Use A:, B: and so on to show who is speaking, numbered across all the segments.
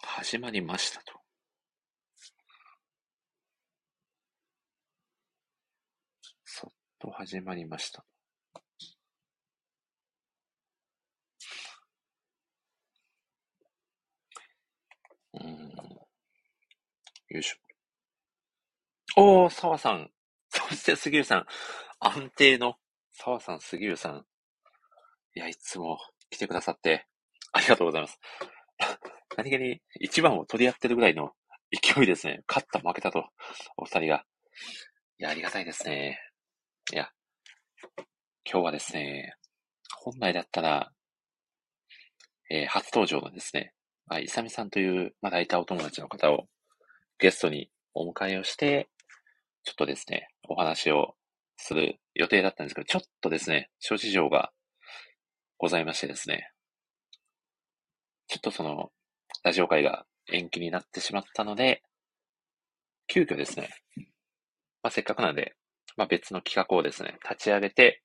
A: 始まりましたとそっと始まりましたとうーん。よいしょ。おー、沢さん。そして杉浦さん。安定の沢さん、杉浦さん。いや、いつも来てくださって、ありがとうございます。何気に一番を取り合ってるぐらいの勢いですね。勝った、負けたと、お二人が。いや、ありがたいですね。いや、今日はですね、本来だったら、えー初登場のですね、まあ、いさみさんという、まだいたお友達の方をゲストにお迎えをして、ちょっとですね、お話をする予定だったんですけど、ちょっとですね、諸事情がございましてですね、ちょっとその、ラジオ会が延期になってしまったので、急遽ですね、まあ、せっかくなんで、まあ、別の企画をですね、立ち上げて、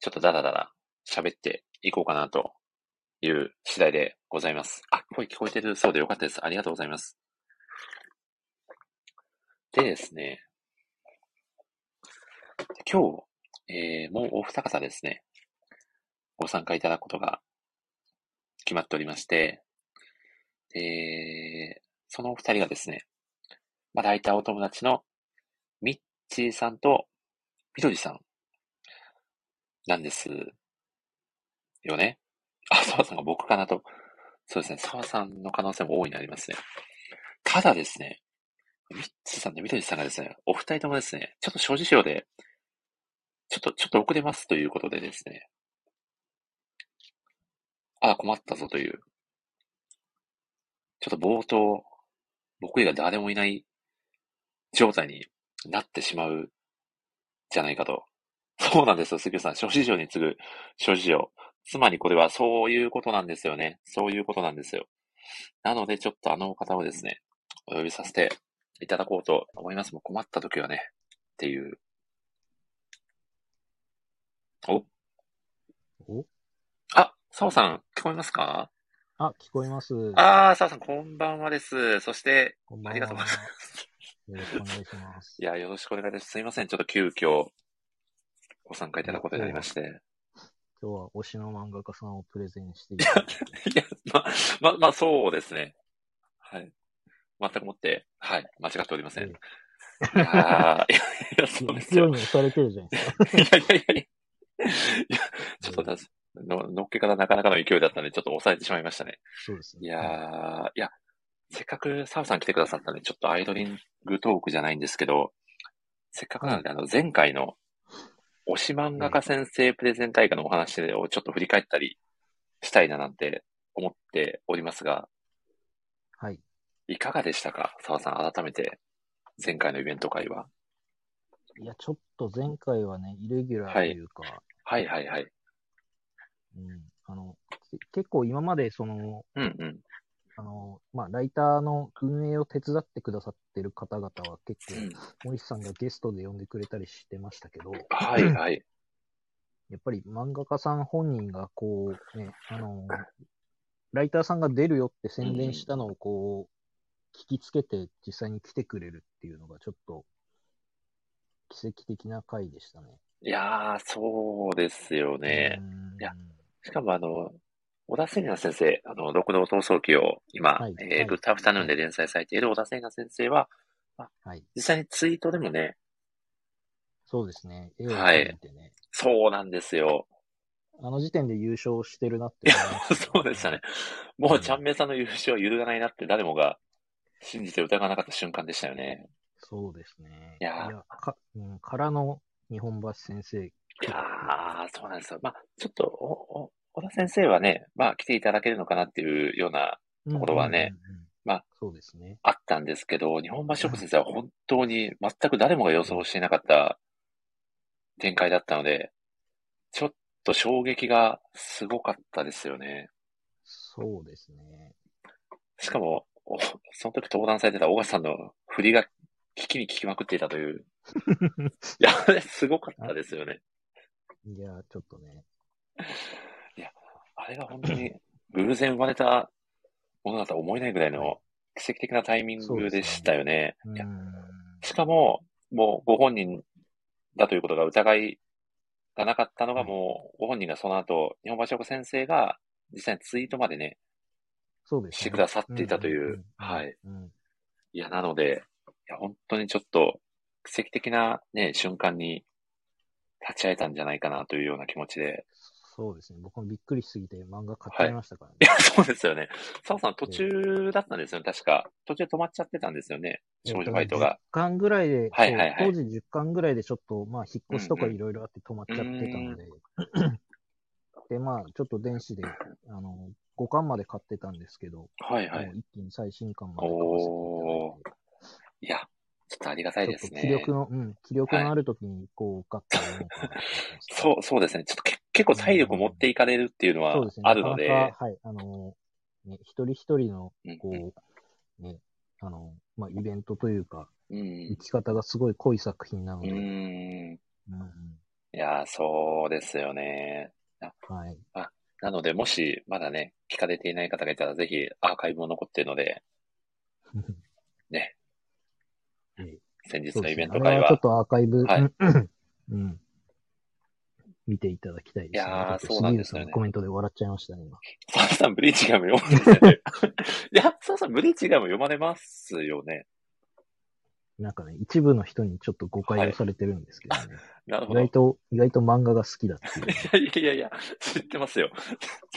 A: ちょっとダラダラ喋っていこうかなという次第でございます。あ、声聞こえてるそうでよかったです。ありがとうございます。でですね、今日、えー、もうお二方ですね、ご参加いただくことが決まっておりまして、えー、そのお二人がですね、まあ、ライターお友達のミッチーさんとみどりさんなんですよね。あ、澤さんが僕かなと。そうですね、澤さんの可能性も大いにありますね。ただですね、ミッチーさんとみどりさんがですね、お二人ともですね、ちょっと諸事情で、ちょっと、ちょっと遅れますということでですね、あら、困ったぞというちょっと冒頭、僕以外誰もいない状態になってしまうじゃないかと。そうなんですよ、杉浦さん。諸事情に次ぐ諸事情。つまりこれはそういうことなんですよね。そういうことなんですよ。なので、ちょっとあのお方をですね、お呼びさせていただこうと思います。もう困った時はね、っていう。お
B: お
A: あ、澤さん、聞こえますか
B: あ、聞こえます。
A: あー、澤さん、こんばんはです。そして、
B: こんば
A: あ
B: んは。。
A: りがとうございます
B: よろしくお願い します。
A: いや、よろしくお願いです。すいません。ちょっと急遽、ご参加いただくことになりまして。
B: 今日は推しの漫画家さんをプレゼンしていただき、
A: いや、ま、ま、まあ、そうですね。はい。全くもって、はい、間違っておりません。い
B: うん
A: やーいや、いや、そうです
B: 勢い
A: よ。
B: に押されてるじゃな いですか。
A: いやいやいやいや。いや、ちょっとだの、のっけからなかなかの勢いだったんで、ちょっと抑えてしまいましたね。
B: そうですね。
A: いやー、いや、せっかくサウさん来てくださったんで、ちょっとアイドリングトークじゃないんですけど、せっかくなので、あの、前回の推し漫画家先生プレゼン大会のお話をちょっと振り返ったりしたいななんて思っておりますが、
B: はい。
A: いかがでしたか澤さん、改めて、前回のイベント会は。
B: いや、ちょっと前回はね、イレギュラーというか、
A: はいはいはい。
B: うん、あの、け結構今までその、
A: うんうん。
B: あの、まあ、ライターの運営を手伝ってくださってる方々は結
A: う
B: 構、
A: ん、
B: 森さんがゲストで呼んでくれたりしてましたけど、
A: はいはい。
B: やっぱり漫画家さん本人がこう、ね、あの、ライターさんが出るよって宣伝したのをこう、聞きつけて実際に来てくれるっていうのがちょっと奇跡的な回でしたね。
A: いやー、そうですよね。
B: うん
A: いやしかもあの、小田聖奈先生、あの、六道闘争記を今、
B: はい
A: えー
B: はい
A: グッドアフタヌーンで連載されている小田聖奈先生は、
B: はい。
A: 実際にツイートでもね、
B: そうですね。絵を
A: はい
B: 描いてね。
A: そうなんですよ。
B: あの時点で優勝してるなって思いました、
A: そうでしたね。。もう、ちゃんめいさんの優勝は揺るがないなって誰もが信じて疑わなかった瞬間でしたよね。
B: そうですね。
A: いやー
B: か、うん、からの日本橋先生。
A: いやー、そうなんですよ。まあ、ちょっと、お、お、小田先生はね、まあ、来ていただけるのかなっていうような、ところはね
B: うんうんうんうん、
A: まあ、
B: そうですね。
A: あったんですけど、日本橋職先生は本当に全く誰もが予想していなかった展開だったので、ちょっと衝撃がすごかったですよね。
B: そうですね。
A: しかも、おその時登壇されてた小川さんの振りが聞きに聞きまくっていたという。いや、あれすごかったですよね。
B: いやー、ちょっとね。
A: あれが本当に偶然生まれたものだとは思えないぐらいの奇跡的なタイミングでしたよね。
B: う
A: い
B: ー
A: や
B: ん。
A: しかも、もうご本人だということが疑いがなかったのが、
B: はい
A: もうご本人がその後、日本橋子先生が実際にツイートまでね、
B: そうですね。
A: してくださっていたという、
B: んんんん
A: はい。
B: うん
A: いや、なので、いや、本当にちょっと、奇跡的なね、瞬間に立ち会えたんじゃないかなというような気持ちで。
B: そうですね。僕もびっくりしすぎて漫画買っちゃいましたからね。
A: いや、そうですよね。澤さん途中だったんですよね、確か。途中で止まっちゃってたんですよね、少女ファイトが。
B: 10巻ぐらいで、
A: はいはいはい
B: そう当時10巻ぐらいでちょっと、まあ、引っ越しとか
A: うんうん
B: いろいろあって止まっちゃってたので、 で、まあ、ちょっと電子で、あの、5巻まで買ってたんですけど、
A: はいはい
B: もう。一気に最新巻まで買わせていただいて
A: いや、ちょっとありがたいで、
B: ちょっ
A: す
B: と
A: ね。
B: 気力の、うん、気力のある時に、こう、ガッと読もうかなと思ってます
A: そう、そうですね。ちょっとけ結構体力を持っていかれるっていうのは
B: そうですね。
A: あるので、
B: なかなかはい、あの、ね、一人一人の、
A: うん
B: こう、ね、あの、まあ、イベントというか、
A: うん
B: 生。き方がすごい濃い作品なの
A: う
B: で、うん
A: ん。
B: うん
A: いや、そうですよね。
B: はい。
A: なので、もしまだね、聞かれていない方がいたら、ぜひアーカイブも残っているので、ね
B: ええ。
A: 先日
B: そう
A: の
B: です
A: イベ
B: ね
A: ン
B: あ
A: ト
B: れ
A: 会
B: は
A: は。
B: ちょっとアーカイブ、
A: はい
B: うんうん、見ていただきたいです
A: い
B: ね。
A: やー
B: ちょっと
A: そうなんですよね
B: 杉浦さのコメントで笑っちゃいましたね、今。
A: サーさん、ブリーチガム読まれてる。いや、サーさん、ブリーチガム読まれますよね。
B: なんかね、一部の人にちょっと誤解をされてるんですけど ね。
A: なるほ
B: 意
A: ど。い
B: 外と、意外と漫画が好きだっていうね、
A: やいやいやいや、知ってますよ。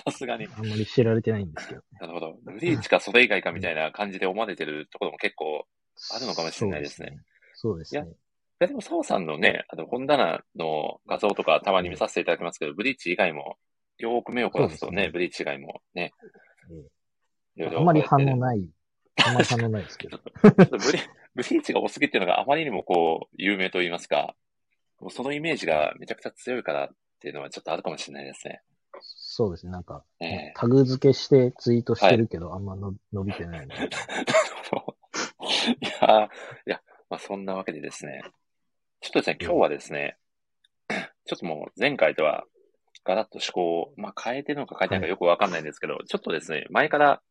A: さすがに。
B: あんまり知られてないんですけど。
A: なるほど。ブリーチかそれ以外かみたいな感じで思われてるところも結構。あるのかもしれないですね。
B: そうですね。そうですね
A: いや、でも、サオさんのね、あの、本棚の画像とかたまに見させていただきますけど、ブリーチ以外も、よーく目を凝らすと
B: そう
A: ね、
B: ですね
A: ブリーチ以外もね、いろいろ
B: あんまり反
A: こうやっ
B: 応
A: て
B: ない。あんまり反応ないですけ ど。
A: ちょっとブリブリーチが多すぎっていうのがあまりにもこう、有名と言いますか、もうそのイメージがめちゃくちゃ強いからっていうのはちょっとあるかもしれないですね。
B: そうですね。なんか、
A: ええ
B: タグ付けしてツイートしてるけど、あんまの伸びてない。
A: いやー、いや、まあそんなわけでですね。ちょっとですね、今日はですね、 ちょっともう前回とはガラッと思考を、まあ変えてるのか変えてないのかよくわかんないんですけど、ちょっとですね、前から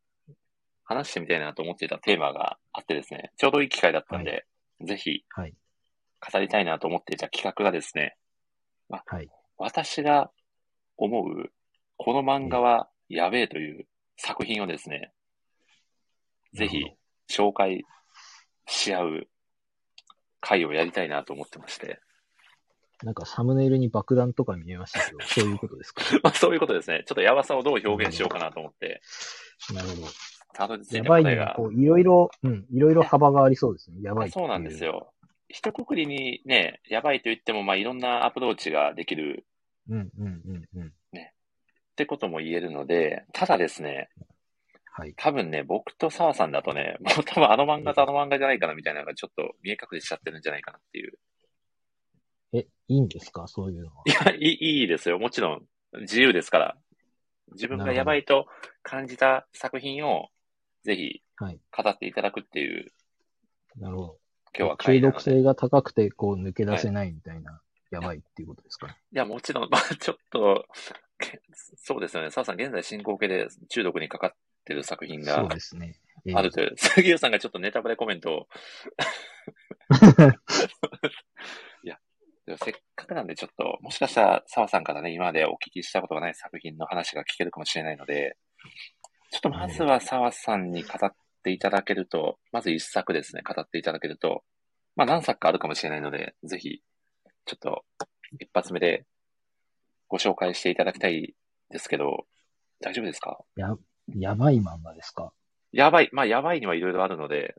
A: 話してみたいなと思っていたテーマがあってですね、ちょうどいい機会だったんで、ぜひ
B: はい。
A: 語りたいなと思っていた企画がですね、まあ
B: はい
A: 私が思う、この漫画はやべえという作品をですね、ぜひ
B: なるほ
A: 紹介し合う会をやりたいなと思ってまして、
B: ど。なんかサムネイルに爆弾とか見え ましたけど、そういうことですか。
A: まあそういうことですね。ちょっとやばさをどう表現しようかなと思って、
B: なるほど。
A: たどり着い
B: や
A: た
B: ばい
A: 答え
B: には
A: が、
B: こう、いろいろ、うん、いろいろ幅がありそうですね。やばいってい
A: そうなんです。よ。一括りにね、やばいと言っても、まあいろんなアプローチができる
B: うん、うん、うん、うん。
A: ってことも言えるので、ただですね、
B: はい。
A: 多分ね、僕と澤さんだとね、もう多分あの漫画とあの漫画じゃないかなみたいなのがちょっと見え隠れしちゃってるんじゃないかなっていう。
B: え、いいんですかそういうのは。
A: い や、いいいいですよ。もちろん自由ですから。自分がやばいと感じた作品をぜひ
B: はい。
A: 語っていただくっていう、
B: なるほど。
A: 今日は
B: 中
A: 会なの
B: 毒
A: で。い
B: 性が高くて、こう、抜け出せないみたいな、やばいっていうことですか。
A: や、もちろん、 まあちょっと、けそうですよね。澤さん、現在進行形で中毒にかかってる作品
B: そう
A: が
B: ですね。ええ
A: あるという。 杉浦さんがちょっとネタバレコメント を。いや、でもせっかくなんでちょっと、もしかしたら澤さんからね、今までお聞きしたことがない作品の話が聞けるかもしれないので、ちょっとまずは澤さんに語っていただけると、まず一作ですね、語っていただけると、まあ何作かあるかもしれないので、ぜひ、ちょっと一発目でご紹介していただきたいですけど、大丈夫ですか
B: や、やばい漫画ですか。
A: やばい。まあ、やばいにはいろいろあるので、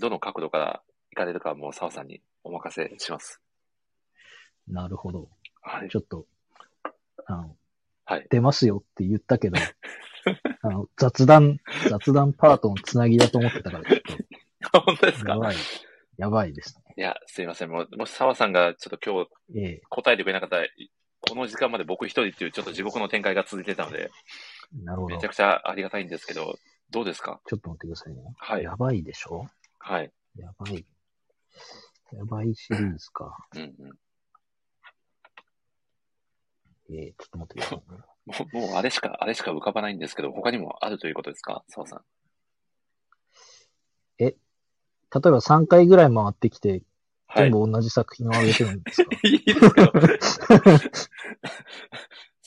A: どの角度から行かれるかはもう澤さんにお任せします。
B: なるほど。
A: はい。
B: ちょっと、あの、
A: はい
B: 出ますよって言ったけど、 あの、雑談、雑談パートのつなぎだと思ってたから、ちょっ
A: 本当です
B: と、や
A: か
B: ばい、やばいです
A: いや、すいません。もうもし澤さんがちょっと今日
B: ね。ええ
A: 答えてくれなかったら、この時間まで僕一人っていうちょっと地獄の展開が続いてたので、
B: なるほ
A: め
B: ど。
A: ち
B: ち
A: ゃくちゃありがたいんですけど、どうですか
B: ょっと待ってくださいね。
A: はい。
B: やばいでしょ
A: はい。
B: やばい。やばいシリーズか。
A: うんうん。
B: えー、ちょっと待ってくださいね。
A: もう、もうあれしか、あれしか浮かばないんですけど、他にもあるということですか澤さん。
B: 例えば3回ぐらい回ってきて、
A: は
B: 全
A: い。
B: 部同じ作品をあげてるんですか、
A: いいですけど。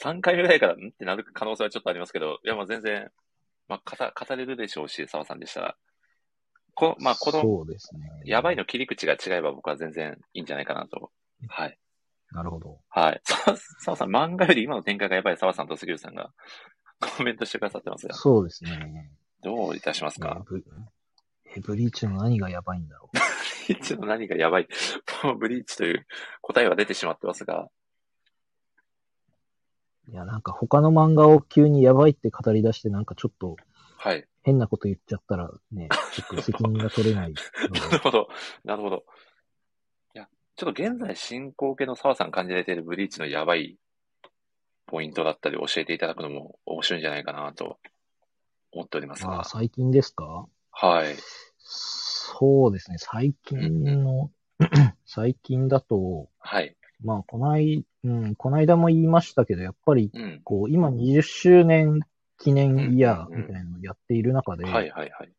A: 3回ぐらいから、んってなる可能性はちょっとありますけど、いや、まあ全然、まあ、語語れるでしょうし、澤さんでしたら。こ まあ、この、
B: そうですね。
A: やばいの切り口が違えば僕は全然いいんじゃないかなと。はい。
B: なるほど。
A: はい。 澤澤さん、漫画より今の展開がやばい澤さんと杉浦さんがコメントしてくださってますが、
B: そうですね。
A: どういたします
B: え
A: か
B: ーブえブリーチの何がやばいんだろう。
A: ブリーチの何がやばいもうブリーチという答えは出てしまってますが、
B: いや、なんか他の漫画を急にやばいって語り出して、なんかちょっと
A: はい。
B: 変なこと言っちゃったらね、 ちょっと責任が取れないの
A: なる
B: で。
A: ほど。なるほど。いや、ちょっと現在進行形の澤さん感じられているブリーチのやばいポイントだったり教えていただくのも面白いんじゃないかなと思っております
B: ま
A: が
B: あ、、最近ですか
A: はい。
B: そうですね。最近の、 最近だと、
A: はい。
B: まあ、こない、うん、こないだも言いましたけど、やっぱり、
A: うん。
B: こう、今20周年記念イヤー
A: うんうんうん
B: みたいなのをやっている中で、
A: はいはいはい。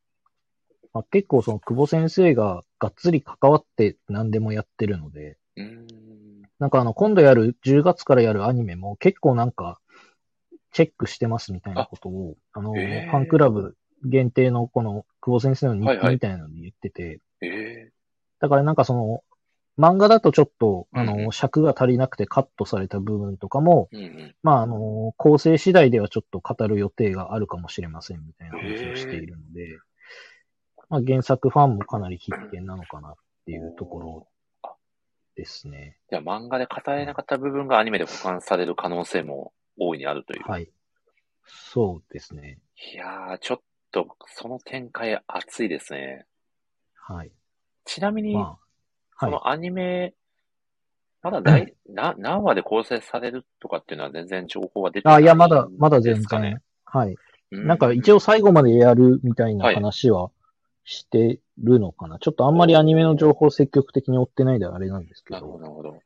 B: まあ、結構その久保先生ががっつり関わって何でもやってるので、
A: うーん。
B: なんかあの、今度やる、10月からやるアニメも結構なんか、チェックしてますみたいなことを、あの、
A: えー
B: ファンクラブ限定のこの久保先生の日記みたいなので言ってて、
A: ええ
B: だからなんかその、漫画だとちょっと、あ
A: うんうん
B: の、尺が足りなくてカットされた部分とかも、
A: うんうん。
B: まあ、あの、構成次第ではちょっと語る予定があるかもしれませんみたいな話をしているので、まあ、原作ファンもかなり必見なのかなっていうところですね。
A: じゃあ漫画で語れなかった部分がアニメで保管される可能性も大いにあるという。
B: はい。そうですね。
A: いやー、ちょっとその展開熱いですね。
B: はい。
A: ちなみに、
B: まあ、
A: そ
B: はい。
A: のアニメ、まだ 大、な何話で構成されるとかっていうのは全然情報は出てない
B: あ、いや、まだ、まだ
A: で
B: 全
A: すかね
B: 然。。はい。
A: う
B: なんか一応、最後までやるみたい
A: は
B: ない話はしてるのかな。ちょっとあんまりアニメの情報を積極的に追ってないであれなんですけ
A: なるほど、
B: ど。
A: なるほど。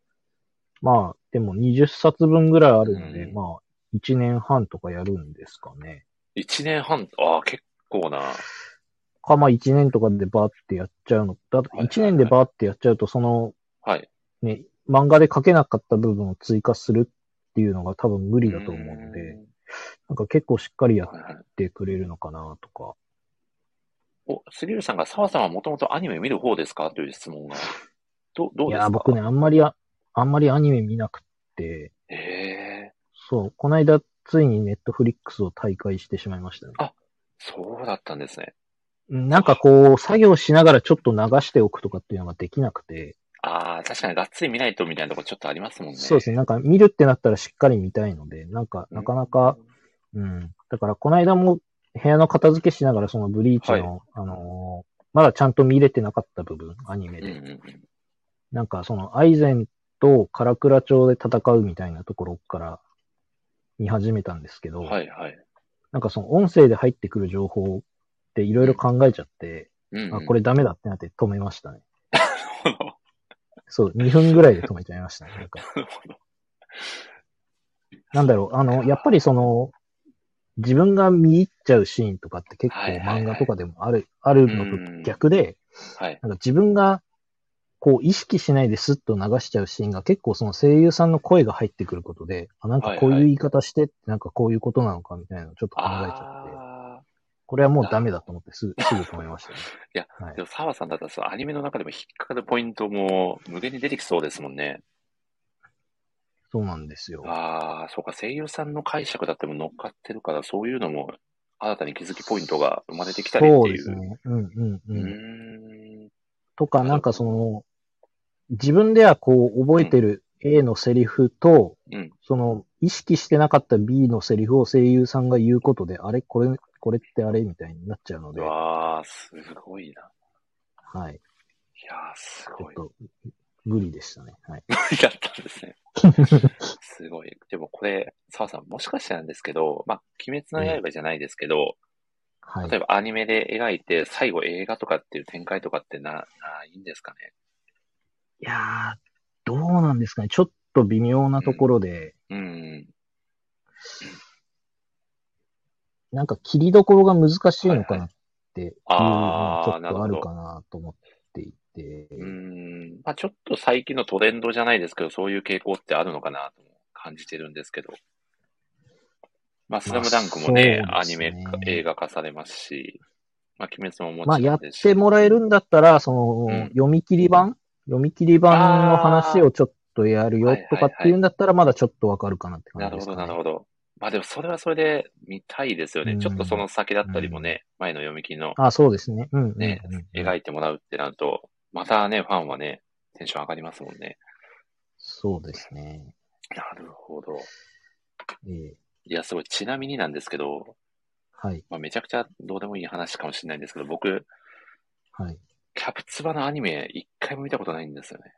B: まあ、でも20冊分ぐらいあるので、
A: うん
B: まあ、1年半とかやるんですかね。
A: 1年半、ああ、結構な。
B: か、まあ1年とかでバーってやっちゃうの。だと
A: いはいはい
B: 1年でバーってやっちゃうと、その、
A: はい。
B: ね、漫画で書けなかった部分を追加するっていうのが多分無理だと思うので、なんか結構しっかりや
A: ーん。はいはい
B: ってくれるのかなとか。
A: お、杉浦さんが、澤さんはもともとアニメ見る方ですかという質問が。どどう
B: い
A: ですか
B: や、僕ね、。あんまりあ、あんまりアニメ見なくって、
A: ええ
B: そう、この間、ついにネットフリックスを退会してしまいましたね。
A: そうだったんですね。
B: なんかこう、作業しながらちょっと流しておくとかっていうのができなくて、
A: ああ、確かにがっつり見ないとみたいなとこちょっとありますもんね。
B: そうですね、なんか見るってなったらしっかり見たいので、なんか、
A: うん
B: なかなか、。うん。だから、この間も部屋の片付けしながら、そのブリーチの、あのーまだちゃんと見れてなかった部分、アニメ
A: うん
B: で。
A: うんうん。
B: なんか、その、アイゼンとカラクラ町で戦うみたいなところから見始めたんですけど、
A: はいはい。
B: なんかその音声で入ってくる情報っていろいろ考えちゃって、
A: うん、うん。
B: あ、これダメだってなって止めましたね。
A: なるほど。
B: そう、2分ぐらいで止めちゃいましたね。なんか
A: なるほど。
B: なんだろう、あの、やっぱりその、自分が見入っちゃうシーンとかって結
A: はい
B: 構
A: はいはい
B: 漫画とかでもある、ある
A: う
B: の
A: ん
B: と逆で、
A: はい。
B: なんか自分がこう意識しないでスッと流しちゃうシーンが結構その声優さんの声が入ってくることで、あ、なんかこういう言い方して、なんかこういうことなのかみたいなのをちょっと考えちゃって、
A: ああ。
B: これはもうダメだと思ってすぐ、すぐ止めましたね。
A: いや
B: は
A: でも、澤さんだったら、そのアニメの中でも引っかかるポイントも無限に出てきそうですもんね。
B: そうなんですよ。
A: ああ、そうか、声優さんの解釈だっても乗っかってるから、そういうのも新たに気づきポイントが生まれてきたりっていう。
B: そうですね。うんうん
A: う
B: うん。
A: ーん。
B: とか、なんかその、自分ではこう覚えてる A のセリフと、
A: うん
B: その意識してなかった B のセリフを声優さんが言うことで、あれこれ、これってあれみたいになっちゃうの
A: う
B: で、は
A: わあ、すごいな。い
B: い。
A: やー、す
B: ちょ
A: ご
B: っ
A: い。
B: と、無理でしたね。はい。
A: やったんですね。すごい。でもこれ、澤さん、もしかしてなんですけど、まあ、鬼滅の刃じゃないですけど、
B: はい
A: 例え。ばアニメで描いて、最後映画とかっていう展開とかってな、ないんですかね。
B: いやー、どうなんですかね。ちょっと微妙なところで、
A: ううん。
B: なんか切りどころが難しいのかなっていうのは
A: あー
B: ちょっとある
A: なるほど
B: かなと思っていて、
A: うん。まあちょっと最近のトレンドじゃないですけど、そういう傾向ってあるのかなとも感じてるんですけど。まあ、スラムダンクもね、
B: まあ
A: ア
B: そう
A: ニ
B: ですね
A: メ化、映画化されますし、まあ、鬼滅も
B: ま
A: も
B: あ
A: ち
B: や
A: ろ
B: っ
A: んですし。
B: てもらえるんだったら、その、
A: うん
B: 読み切り版読み切り版の話をちょっとやるよとかっていうんだったら、まだちょっとわかるかなって
A: な
B: 感
A: る
B: じ
A: ほ
B: ですか、
A: ど、
B: ね。
A: なるほど。まあでもそれはそれで見たいですよね。
B: うん
A: ちょっとその先だったりもね、前の読み切りの
B: あ、そうですね。うん、うん。
A: ね
B: うん、
A: 描いてもらうってなると、またね、ファンはね、テンション上がりますもんね。
B: そうですね。
A: なるほど。
B: ええ
A: いや、すごい。ちなみになんですけど、
B: はい、
A: まあ、めちゃくちゃどうでもいい話かもしれないんですけど、僕、
B: はい。
A: キャプツバのアニメ一回も見たことないんですよね。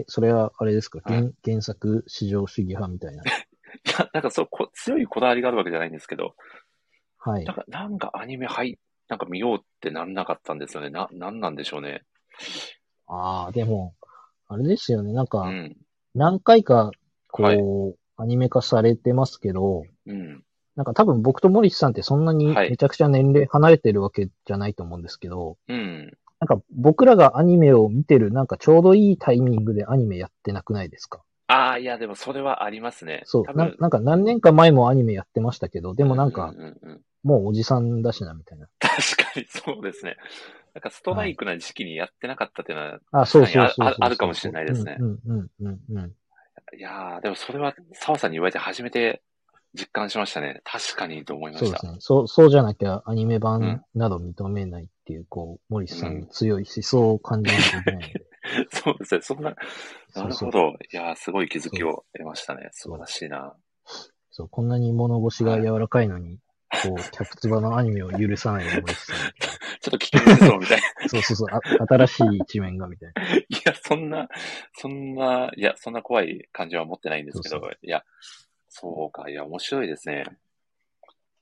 B: え、それはあれですか、
A: はい
B: 原原作至上主義派みたいな。
A: いや、なんか そう、こ強いこだわりがあるわけじゃないんですけど、
B: はい
A: なん。か、なんかアニメはい、なんか見ようってなんなかったんですよね。な、なんなんでしょうね。
B: ああ、でも、あれですよね。なん
A: う
B: か、
A: ん。
B: 何回か、こう、
A: はい
B: アニメ化されてますけど、
A: うん。
B: なんか多分僕とモリスさんってそんなに
A: はい
B: めちゃくちゃ年齢離れてるわけじゃないと思うんですけど、
A: うん。
B: なんか僕らがアニメを見てるなんかちょうどいいタイミングでアニメやってなくないですか
A: ああ、いや、でもそれはありますね。
B: そう
A: 多
B: な
A: 分。、
B: なんか何年か前もアニメやってましたけど、でもなんか
A: うううん うん
B: もうおじさんだしなみたいな。
A: 確かにそうですね。なんかストライクな時期にやってなかったっていうのは、
B: あ、そうそうそうそう
A: はいああるかもしれないですね
B: うんうんうんうんうん。
A: いやー、でもそれは澤さんに言われて初めて実感しましたね。確かにと思いま
B: そう
A: し
B: で
A: た。
B: すね。そう、そうじゃなきゃアニメ
A: うん
B: 版など認めないっていう、こう、モリスさんの強い思想を感じないといけないので。
A: そうですね。そんな、 なる
B: そう
A: ほ
B: そう。
A: ど。いやー、すごい気づきを得ましたね。素
B: そう
A: 晴らしいな。
B: そう、こんなに物腰が柔らかいのに、こう、キャプツバのアニメを許さないモリスさん。
A: ちょっと危険ですぞ、みたいな。
B: そうそうそう、あ新しい一面がみたいな。
A: いや、そんな、そんな、いや、そんな怖い感じは持ってないんですけど、
B: そう
A: いや、そうか、いや、面白いですね。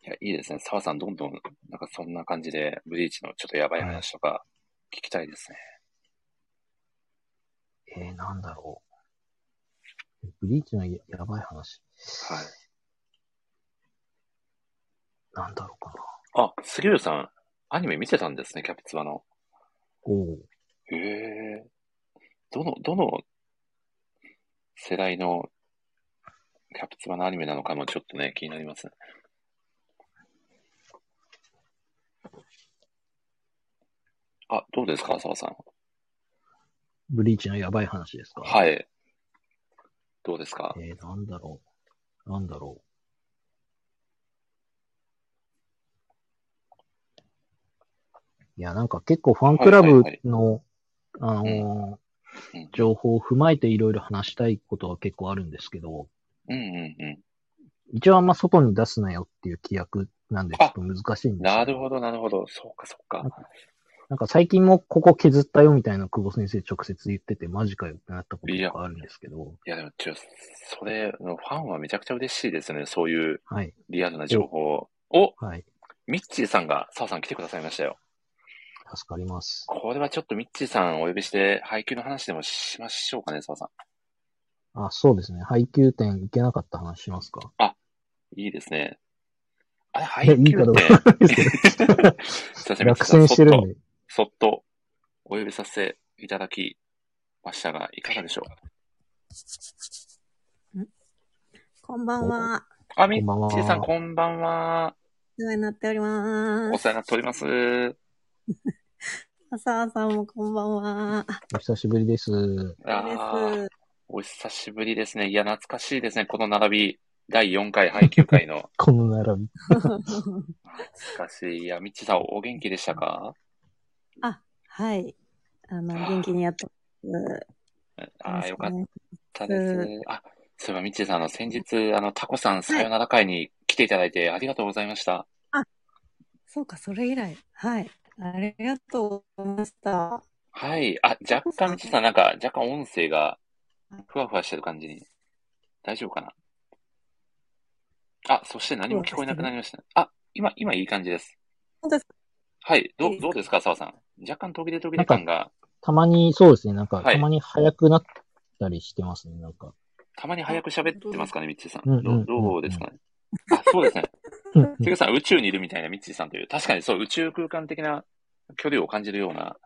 A: いや、いいですね。澤さん、どんどん、なんかそんな感じで、ブリーチのちょっとやばい話とか聞きたいですね。
B: えー、なんだろう。ブリーチのややばい話。
A: はい。
B: なんだろうかな。
A: あ、杉浦さん、アニメ見てたんですね、キャピツバの。
B: おう
A: へえ。どの、どの世代のキャピツバのアニメなのかもちょっとね、気になりますね。あ、どうですか、浅尾さん。
B: ブリーチのやばい話ですか。
A: はい。どうですか
B: えー、なんだろう。なんだろう。いや、なんか結構ファンクラブの、あのー
A: うん
B: 情報を踏まえていろいろ話したいことは結構あるんですけど、
A: うんうんう
B: 一応あんま外に出すなよっていう規約なんでちょっと難しいん
A: ん。
B: です
A: な
B: け
A: るほど、なるほど。そうか、そうか。
B: なんか最近もここ削ったよみたいな久保先生直接言っててマジかよってなったこととかあるんですけど、
A: いや、でも、ちょ、それ、ファンはめちゃくちゃ嬉しいですよね。そういう
B: はい、
A: リアルな情報を。お
B: はい、
A: ミッチーさんが、澤さん来てくださいましたよ。
B: 助かります。
A: これはちょっとミッチーさんお呼びして、配給の話でもしましょうかね、澤さ
B: あ、そうですね。配給点いけなかった話しま すか
A: ん。いいですね。あれ、配
B: いやいい
A: 給
B: か
A: っ
B: どうか
A: て、
B: わかんないで
A: すい
B: すけど
A: ません、ミッチ
B: 落
A: ーさん、
B: 選してる
A: そっ
B: ん
A: と、
B: で。
A: そっとお呼びさせていただきましたが、いかがでしょう
C: こんばんは。
A: あ、ミ
B: んばんは
A: ッチーさん、こんばんは。
C: お世話になっておりま
A: お
C: す。
A: 世話になっております。
C: 浅尾さんもこんばんは。
B: お久しぶりです。
A: あ
C: で
A: ー
C: す。
A: お久しぶりですね。いや、懐かしいですね。この並び、第4回配給会の。
B: この並び。
A: 懐かしい。いや、ミッチーさん、お元気でしたか
C: あ、 はい。あの、元気にやってます。
A: ああ、よかったった
C: た。
A: です。あ、そういえば、みちえさん、あの、先日、あの、タコさんさよなら会に来ていただいてありがとうございました。
C: そうか、それ以来。はい。ありがとうございました。
A: はい。あ、若干、みちえさん、なんか、若干音声が、ふわふわしてる感じに。大丈夫かなあ、そして何も聞こえなくなりました。あ、今、今いい感じです。
C: 本当です
A: はい。ど、
C: いいうですか
A: どうですか、澤さん。若干途切れ途切れ感が。
B: たまに、そうですね。なんか、
A: はい
B: たまに早くなったりしてますね。なんか、
A: たまに早く喋ってますかね、ミッチーさ
B: うんうん
A: ん。
B: うんう
A: ど
B: ん
A: どうですかね。あ、そうですね。
B: うんうん
A: セグさん、宇宙にいるみたいなミッチーさんという、確かにそう、宇宙空間的な距離を感じるような、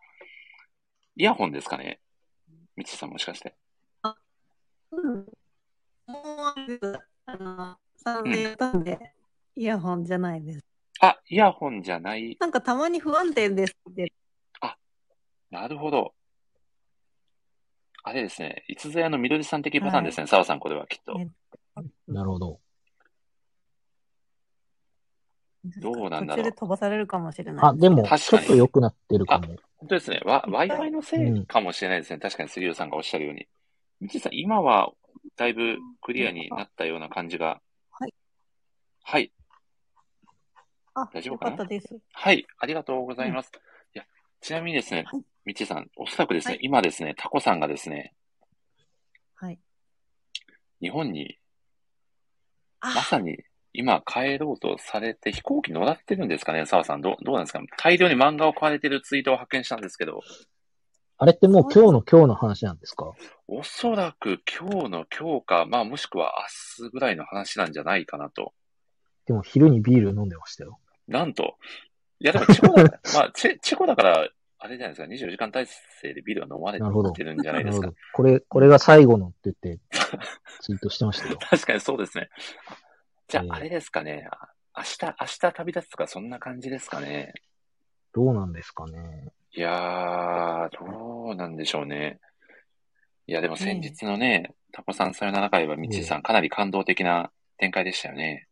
A: イヤホンですかね。ミッチーさんもしかして。
C: うんもう、あの、サンデーなんで、イヤホンじゃないです。
A: あ、イヤホンじゃない。
C: なんかたまに不安定ですって。
A: なるほど。あれですね。いつぞやの緑さん的パターンですね。澤、さん、これはきっと。
B: なるほど。
A: どうなんだろう
C: 途中で飛ばされるかもしれない。
B: あ、でも、
A: 確
B: ち
A: か
B: ょっ
A: に
B: と良くなってるかも。
A: 本当ですね。わ Wi-Fi のせいかもしれないですね。確かに杉浦さんがおっしゃるように。道井さん、今はだいぶクリアになったような感じが。
C: はい。
A: はい。
C: あ、
A: 大丈夫
C: よ
A: かな
C: かったです。
A: はい。ありがとうございます。いや、ちなみにですね
C: は、
A: 道井さん、おそらくですね、
C: はい
A: 今ですね、タコさんがですね、
C: はい。
A: 日本に、
C: あ
A: まさに今帰ろうとされて飛行機乗られてるんですかね、澤さん。どうどうなんですか大量に漫画を買われてるツイートを発見したんですけど、
B: あれってもう今日の今日の話なんですか
A: おそらく今日の今日か、まあもしくは明日ぐらいの話なんじゃないかなと。
B: でも昼にビール飲んでましたよ。
A: なんと。いや、でも、チェ コだから、まあ、チェチェコだから、あれじゃないですか、24時間体制でビールは飲まれ
B: なるほど
A: てるんじゃな
B: ない
A: で
B: る
A: す
B: ほ
A: か
B: ど。。これ、これが最後のって言って、ツイートしてましたよ。
A: 確かにそうですね。じゃ
B: ええ
A: あ、あれですかね。あ明日、明日旅立つとか、そんな感じですかね。
B: どうなんですかね。
A: いやー、どうなんでしょうね。いや、でも先日のね、タコさんさよなら会は、みちさん、かなり感動的な展開でしたよね。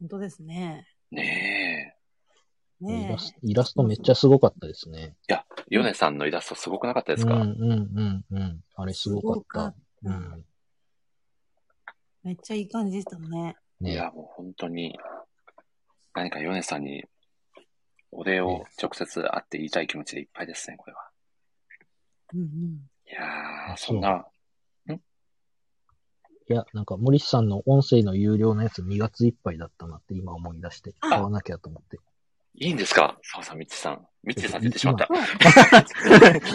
C: 本当ですね。
A: ね
B: イ
C: ね
B: ラスイラストめっちゃすごかったですね。
A: え。いや、ヨネさんのイラストすごくなかったです
B: うん
A: か、
B: うんうんうん。あれすごかった。
C: すごかった
B: うん。
C: めっちゃいい感じでしたね。
A: い
B: ね
A: や、もう本当に、何かヨネさんにお礼を直接会って言いたい気持ちでいっぱいですね、これは。
C: う んうん。
A: いやー、
B: あ
A: そ
B: そうん
A: な、
B: いや、なんか森さんの音声の有料のやつ2月いっぱいだったなって今思い出して、買わなきゃと思って。
A: いいんですか澤さん、ミッチさん。ミッチさんって言ってしまった。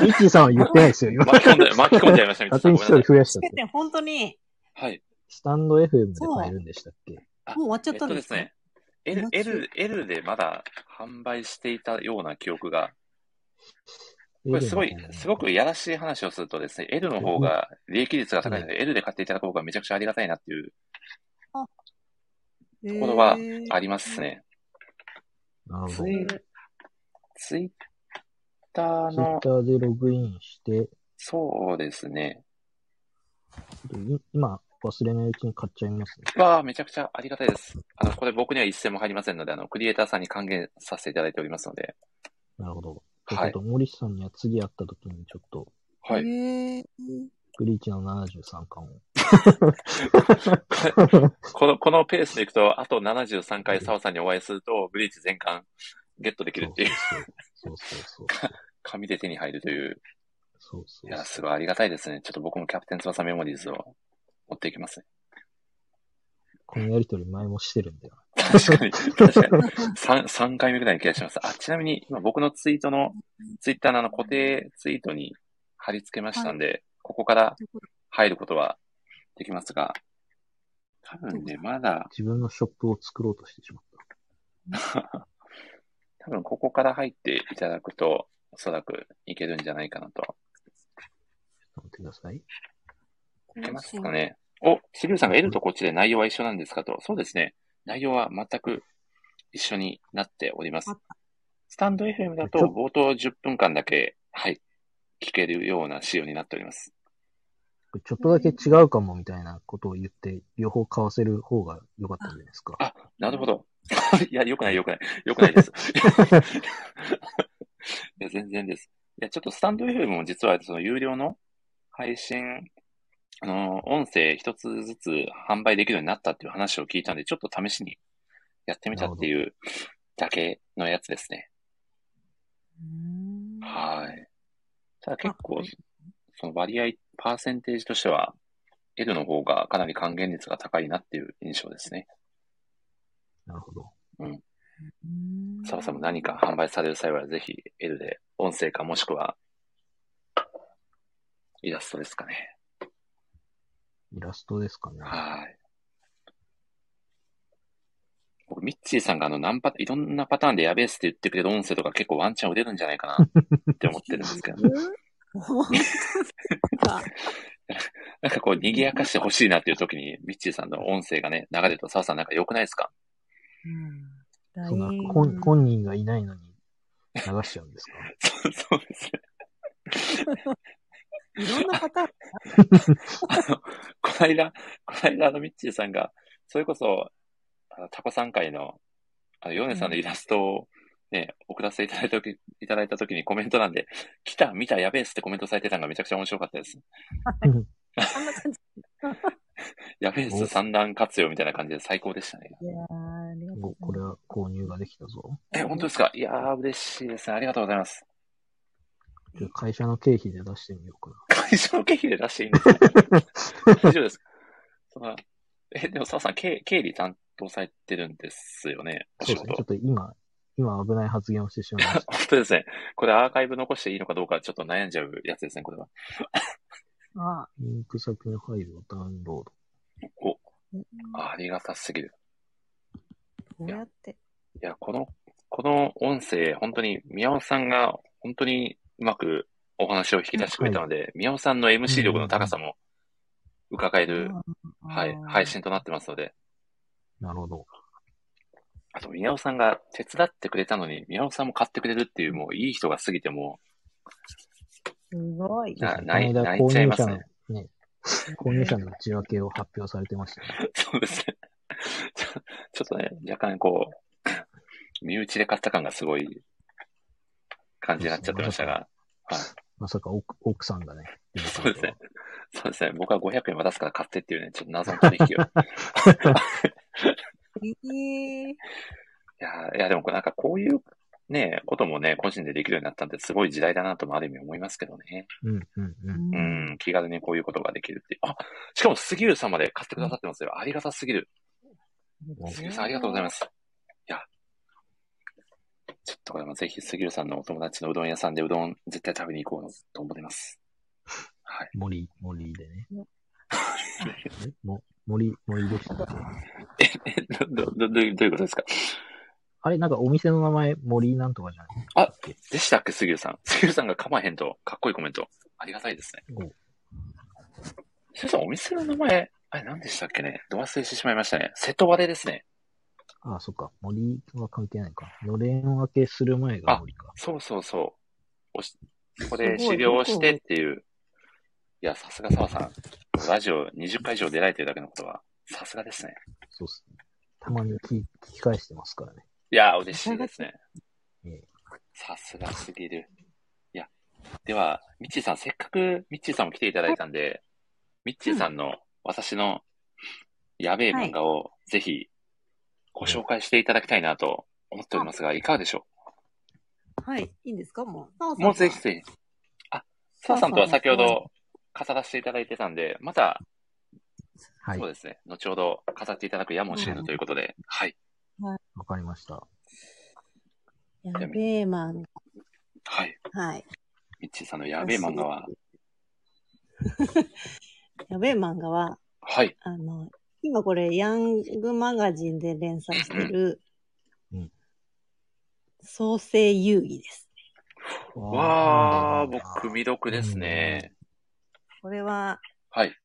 B: ミッチーさんは言ってないですよ、 今。
A: 巻き込ん で、巻き込んじゃいました、ミッチ
B: 勝
A: さ
B: 手
A: ん。ごめん
B: に一
A: な
B: 人
A: さ
B: 増やしちゃっ
C: つけ
B: て。
C: て、本当に、
A: い。はい。
B: スタンド FM で買えるんでしたっけ
A: あ
C: もう終わっちゃっ
A: えった
C: ん
A: とで
C: です
A: す
C: か
A: ね、L
C: 夏、
A: L、L でまだ販売していたような記憶が、こ
B: こ
A: れすごい、すごくいやらしい話をするとですね、L の方が利益率が高いので、L で買っていただく方がめちゃくちゃありがたいなっていう、
C: と
A: ところはありますね。
B: なるほ
A: ツ
B: ど。
A: イツイッター
B: ツイッ
A: の
B: タ、ーでログインして、
A: そうですね。
B: い今、忘れないうちに買っちゃいますね。
A: わあ、めちゃくちゃありがたいです。あの、これ僕には一銭も入りませんので、あの、クリエイターさんに還元させていただいておりますので。
B: なるほど。ち
A: は
B: ょっ
A: い
B: と。森さんには次会った時にちょっと、
A: は
C: へ
A: い。
C: ー
B: グリーチの73巻を。
A: この、このペースでいくと、あと73回澤さんにお会いすると、ブリーチ全巻ゲットできるっていう、
B: そうそうそう。
A: 紙で手に入るという。
B: そうそうそう。
A: いや、すごいありがたいですね。ちょっと僕もキャプテン翼メモリーズを持っていきますね。
B: このやりとり前もしてるんだよ。
A: 確かに。確かに。3、三回目ぐらいの気がします。あ、ちなみに、今僕のツイートの、ツイッターのあの固定ツイートに貼り付けましたんで、ここから入ることはできますが、多分ね、まだ、
B: 自分のショップを作ろうとしてしまった。
A: 多分ここから入っていただくと、おそらくいけるんじゃないかなと。
B: 待ってください。
A: いけますか。ね。お、杉浦さんが L とこっちで内容は一緒なんですかと。そうですね。内容は全く一緒になっております
C: あっ。
A: スタンド FM だと
B: ちょ
A: 冒頭10分間だけ、はい、聞けるような仕様になっております。
B: これちょっとだけ違うかもみたいなことを言って、両方買わせる方が良かったんじゃないですか。
A: あなるほど。いや、よくない、よくない。よくないです。いや、全然です。いや、ちょっとスタンド FM も実は、その有料の配信、あの、音声一つずつ販売できるようになったっていう話を聞いたんで、ちょっと試しにやってみたっていうだけのやつですね。
C: うん
A: はい。ただ結構、その割合、パーセンテージとしては、L の方がかなり還元率が高いなっていう印象ですね。
B: なるほど。
C: うん
A: 澤さんも何か販売される際は、ぜひ L で音声かもしくはイラストですかね。
B: イラストですかね。
A: はい。僕、ミッチーさんがあの、何パタいろんなパターンでやべえっすって言ってくれる音声とか結構ワンチャン打てるんじゃないかなって思ってるんですけど、
C: 本当です か
A: なんかこう、賑やかしてほしいなっていう時に、ミッチーさんの音声がね、流れると、澤さんなんか良くないですか
C: うん
B: そんな
C: LINE
B: 本本人がいないのに流しちゃうんですか
A: そうそうですね。
C: いろんなパターン。
A: あの、こないだ、こないだあのミッチーさんが、それこそ、あのタコさん会の、あの、ヨネさんのイラストをね、送らせていただいたとき、いただいたときにコメントなんで、来た、見た、やべえっすってコメントされてたのがめちゃくちゃ面白かったです。
B: うん
C: あんな感じ。
A: やべえっす、
B: お
A: 三段活用みたいな感じで最高でしたね。
C: いやーありがと
B: お
C: う
B: こ
C: ござ
B: れ
C: いま
B: は購入ができたぞ。
C: す
A: え、本当ですかいやー、嬉しいですね。ありがとうございます。
B: じゃあ会社の経費で出してみようか
A: 会社の経費で出していいん ですか大丈夫です。そんなえ、でも、澤さん、経経理担当されてるんですよね。お
B: な。そ
A: 仕
B: うです
A: 事
B: ね。ちょっと今、今危ない発言をしてしまいました。
A: 本当ですね。これアーカイブ残していいのかどうかちょっと悩んじゃうやつですね、これは。
C: あ
B: リンク先のファイルをダウンロード。
A: お、
C: うん
A: ありがたすぎる。
C: こうやって。
A: いや、この、この音声、本当に宮尾さんが本当にうまくお話を引き出してくれたので、宮尾さんの MC 力の高さも伺える、はい、配信となってますので、
B: なるほど。
A: あと宮尾さんが手伝ってくれたのに、宮尾さんも買ってくれるっていう、もういい人が過ぎても
C: すごい。
A: な
B: そうですね
A: ない泣
B: この間
A: いちゃいますね
B: 購入者のね、購入者の内訳を発表されてましたね。
A: う、そうですね。 ちょちょっとね、若干こう、 身内で買った感がすごい感じになっちゃってましたが、はい。
B: まさか奥奥さんがね。
A: そうですね。そうですね。僕は500円渡すから買ってっていうね、ちょっと謎の取引を。い
C: えー
A: やー、いやでもこれなんかこういうね、こともね、個人でできるようになったんで、すごい時代だなともある意味思いますけどね。
B: うんうんう。
C: うん
A: うんん、気軽にこういうことができるっていう。あ、しかも杉浦さんまで買ってくださってますよ。ありがたすぎる。杉浦さんありがとうございます。いや。ちょっとこれもぜひ杉浦さんのお友達のうどん屋さんでうどん絶対食べに行こうと思ってます。はい。
B: 森、森 でね
C: うん。
B: えも森、森でしたっけ
A: え、 ど、ど、どどういうどういうことですか
B: あれ、なんかお店の名前、森なんとかじゃない
A: あでしたっけ、杉浦さん。杉浦さんがかまへんと、かっこいいコメント。ありがたいですね。
B: お
A: 杉浦さん、お店の名前、あれ何でしたっけねど忘れしてしまいましたね。瀬戸割れですね。
B: あそっか。森は関係ないか。のれん分けする前が森か。
A: そうそうそう。おしここ
C: す
A: で
C: ごい
A: 修行をしてっていう。いや、さすが澤さん。ラジオ20回以上出られてるだけのことは、さすがですね。
B: そうっすね。たまに聞聞き返してますからね。
A: いやー、嬉しいですね
B: ええ。
A: さすがすぎる。いや、では、ミッチーさん、せっかくミッチーさんも来ていただいたんで、ミッチーさんの私のやべえ漫画をぜひご紹介していただきたいなと思っておりますが、いかがでしょ
C: はい、いいんですかもう。
A: うもうぜひぜひ。あ、澤さんとは先ほ
C: 澤さん
A: ど語らせていただいてたんで、また、
B: はい
A: そう。ですね、後ほど語っていただくやもしれぬということで、はい。
B: わかりました。
C: やべえ漫
A: はい。
C: 画。はい。
A: ミッチーさんのやべえ漫画は、
C: やべえ漫画は、
A: はい。
C: あの、今これ、ヤングマガジンで連載してる
B: うん、
C: 創生遊戯です。
A: わあ、
B: なんだろうな
A: 僕、未読ですね。
C: これは、
A: はい。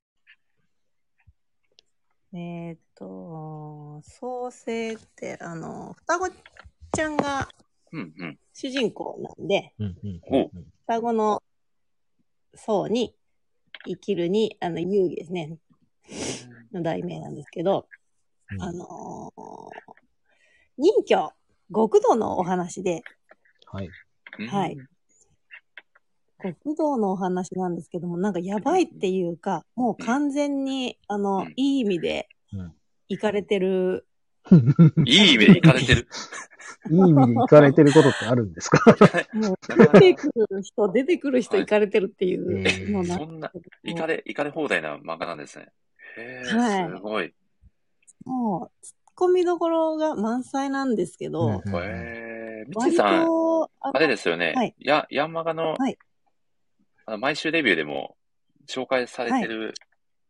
C: えーっと、創生って、あの、双子ちゃんが
A: うんうん。
C: 主人公なんで、
B: うんうん
A: お
B: うん
C: 双子の層に生きるに、あの、遊戯ですね、の題名なんですけど、
B: うん
C: あのー任居、極道のお話で、
B: はい。
C: はい
A: うん。
C: 極道のお話なんですけども、なんかやばいっていうか、もう完全に、あ
A: う
C: の
A: ん、
C: いい意味で
B: うん、
C: 行かれてる、
A: いい意味で行かれて る。
B: いい意味で行かれてることってあるんですか
C: もう
A: なかなか
C: 出てくる人、出てくる人
A: はい
C: 行かれてるってい
B: え
C: う
B: ー
C: のなん
A: そ
C: で
A: んな、
C: すけ
A: 行
C: ど
A: かれ、行かれ放題な漫画なんですね。へえ、
C: はい
A: すごい。へ
C: もう、ツッコミどころが満載なんですけど、
B: うん
A: え、みち
C: 割
A: さん、
C: と、あ
A: あれですよね。
C: はい
A: や、ヤンマガの
C: はい、
A: あの毎週レビューでも紹介されてる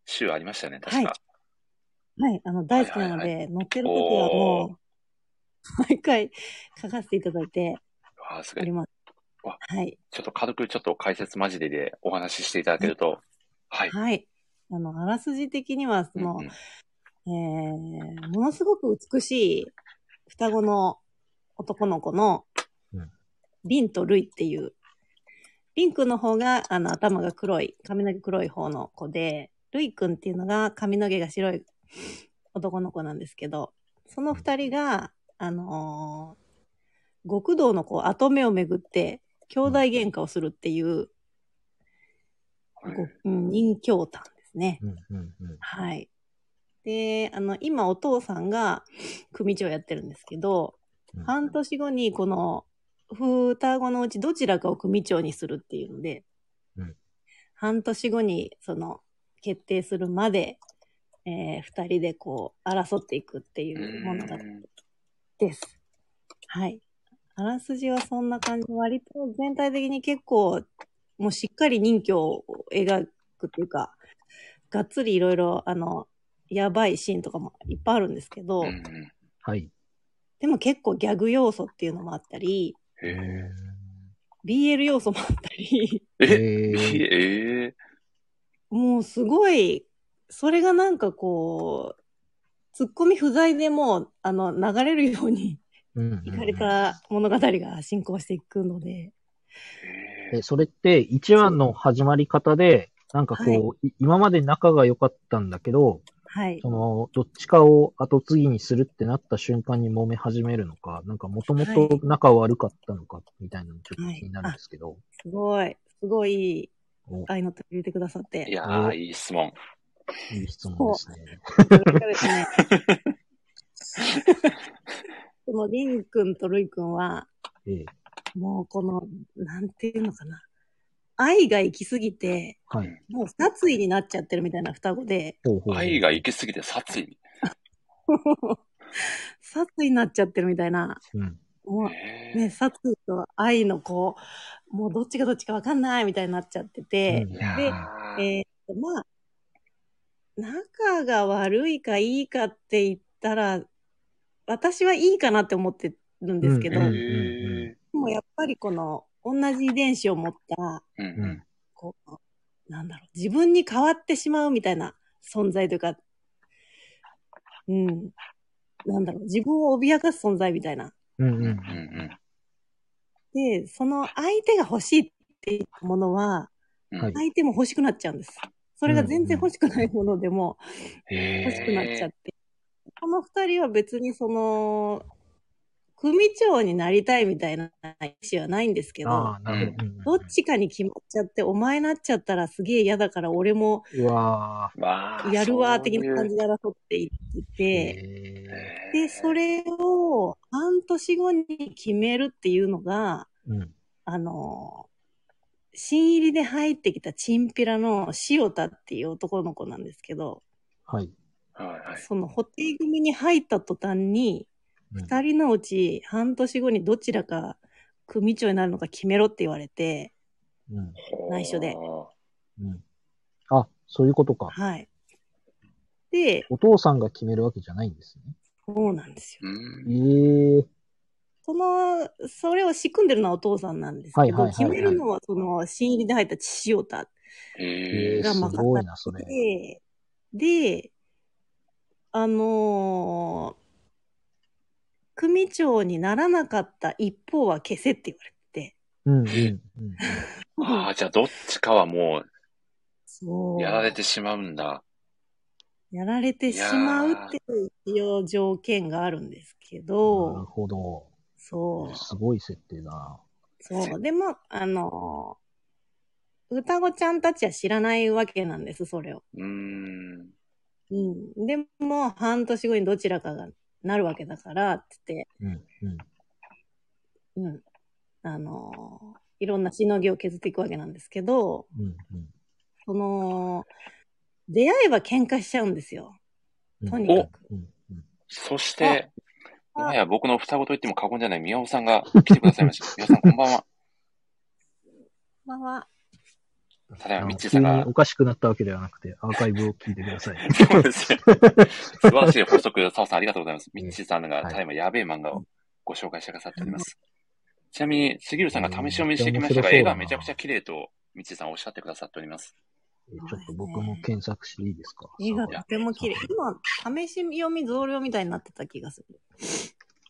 A: 週ありましたよね、確か。
C: はい、あの、大好きなの
A: はい
C: で、乗ってる時はもう、毎回書かせていただいて
A: わあ、すご
C: おり
A: い。
C: ます
A: わ。
C: はい。
A: ちょっと軽くちょっと解説交じりでお話ししていただけると。はい。
C: はい。あの、あらすじ的には、その、
A: うん
C: えーものすごく美しい双子の男の子の
B: うん、
C: リンとルイっていう、リンくんの方が、あの、頭が黒い、髪の毛黒い方の子で、ルイくんっていうのが髪の毛が白い男の子なんですけど、その二人が、あのー極道のこう、跡目をめぐって、兄弟喧嘩をするっていう、
A: うん
C: ごうん、人教団ですね。
B: うんうんうん。
C: はい。で、あの、今お父さんが組長やってるんですけど、
B: うん
C: 半年後にこの双子のうちどちらかを組長にするっていうので、
B: うん
C: 半年後にその決定するまで、えー二人でこう争っていくっていうものが
A: うん
C: です。はい。あらすじはそんな感じ。割と全体的に結構、もうしっかり人形を描くというか、がっつりいろいろ、あの、やばいシーンとかもいっぱいあるんですけど、
A: うん
B: はい。
C: でも結構ギャグ要素っていうのもあったり、
A: へえ。
C: BL 要素もあったり、
A: え
B: えー
A: ええ
C: もうすごい、それがなんかこう、ツッコミ不在でもう、あの、流れるように、
B: うんうん
C: い
B: うん
C: かれた物語が進行していくので、
B: え、それって1話の始まり方で、なんかこう、い今まで仲が良かったんだけど、
C: はい。
B: その、どっちかを後継ぎにするってなった瞬間に揉め始めるのか、なんかもとも
C: は
B: と
C: い
B: 仲悪かったのか、みたいなのちょっと気になるんですけど。
C: すごい、すごいいい
B: お
C: 愛の手を入れてくださって。
A: いやー、いい質問。
B: いい質問ですね。
C: 嬉しかったです ね。このリン君とルイ君は、
B: ええ
C: もうこの、なんていうのかな。愛が行き過ぎて、
B: はい。
C: もう殺意になっちゃってるみたいな双子で、
B: ほうほうほう
A: 愛が行き過ぎて殺意。
C: 殺意になっちゃってるみたいな、
B: うん。
C: も
A: へ
C: うね、殺意と愛のこう、もうどっちがどっちかわかんないみたいになっちゃってて、
B: うん
A: いやー
C: えーと、まあ、仲が悪いかいいかって言ったら、私はいいかなって思ってるんですけど、
B: うん
C: で
A: へ
C: もやっぱりこの、同じ遺伝子を持った、
A: ーうんうん
C: こう、なんだろう、自分に変わってしまうみたいな存在というか、うん、なんだろう、自分を脅かす存在みたいな。
B: うんうんうん。
A: うん
C: で、その相手が欲しいっていうものは、
A: うん
B: はい
C: 相手も欲しくなっちゃうんです。それが全然欲しくないものでも、
A: へー
C: 欲しくなっちゃって。この二人は別にその、組長になりたいみたいな意思はないんですけ
B: あ
C: ど、
B: あ、なるほど。うん
C: どっちかに決まっちゃって、お前なっちゃったらすげえ嫌だから俺も
B: うわ
A: まあ、
C: やるわー
A: そうい
C: 的
A: う
C: な感じで争ってい
B: ー
C: ってて、
B: え
A: へー
C: で、それを半年後に決めるっていうのが、
B: ーうん。
C: あの、新入りで入ってきたチンピラの塩田っていう男の子なんですけど、
B: はい。
A: はいはい。
C: その補定組に入った途端に、
B: うん
C: 二人のうち半年後にどちらか組長になるのか決めろって言われて、
B: うん。
C: 内緒で
A: ほ
B: うん。あ、そういうことか。
C: はい。で、
B: お父さんが決めるわけじゃないんですね。
C: そうなんですよ。
A: ー。うん。
B: ええ
C: その、それを仕組んでるのはお父さんなんです
B: は
C: け
B: いはいはい
C: ど、
B: はい
C: 決めるのはその、新入りで入った塩田
A: へー
B: えー、
C: がまあ
B: すごいな、それ。
C: で、で、あのー組長にならなかった一方は消せって言われて、
B: うんうんうん。
A: ああ、じゃあどっちかはも
C: そうう。
A: やられてしまうんだ。
C: やられてしまうっていう一応条件があるんですけ
B: なる
C: ど、
B: ほど。
C: そう、
B: すごい設定だな。
C: そう。でも、あの、双子ちゃんたちは知らないわけなんです、それを。
A: うーん。
C: うん。でも、半年後にどちらかがなるわけだから、ってって、
B: うんうん。
C: うん。あの、いろんなしのぎを削っていくわけなんですけど、
B: うんうん
C: その、出会えば喧嘩しちゃうんですよ。
B: うん。
C: とにかく。
B: うんうん
A: そして、
C: あ
A: もはや僕の双子と言っても過言じゃない宮尾 さんが来てくださいました。宮尾さん、こんばんは。
C: まあ、
A: ただ、
B: あの
A: ミッチーさ
B: 急
A: ん
B: に
A: が
B: お、かしくなったわけではなくて、アーカイブを聞いてください。
A: そう ですね。素晴らしい補足、澤さんありがとうございます。ミッチーさんが、
B: はい
A: ただいまやべえ漫画をご紹介してくださっております。ちなみに、杉浦さんが試し読みしてきましたが、
B: うん
A: 絵がめちゃくちゃ綺麗と、ミッチーさんおっしゃってくださっております。
B: えちょっと僕も検索していいですか
C: 絵がとても綺麗。今、試し読み増量みたいになってた気がする。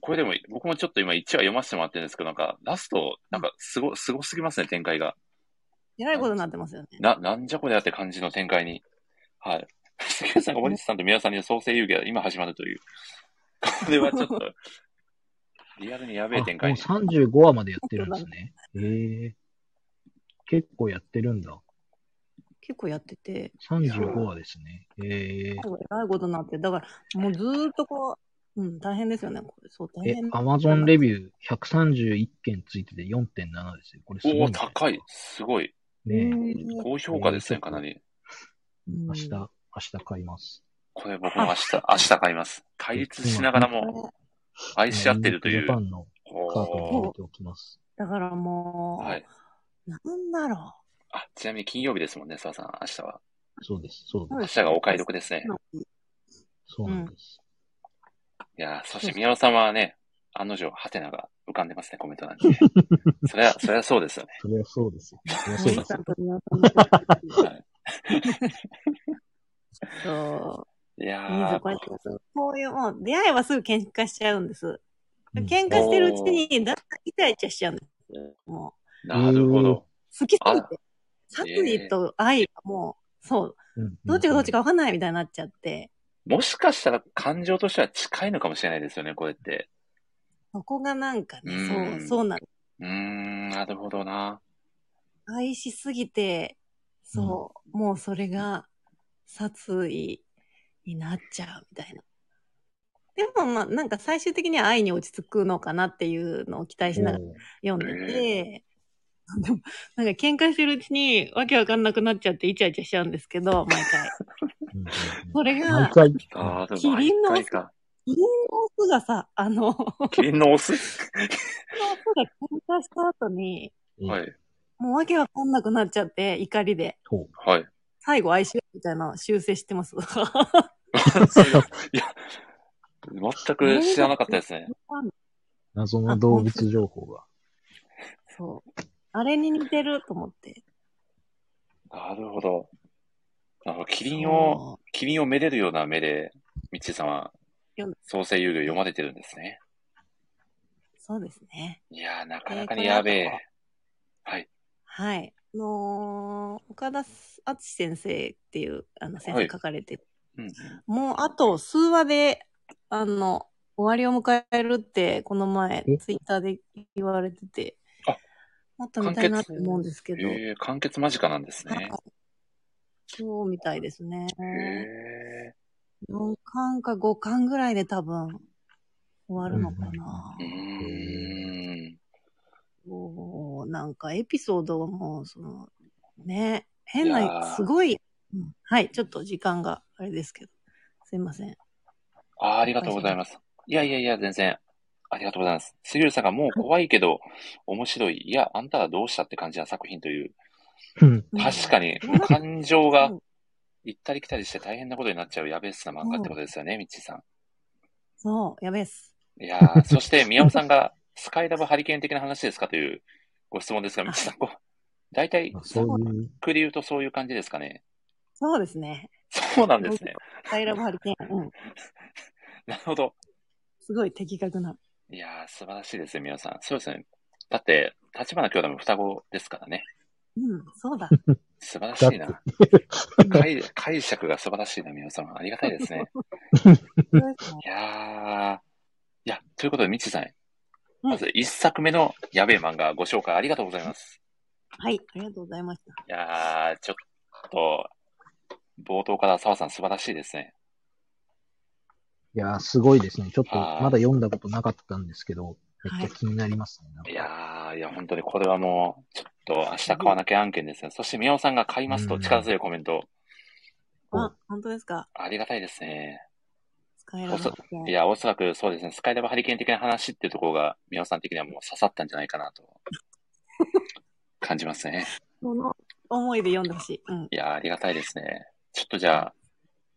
A: これでも、僕もちょっと今1話読ませてもらってるんですけど、なんか、ラスト、なんか、すご、すごすぎますね、展開が。
C: えらいことになってますよね。
A: な、なんじゃこりゃって感じの展開に。はい。杉浦さんが森内さんと宮さんに創生遊戯が今始まるという。これはちょっ と、リアルにやべえ展開
B: あ
A: に。
B: もう35話までやってるんですね。へえ結構やってるんだ。
C: 結構やってて、
B: 35話ですね。へえ
C: えらいことになって、だから、もうずーっとこう、うん、大変ですよね。これそう、大
B: え
C: 変、。
B: アマゾンレビュー131件ついてて4.7ですよ。これすごい
A: おお、
B: ね
A: 高い。すごい。
B: ねえ、
C: うん
A: 高評価ですね、
B: うん
A: かなり。
B: 明日、明日買います。
A: これ僕も明日、明日買います。対立しながらも愛し合ってるとい
B: ジャパ
A: う。
B: ンのカートに入
A: お
B: れ
A: ー
B: ておきます。
C: だからもう、
A: はい。
C: なんだろ
A: あ、ちなみに金曜日ですもんね、澤さん。明日は。
B: そうです、そう
C: う。
B: です。
A: 明日がお買い得ですね。
B: そうなんです。
A: いやーそして宮尾様はね、案の定、ハテナが浮かんでますね、コメントなんで、 ね。そりゃ、そりゃそうですよね。
B: それはそうですよ。それはそう
C: 森
B: で
C: 内
B: す
C: さ
B: よ
C: ん。と宮さんの
A: は
C: そう。
A: い、い
C: いい
A: や
C: ぞ
A: ー
C: こうやってこういう、もう出会いはすぐ喧嘩しちゃうんです。
B: うん
C: 喧嘩してるうちに、だんだんイチャイチャしちゃうんですよ。も
A: なるほど。
C: う、好きすぎ
A: あ
C: て。殺意と愛がもう、そう、
B: うん
C: どっちがどっちか分かんないみたいになっちゃって、
A: もしかしたら感情としては近いのかもしれないですよね、これって。
C: そこがなんか
A: う
C: ね、そ
A: ん
C: う、そうなの。
A: うーん、なるほどな。
C: 愛しすぎて、そう、もうそれが殺意になっちゃうみたいな。でもまあ、なんか最終的には愛に落ち着くのかなっていうのを期待しながら
B: おー
C: 読んでて、でもなんか喧嘩してるうちにわけわかんなくなっちゃってイチャイチャしちゃうんですけど、毎回。
B: うんうんうん
C: それ
B: 毎、
C: が
B: 回、
A: あーでも
C: キリンの
A: 毎回か
C: キリンのオスがさ、あの、キリンのオ
A: キリンのオス
C: スが喧嘩した後に、
A: は
B: え
A: い。
C: もうわけわかんなくなっちゃって、怒りで。
B: と、
A: はい。
C: 最後哀愁みたいな修正してます。
A: いや、全く知らなかったですね。
B: 謎の動物情報が。
C: そう。 あれに似てると思って。
A: なるほど。あの、キリンを、キリンをめでるような目で、ミッチーさんは
C: 読ん、
A: 創生遊戯を読まれてるんですね。
C: そう。そうですね。
A: いやー、なか
C: えー
A: なか
C: こ
A: に
C: れ
A: やべえ
C: あと。はい。あのー岡田敦先生っていうあの先
A: は
C: 生
A: い
C: 書かれてて
A: うん。
C: もうあと数話で、あの、終わりを迎えるって、この前
B: え、
C: ツイッターで言われてて
A: あ、
C: もっと見たいなと思うんですけど、
A: えー、完結間近なんですね。
C: はいそうみたいですね。
A: へえ
C: 4巻か5巻ぐらいで多分終わるのかな。
A: ー。うーん。
C: おーなんかエピソードがもう、その、ね、変
A: いやー
C: な、すごい、うんはい、ちょっと時間があれですけど、すいません。
A: あーありがとうございます。いやいやいや、全然。ありがとうございます。杉浦さんがもう怖いけど、面白い。いや、あんたらどうしたって感じな作品という。
B: うん
A: 確かに、
C: うん
A: 感情が
C: うん
A: 行ったり来たりして大変なことになっちゃうやべえっすな漫画ってことですよね、ミッチーさん。
C: そう、やべえっす。
A: いやー、そして宮尾さんがスカイラブハリケーン的な話ですかというご質問ですが、みちさん、こう、大体
B: まあ、 そういう、
A: くり言うとそういう感じですかね。
C: そうですね。
A: そうなんですね。
C: アイラブハリケーン。うん。
A: なるほど。
C: すごい的確な。
A: いやー、素晴らしいですね、宮尾さん。そうですね。だって、立花兄弟も双子ですからね。
C: うん、そうだ。
A: 素晴らしいな。 解解釈が素晴らしいな、宮尾さん。ありがたいですね。
C: そうですね
A: いやー。いや、ということで、みちさん。
C: うん
A: まず一作目のやべえ漫画ご紹介ありがとうございます。
C: はい、ありがとうございました。
A: いやー、ちょっと、冒頭から澤さん素晴らしいですね。
B: いやー、すごいですね。ちょっと、
A: はい
B: まだ読んだことなかったんですけど、めっ
C: はい
B: ちゃ気になりますね。なんか
A: いやー、いや、本当にこれはもう、ちょっと明日買わなきゃ案件ですね。そして宮尾さんが買いますと
B: うん
A: 力強いコメント、
C: あ、本当ですか。
A: ありがたいですね。
C: 使えるハリケーン
A: い。や、おそらくそうですね、スカイダブハリケーン的な話っていうところが、宮尾さん的にはもう刺さったんじゃないかなと、感じますね。
C: その、思いで読んでほしい。うん。
A: いやー、ありがたいですね。ちょっとじゃあ、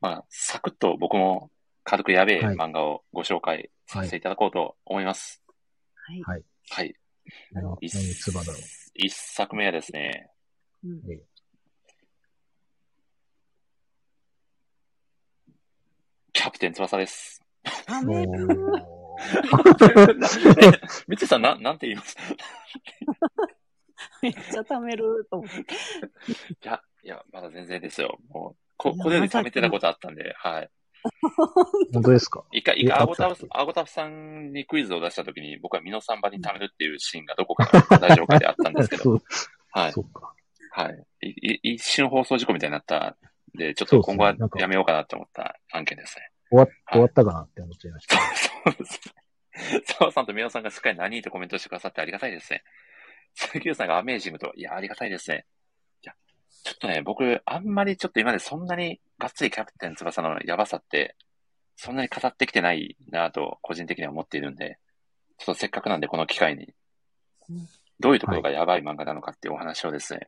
A: まあ、サクッと僕も軽くやべえ
B: はい
A: 漫画をご紹介させていただこうと思います。
C: はい。
B: はい。
A: はい。
B: 何
A: 一
B: 何つばだろう。
A: 一作目はですね、
C: うん
B: ええ
A: キャプテン翼です。
C: あ、メール。
B: お
A: ね三井さん、な、なんて言います
C: めっちゃ貯めると思って。
A: いや、いや、まだ全然ですよ。もう、こ、
C: いや
A: これで
C: まさ
A: 貯
C: か
A: めてたことあったんで、はい。
B: ー本当ですか
A: 一回、一
B: い
A: 回、
B: や
A: アゴタ
B: あっ
A: フ
B: た、
A: アゴタフさんにクイズを出したときに、僕はミノさん場に貯めるっていうシーンがどこか大丈夫かであったんですけど、
B: そう、
A: はい。
B: そうか。
A: はい。いい一瞬放送事故みたいになったんで、ちょっと今後は
B: そうですねなんか
A: やめようかなって思った案件ですね。
B: 終わ終わったかなって思っちゃいました。
A: そうですね。澤さんと宮尾さんがしっかり何とコメントしてくださってありがたいですね。鈴木さんがアメージングと、いや、ありがたいですね。いや、ちょっとね、僕、あんまりちょっと今までそんなにがっつりキャプテン翼のやばさって、そんなに語ってきてないなぁと、個人的には思っているんで、ちょっとせっかくなんでこの機会に
C: うん、
A: どういうところがやばい漫画なのかっていうお話をですね、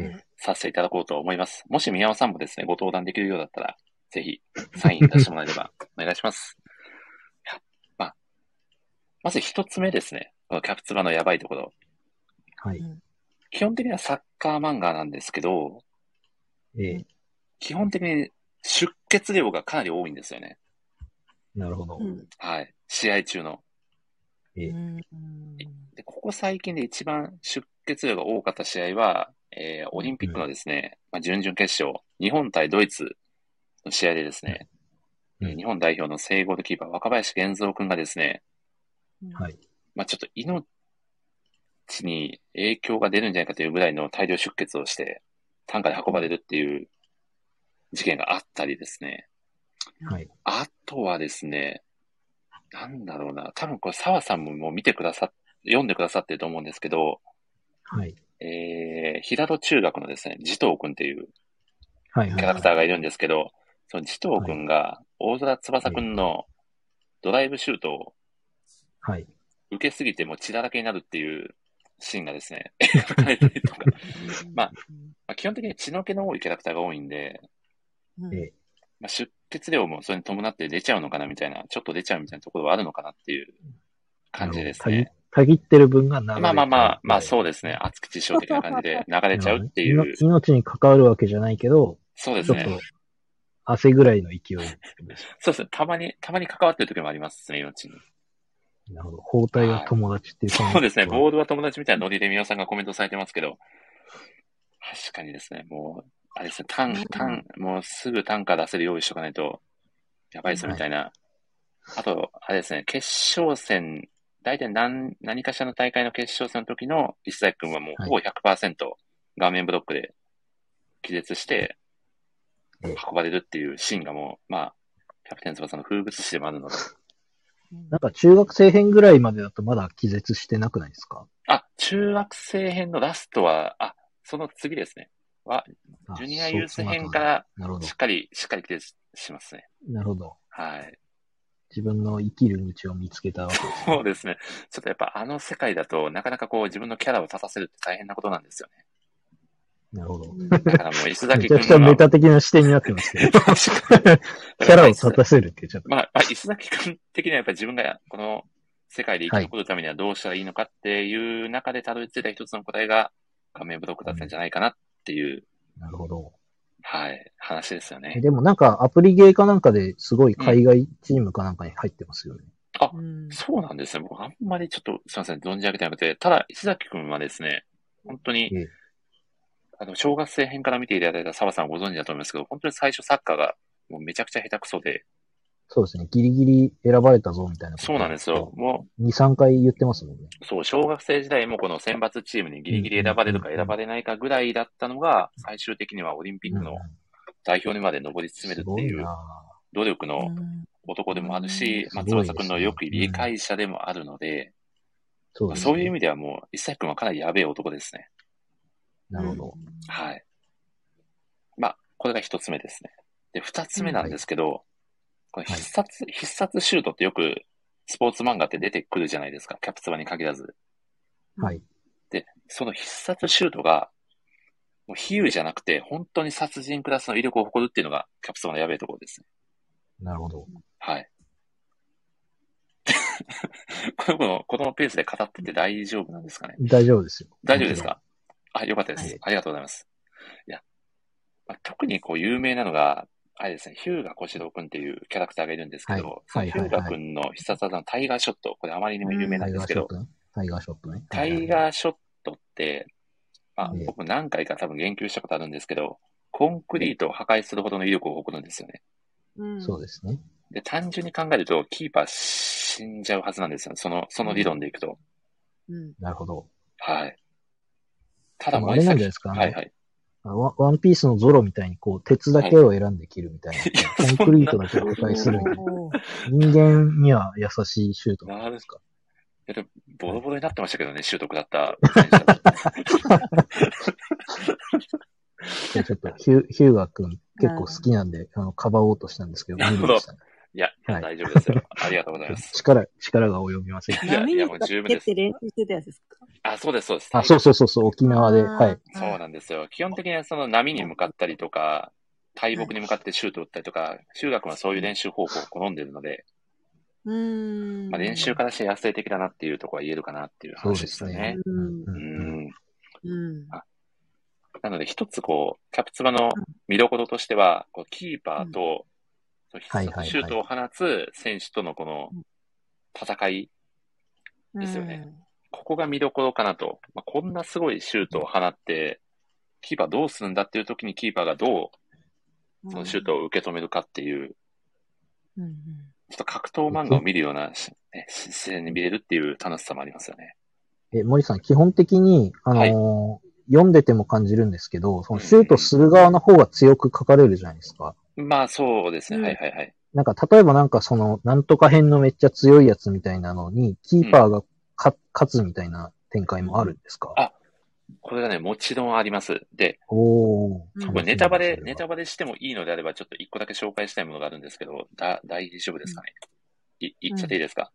B: え
A: させていただこうと思います。もし宮尾さんもですね、ご登壇できるようだったら、ぜひ、サイン出してもらえれば、お願いします。いやまあ、まず一つ目ですね。このキャプツバのやばいところ。
B: はい。
A: 基本的にはサッカー漫画なんですけど、
B: ええ
A: 基本的に出血量がかなり多いんですよね。
B: なるほど
C: う。ん。
A: はい。試合中の。
B: ええ
C: うん
A: で、ここ最近で一番出血量が多かった試合は、えー、オリンピックのですね、まあ、準々決勝、日本対ドイツの試合でですね、
B: うん
A: えー日本代表の正ゴールキーパー、若林源三君がですね、
B: はい。
A: まあ、ちょっと命に影響が出るんじゃないかというぐらいの大量出血をして、担架で運ばれるっていう事件があったりですね。
B: はい。
A: あとはですね、なんだろうな、多分これ澤さんももう見てくださ、読んでくださってると思うんですけど、
B: はい。
A: えー、平戸中学のですね、慈瞳くんっていう
B: は
A: キ
B: い。
A: ャラ
B: はい。
A: クターがいるんですけど、その慈瞳くんが大空翼くんのドライブシュートを
B: はい。
A: 受けすぎてもう血だらけになるっていうシーンがです ね、描かれたりとか、まあ、まあ、基本的に血の気の多いキャラクターが多いんで、
C: うん
B: ええ
A: まあ、出血量もそれに伴って出ちゃうのかなみたいな、ちょっと出ちゃうみたいなところはあるのかなっていう感じですね。
B: たぎ。たぎってる分が流れ
A: まあまあまあ、まあそううですね。熱く地象的な感じで流れ ちゃうってい
B: な
A: う
B: るほどね。、命に関わるわけじゃないけど、
A: そうで
B: ち
A: す
B: ょっ
A: ね
B: と。、汗ぐらいの勢い。
A: そうですね。たまに、たまに関わってる時もありますね、命に。
B: なるほど。包帯は友達っていう感じ。
A: そうですね。ボールは友達みたいなノリで皆さんがコメントされてますけど、確かにですね、もう、あれですね、単、単、もうすぐ単価出せる用意しとかないと、やばいですよみたいな。あと、あれですね、決勝戦、大体何、何かしらの大会の決勝戦の時の石崎君はもうほぼ100%画面ブロックで気絶して
B: うん
A: 運ばれるっていうシーンがもう、まあ、キャプテン翼の風物詩でもあるので、
B: なんか中学生編ぐらいまでだとまだ気絶してなくないですか
A: あ、中学生編のラストは、あ、その次ですね。は、
B: あ
A: ジュニアユース
B: そう
A: 編から
B: なるほど
A: しっ。かり、しっかり来てしますね。
B: なるほど。
A: はい。
B: 自分の生きる道を見つけたわけです、
A: そうですね。ちょっとやっぱあの世界だと、なかなかこう自分のキャラを立たせるって大変なことなんですよね。
B: なるほど。
A: だからもう石
B: め
A: 崎
B: ち
A: 君
B: ゃくちゃ
A: は
B: メタ的な視点になってます けど。キャラを立たせるって言っちゃった。
A: まあ、まあ、石崎君的にはやっぱり自分がこの世界で生き残るためにはどうしたらいいのかっていう中でたどり着いた一つの答えが画面ブロックだったんじゃないかなっていう、
B: なるほど。
A: はい、話ですよね。
B: でもなんかアプリゲーかなんかですごい海外チームかなんかに入ってますよね。
C: うん
A: そうなんですね。僕、あんまりちょっと、すいません、存じ上げてなくて、ただ、石崎くんはですね、本当に
B: ええ、
A: あの、小学生編から見ていただいた澤さんはご存知だと思いますけど、本当に最初サッカーが、もうめちゃくちゃ下手くそで、
B: そうですね。ギリギリ選ばれたぞみたいな。
A: そうなんですよ。。も
B: 2、3回言ってますもんね。
A: う、そう、小学生時代もこの選抜チームにギリギリ選ばれるか選ばれないかぐらいだったのが、最終的にはオリンピックの代表にまで上り詰めるって
B: すごい
A: いう
B: な
A: 努力の
C: うん
A: 男でもあるし、
B: うん
A: 松
B: すごいです
A: 翼くんのよく理解者でもあるので、
B: そう
A: まあ
B: です、ね。
A: そういう意味ではもう、石崎くんはかなりやべえ男ですね。
B: なるほど。。
A: はい。まあ、これが一つ目ですね。で、二つ目なんですけど、この必殺、必殺シュートってよくスポーツ漫画って出てくるじゃないですか。キャプツバに限らず。
B: はい。
A: で、その必殺シュートが、もう比喩じゃなくて、本当に殺人クラスの威力を誇るっていうのが、キャプソーのやべえところですね。
B: なるほど。
A: はい。 この子の、このペースで語ってて大丈夫なんですかね
B: 大丈夫ですよ。
A: 大丈夫ですかあ、よかったで
B: は
A: す
B: い。
A: ありがとうございます。いや、まあ、特にこう有名なのが、あれですね、ヒューガ小四郎くんっていうキャラクターがいるんですけど、
B: はいはい
A: ヒュー
B: はい
A: ガ
B: はい
A: くんの必殺技のタイガーショット、これあまりにも有名な
B: タ
A: ん
B: イ
A: で
B: ガ
A: すけ
B: ーシ
A: ど、
B: ョットね。タイガーショットね。
A: タイ
B: ー。
A: ガーショットって、まあ
B: ええ、
A: 僕何回か多分言及したことあるんですけど、コンクリートを破壊するほどの威力を誇るんですよね。
C: うん。
B: そうですね。
A: で、単純に考えると、キーパー死んじゃうはずなんですよ。その、その理論でいくと。
C: うん。
B: なるほど。
A: はい。ただ
B: でも
A: もう
B: あれ
A: さ
B: なん
A: っき
B: じゃないですかあの
A: はいはい。
B: あワンワンピースのゾロみたいに、こう、鉄だけを選んで切るみたい
A: いや
B: な。コンクリートだけを破壊するみたいな。
C: おー
B: 人間には優しいシュート
A: なる
B: ですか。
A: いやでもボロボロになってましたけどね、習得だった選手だと。
B: じゃあちょっとヒュ、ヒューガー君結構好きなんで、あの、かばおうとしたんですけど、
A: なるほど
B: 無理でしたね
A: いや、
B: はい
A: 大丈夫ですよ。ありがとうござい ます。
B: 力、力が及びません。
A: いや、
C: 波
A: い
C: に
A: や
C: 向
A: もう
C: かっ
A: 十分
C: て
A: で
C: っ
A: す
C: て。練習してたやつですか
A: あ、そうです、そうです。
B: あ、そうそうそうそう、沖縄で、はい。
C: あ
A: そう
C: ー
A: なんですよ。基本的にはその波に向かったりとか、大木に向かってシュート打ったりとか、修学はそういう練習方法を好んでるので、
C: うーん。
A: まあ、練習からして野生的だなっていうところは言えるかなっていう話ですよね。
C: う
B: う
A: う
B: んん。うん
A: ん。
C: うん。
A: なので一つこう、キャプツバの見どころとしては、こうキーパーと、その必
B: はいはいは
A: 殺
B: い
A: シュートを放つ選手とのこの戦いですよねここが見どころかなと。まあ、こんなすごいシュートを放って、キーパーどうするんだっていう時にキーパーがど
C: う。
A: うんそのシュートを受け止めるかっていう、
C: うんうん。
A: ちょっと格闘漫画を見るような、しね、姿勢に見れるっていう楽しさもありますよね。
B: え、森さん、基本的に、あのー読んでても感じるんですけど、そのシュートする側の方が強く書かれるじゃないですか。
A: まあそうですね。
C: うん
A: はいはいはい。
B: なんか、例えばなんかその、なんとか編のめっちゃ強いやつみたいなのに、キーパーがか、勝つみたいな展開もあるんですか
A: あこれがね、もちろんあります。で、
B: おー
C: うん。
A: これネタバレ、
B: 楽しみ
A: ネ
B: です
A: タバレしてもいいのであれば、ちょっと一個だけ紹介したいものがあるんですけど、だ、大丈夫ですかね。い、言っちゃっていいですか、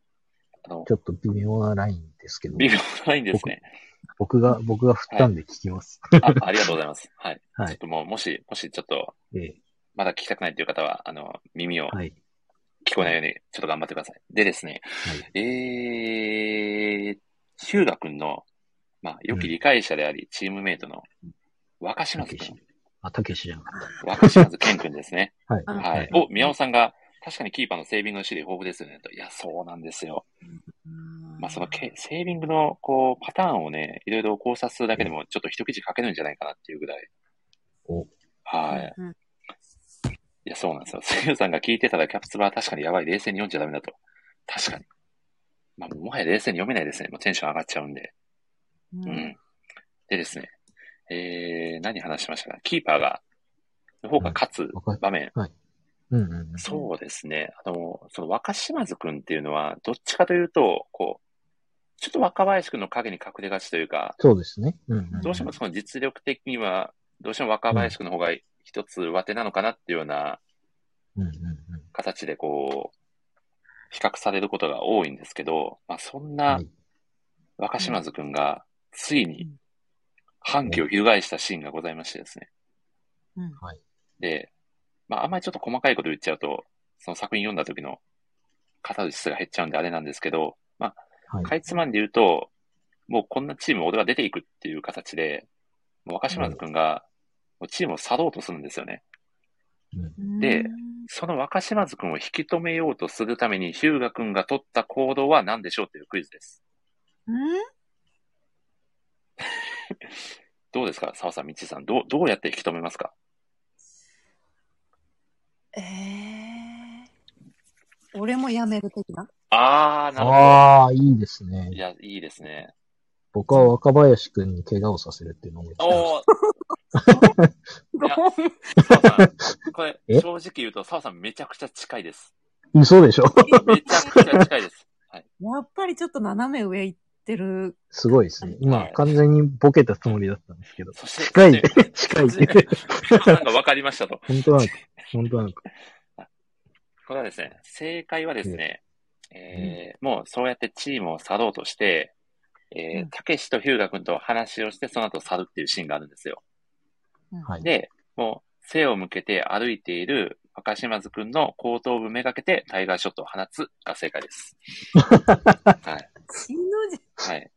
A: あの
B: ち、ょっと微妙なラインですけど、
A: 微妙なラインですね。
B: 僕が、僕が振ったんで聞きます。
A: あ、ありがとうございます。はい。
B: はい
A: ちょっともう、もし、もしちょっと、
B: え
A: まだ聞きたくないという方は、あの、耳を
B: えはい。
A: 聞こえないように、ちょっと頑張ってください。でですね、えー、ヒューガ君の、まあ、良き理解者であり、チームメイトの、若
B: た
A: 島津
B: けし
A: 君。。
B: あ、たけしじゃなかっ
A: 若島津健君ですね。
B: た。はい。
C: あ
A: はい。お、宮尾さんが、確かにキーパーのセービングの種類豊富ですよね。といや、そうなんですよ。まあ、そのけ、セービングの、こう、パターンをね、いろいろ考察するだけでも、ちょっと一記事書けるんじゃないかなっていうぐらい。
B: お
A: はい。
C: うん
A: いや、そうなんですよ。声優さんが聞いてたらキャプツバは確かにやばい。冷静に読んじゃダメだと。確かに。まあ、もはや冷静に読めないですね。もうテンション上がっちゃうんで。
C: うん
A: う
C: うん
A: ん。でですね。えー、何話しましたかキーパーが、の方が勝つ
B: わか
A: 場面。
B: うんうんうん。
A: そうですね。あの、その若島津くんっていうのは、どっちかというと、こう、ちょっと若林くんの影に隠れがちというか、
B: そうですね。うんんん
A: どうしてもその実力的には、どうしても若林くんの方が一つ上手なのかなっていうような
B: うんうん
A: 形でこう、比較されることが多いんですけど、まあ、そん
B: うん。
A: な
B: はい。
A: 若島津くんが、ついうに
C: ん
A: 反旗を翻したシーンがございましてですね。
C: うん
B: はい。
A: で、まあ、あんまりちょっと細かいこと言っちゃうと、その作品読んだ時の語る質が減っちゃうんであれなんですけど、まあ、
B: は
A: か
B: い。
A: いつまんで言うと、もうこんなチーム俺は出ていくっていう形で、もう若島津くんが、もうチームを去ろうとするんですよね。でその若島津くんを引き止めようとするために、ヒューガくんが取った行動は何でしょうっていうクイズです。
C: うん
A: どうですか澤さん、みちさん。どう、どうやって引き止めますか
C: えー俺もやめる的な
A: あー、なるほ
B: ああ、いいです
A: ど。い
B: ね。
A: や、いいですね。
B: 僕は若林くんに怪我をさせるっていうのを思いつきまし
A: おー、いや
C: ごめん
A: 澤さん。 これ、
B: え
A: 正直言うと、澤さんめちゃくちゃ近いです。
B: た。嘘でしょ
A: めちゃくちゃ近いです。
C: やっぱりちょっと斜め上行ってる。
B: すごいですね。
A: は
B: 今
A: い、
B: 完全にボケたつもりだったんですけど。
A: そして、
B: 近い
A: そして、
B: 近い。
A: なんか分かりましたと。
B: 本当なのか。本当なのか。
A: これはですね、正解はですね、えーもうそうやってチームを去ろうとして、え
C: う
A: ー
C: ん
A: たけしとヒューガ君と話をして、その後去るっていうシーンがあるんですよ。
C: うん
B: はい。
A: で、もう、背を向けて歩いている若島津くんの後頭部めがけてタイガーショットを放つが正解です。はい。
C: しんどいじ
A: はい。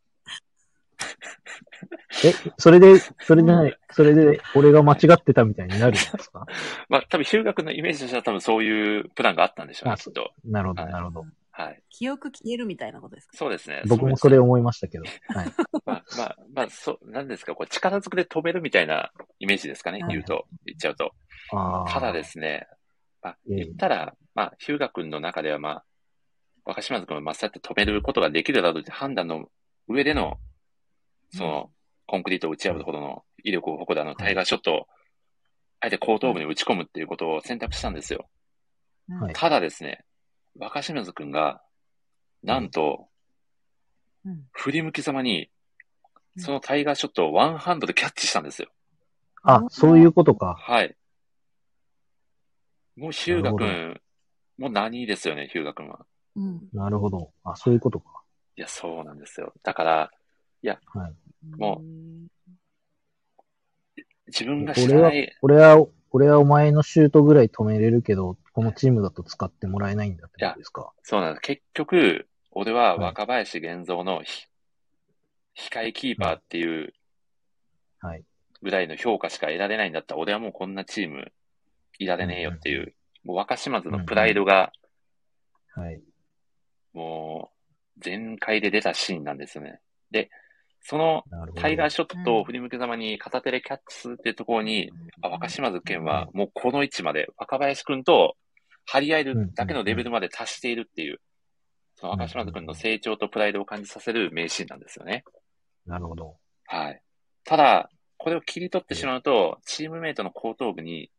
B: え、それで、それでない、それで、俺が間違ってたみたいになるんですか
A: まあ、多分、ヒューガ君のイメージとしては多分そういうプランがあったんでしょうね、
B: あ
A: きっと。
B: なるほど、
A: はい
C: ゃ
B: なんるほど。
A: はい。
C: 記憶消えるみたいなことですか
A: そうですね。
B: 僕もそれ
A: を。
B: 思いましたけど。はい。
A: まあ、まあ、まあ、そう、なんですか、こう、力ずくで止めるみたいなイメージですかね、
C: はい
A: 言うと、言っちゃうと。
B: あー
A: ただで。すね、まあ、
B: ええ
A: 言ったら、まあ、ヒューガ君の中では、まあ、若島津君はまっさって止めることができるだろうという判断の上での、その、コンクリートを打ち破るほどの威力を誇るあのタイガーショットを、あえて後頭部に打ち込むっていうことを選択したんですよ。
B: はい
A: ただですね、若島津君が、なんと、
C: うん
A: 振り向きざまに、
C: うん
A: そのタイガーショットをワンハンドでキャッチしたんですよ。
B: あ、そういうことか。
A: はい。もうヒューガ
B: な
A: 君、もう何ですよね、ヒューガ君は。
C: うん。
B: なるほど。あ、そういうことか。
A: いや、そうなんですよ。だから、
B: はい。
A: も自分が
B: こ
A: 知
B: れ
A: ら
B: は
A: ない、、
B: 俺は、俺はお前のシュートぐらい止めれるけど、このチームだと使ってもらえないんだってことですか。
A: そうなんです。結局、俺は
B: はい
A: 若林玄三のひ、控えキーパーっていう
B: はい。
A: ぐらいの評価しか得られないんだったら、俺はもうこんなチームいられねえよっていう、
B: うん
A: もう若島津のプライドが、
B: はい。
A: もう、全開で出たシーンなんですよね。で、その
B: なるほど。
A: タイガーショットを振り向けざまに片手でキャッチするっていうところに、あ若島津健はもうこの位置まで、若林君と張り合えるだけのレベルまで達しているっていう、その若島津君の成長とプライドを感じさせる名シーンなんですよね。
B: なるほど。
A: はい。ただ、これを切り取ってしまうと、チームメイトの後頭部に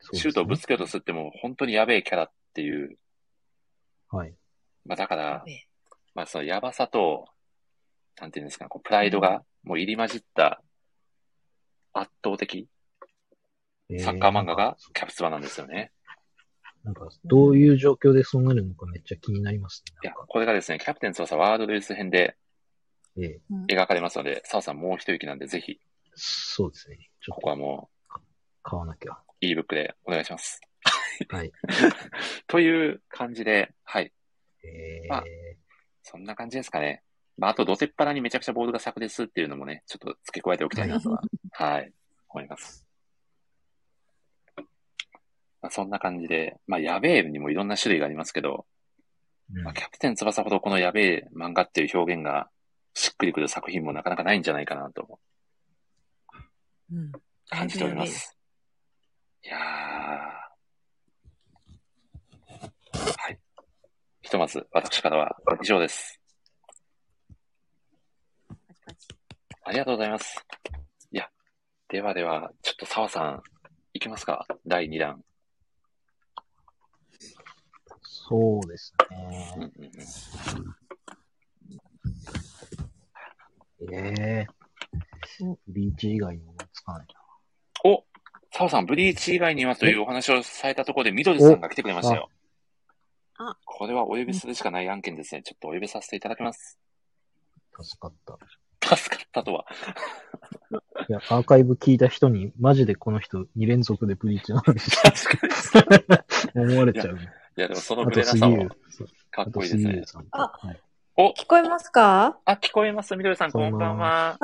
B: そうです
A: シ
B: ね
A: ュートをぶつけようとするってもう本当にやべえキャラっていう、
B: はい。
A: まあだから、
C: ええ
A: まあそのやばさと、なんていうんですか、こうプライドがもう入り混じった圧倒的
B: え
A: サッカー漫画が
B: そう
A: キャプツバなんですよね。
B: なんか、どういう状況でそうなるのかめっちゃ気になります
A: い
B: ね。
A: や、
B: なんか、
A: これがですね、キャプテン翼ワールドレース編で
B: ええ、
C: うん
A: 描かれますので、澤さんもう一息なんで、ぜひ、
B: そうですね。ちょ
A: こ
B: っ
A: こは
B: と
A: も
B: 買わなきゃ。
A: う、いいブックでお願いします。
B: はい。
A: という感じで、はい。
B: え
A: まあそんな感じですかね。まあ、あと、土手っ腹にめちゃくちゃボールが炸裂するっていうのもね、ちょっと付け加えておきたいな とは、はい、思います。まあ、そんな感じで、まあ、やべえにもいろんな種類がありますけど、
B: ー
A: まあ、キャプテン翼ほどこのやべえ漫画っていう表現がしっくりくる作品もなかなかないんじゃないかなと
C: うん
A: 感じております。いやー。はい。ひとまず、私からは以上です。
C: パチパチ
A: ありがとうございます。いや、ではでは、ちょっと澤さん、いきますか第2弾。
B: そうです
A: うんう
B: ね。
A: んうん
B: ええビーチ以外にもつかない
A: お澤さん、ブリーチ以外にはというお話をされたところで、緑さんが来てくれましたよ。
C: あ
A: これはお呼びするしかない案件ですね。ちょっとお呼びさせていただきます。
B: な。助かった。
A: 助かったとは。
B: いや、アーカイブ聞いた人に、マジでこの人2連続でブリーチの 話して
A: 確かに。
B: る思われちゃうね。
A: いや、でもその
B: あ
A: ブ
B: と
A: レな
B: 杉
A: さも
B: 浦そう
A: かっ
B: あと
A: こいいです
B: 杉
A: ね
B: 浦。さんと。
C: あ
B: はい
A: お
C: 聞こえますか
A: あ、聞こえます、みどりさん、
B: こ
A: こ
B: ん
A: ん
B: ば
A: ば
B: ん
A: んは。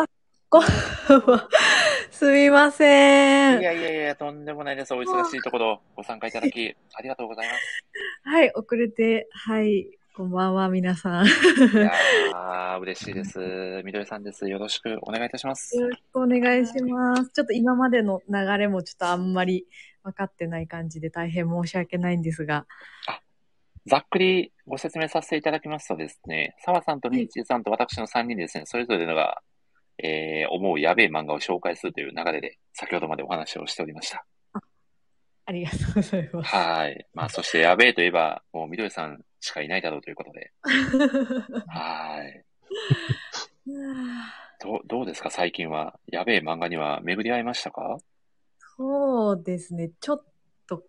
C: すみま
A: い
C: せん。
A: やいやいや、とんでもないです。お忙しいところ、ご参加いただき、ありがとうございます。
C: はい、遅れて、はい、こんばんは、皆さん。
A: いやー、嬉しいです。みどりさんです。よろしくお願いいたします。
C: よろしくお願いします。ちょっと今までの流れもちょっとあんまり分かってない感じで大変申し訳ないんですが。
A: ざっくりご説明させていただきますとですね、澤さんとみーちーさんと私の3人でですね、それぞれのが、えー、思うやべえ漫画を紹介するという流れで、先ほどまでお話をしておりました。
C: ありがとうございます。
A: はい。まあ、そしてやべえといえば、もうみどりさんしかいないだろうということ で。はい。どうどうですか、最近は。やべえ漫画には巡り合いましたか
C: そうですね、ちょっと、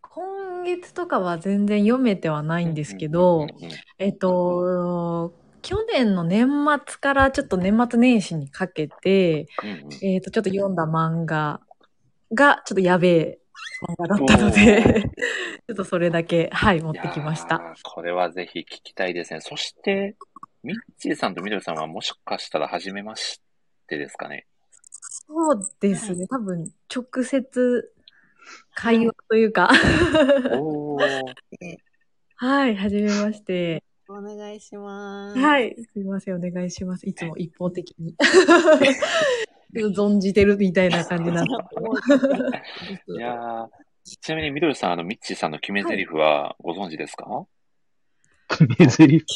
C: 今月とかは全然読めてはないんですけど、
A: うんうんうん
C: えっと、
D: 去年の年末からちょっと年末年始にかけて、
A: うんうん
D: えっ、と、ちょっと読んだ漫画が、ちょっとやべえ漫画だったので、 ちょっとそれだけ、はい、持ってきまし
A: い
D: た。
A: やー。これはぜひ聞きたいですね。そして、ミッチーさんとみどりさんはもしかしたら初めましてですか ね。
D: そうですね、多分、直接、会話というか、
A: おー。
D: はい、はじめまして。
C: お願いします。。
D: はいい、すみません、お願いします。いつも一方的に。ちょっと存じてるみたいな感じなんですけ ど
A: いやーちなみにみどりさん、あの、ミッチーさんの決め台詞はご存知ですか、
B: 目ゼリフ。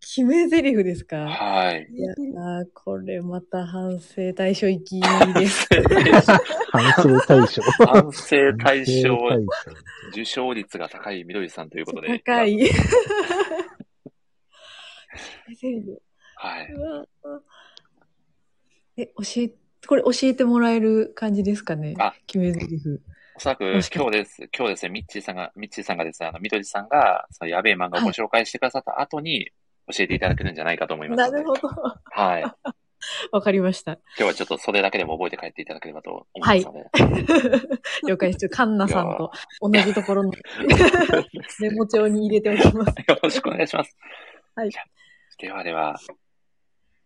D: 決め台詞ですか
A: はい。
D: いやー、これまた反省対象行きです。
B: 反省対象。
A: 反省対 象、
B: 反省
A: 受賞率が高いみどりさんということで。
D: 高い。決め台詞
A: はい。
D: うわー え、教え、これ教えてもらえる感じですかね
A: あ
D: 決め台詞。
A: おそらく
D: もしかし
A: 今日です、今日ですね、ミッチーさんが、ミッチーさんがですね、あの、みどりさんが、そのやべえ漫画をご紹介してくださった後に、教えていただけるんじゃないかと思います
D: な
A: ので。
D: るほど。
A: はい。今
D: わかりました。
A: 日はちょっとそれだけでも覚えて帰っていただければと思いますので。
D: 了解です。カンナさんと同じとこ ろのメモ帳に入れておきます。
A: よろしくお願いします。
D: はい
A: や。ではでは、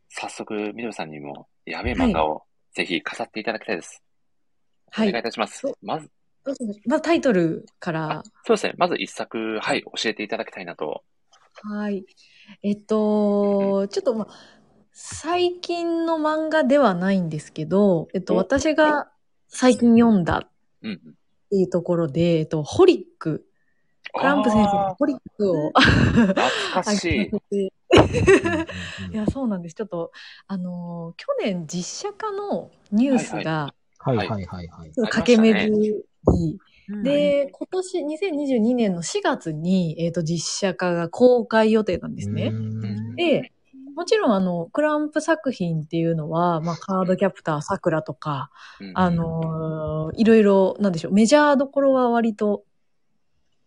A: 早速、みどりさんにも、やべえ漫画をぜひ飾っていただきたいです。
D: はい
A: お願いいたします
D: そう。
A: まず、
D: どうしましょうまずタイトルから
A: あ。そうですね。まず一作、はい、教えていただきたいなと。
D: はい。えっと、ちょっとまあ、最近の漫画ではないんですけど、えっと、
A: お
D: 私が最近読んだっ
A: うんうん。
D: ていうところで、えっと、ホリック、トランプ先生の
A: あ
D: ホリックを、
A: ー懐かしい。
D: い
B: 対象うんうんうん
D: や、そうなんです。ちょっと、あのー去年実写化のニュース
A: はい
D: が、
B: はいはいはいはい。
D: ちょっと駆け巡り、
C: で、
D: で、今年2022年の4月に、えっ、と、実写化が公開予定なんですね。
B: うん
D: で、もちろんあの、クランプ作品っていうのは、まあ、カードキャプター、さくらとか、
A: うん
D: あのーいろいろ、なんでしょう、メジャーどころは割と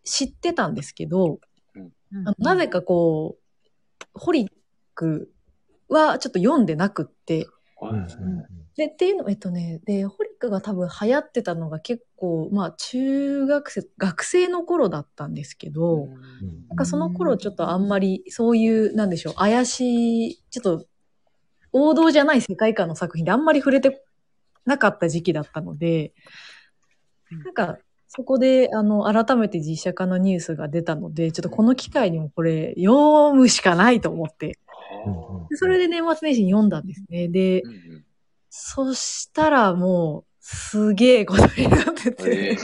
D: 知ってたんですけど、あのなぜかこう、ホリックはちょっと読んでなくって、
B: うんうん
D: で、っていうの、えっとね、で、ホリックが多分流行ってたのが結構、まあ、中学生、学生の頃だったんですけど、
B: うん
D: なんかその頃ちょっとあんまりそういう、なんでしょう、怪しい、ちょっと王道じゃない世界観の作品であんまり触れてなかった時期だったので、なんかそこで、あの、改めて実写化のニュースが出たので、ちょっとこの機会にもこれ読むしかないと思って、
B: うんうん
D: でそれで年末年始に読んだんですね。で、
A: うんうん
D: そしたらもう、すげえことになって
A: え
D: て、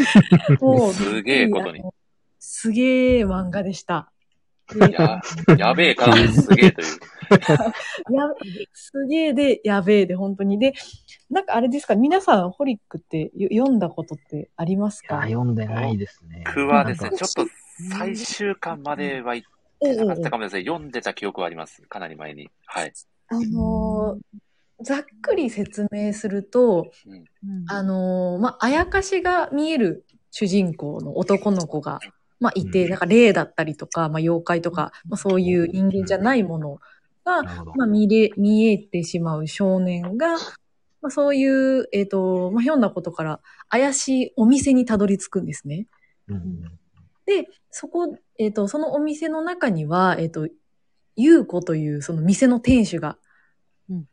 A: ー
D: もう、
A: すげえことに
D: あの。すげえ漫画でした。で
A: や、やべえからすげえという。
D: や、すげえで、やべえで、本当に。で、なんかあれですか、皆さん、ホリックってよ読んだことってあります
B: あ、
D: か
B: 読んでないですね。
A: 僕はですね、
D: なん
A: ち
D: か
A: ょっと最終巻までは行ってなかったかもですね。読んでた記憶はあります。かなり前に。はい。
D: あのーざっくり説明すると、あのーまあ、あやかしが見える主人公の男の子が、まあ、いて、
B: うん
D: なんか霊だったりとか、まあ、妖怪とか、まあ、そういう人間じゃないものが、
B: なるほど
D: まあ、見れ、見えてしまう少年が、まあ、そういう、えっ、と、まあ、ひょんなことから怪しいお店にたどり着くんですね。
B: うんうん
D: で、そこ、えっ、と、そのお店の中には、えっ、と、ゆう子というその店の店主が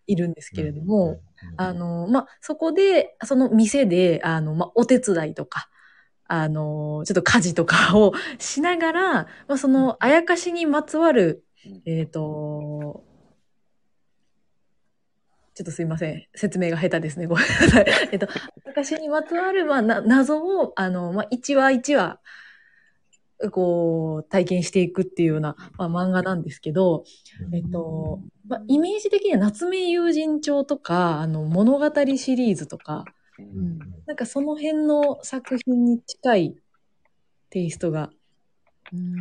D: いるんですけれども、、あ、の、まあ、そこで、その店で、あの、まあ、お手伝いとか、あの、ちょっと家事とかをしながら、まあ、その、あやかしにまつわる
A: うん、
D: えっ、と、ちょっとすいません。説明が下手ですね。ごめんなさい。 えっと、あやかしにまつわる、まあ、な謎を、あの、まあ、一話一話、こう、体験していくっていうような、まあ、漫画なんですけど、えっと、まあ、イメージ的には夏目友人帳とか、あの、物語シリーズとか、
A: うん
B: うん
D: なんかその辺の作品に近いテイストが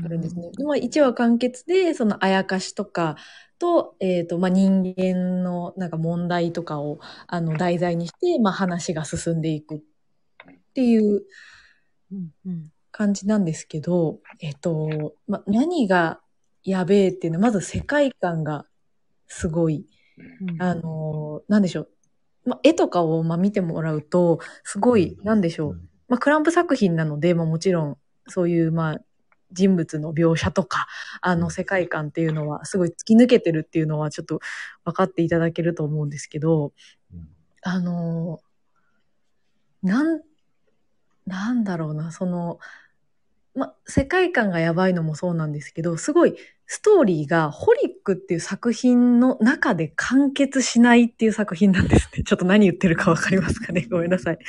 D: あるんですね。でまあ、1話完結で、そのあやかしとかと、えっ、と、まあ、人間のなんか問題とかを、あの、題材にして、まあ、話が進んでいくっていう感じなんですけど、えっ、と、まあ、何がやべえっていうのは、まず世界観がすごい。あの、なんでしょう。まあ、絵とかをまあ見てもらうと、すごい、なんでしょう。まあ、クランプ作品なので、まあ、もちろん、そういう、まあ、人物の描写とか、あの、世界観っていうのは、すごい突き抜けてるっていうのは、ちょっと分かっていただけると思うんですけど、あの、なん、なんだろうな、その、ま、世界観がやばいのもそうなんですけど、すごいストーリーがホリックっていう作品の中で完結しないっていう作品なんですね。 ちょっと何言ってるかわかりますかねごめんなさい。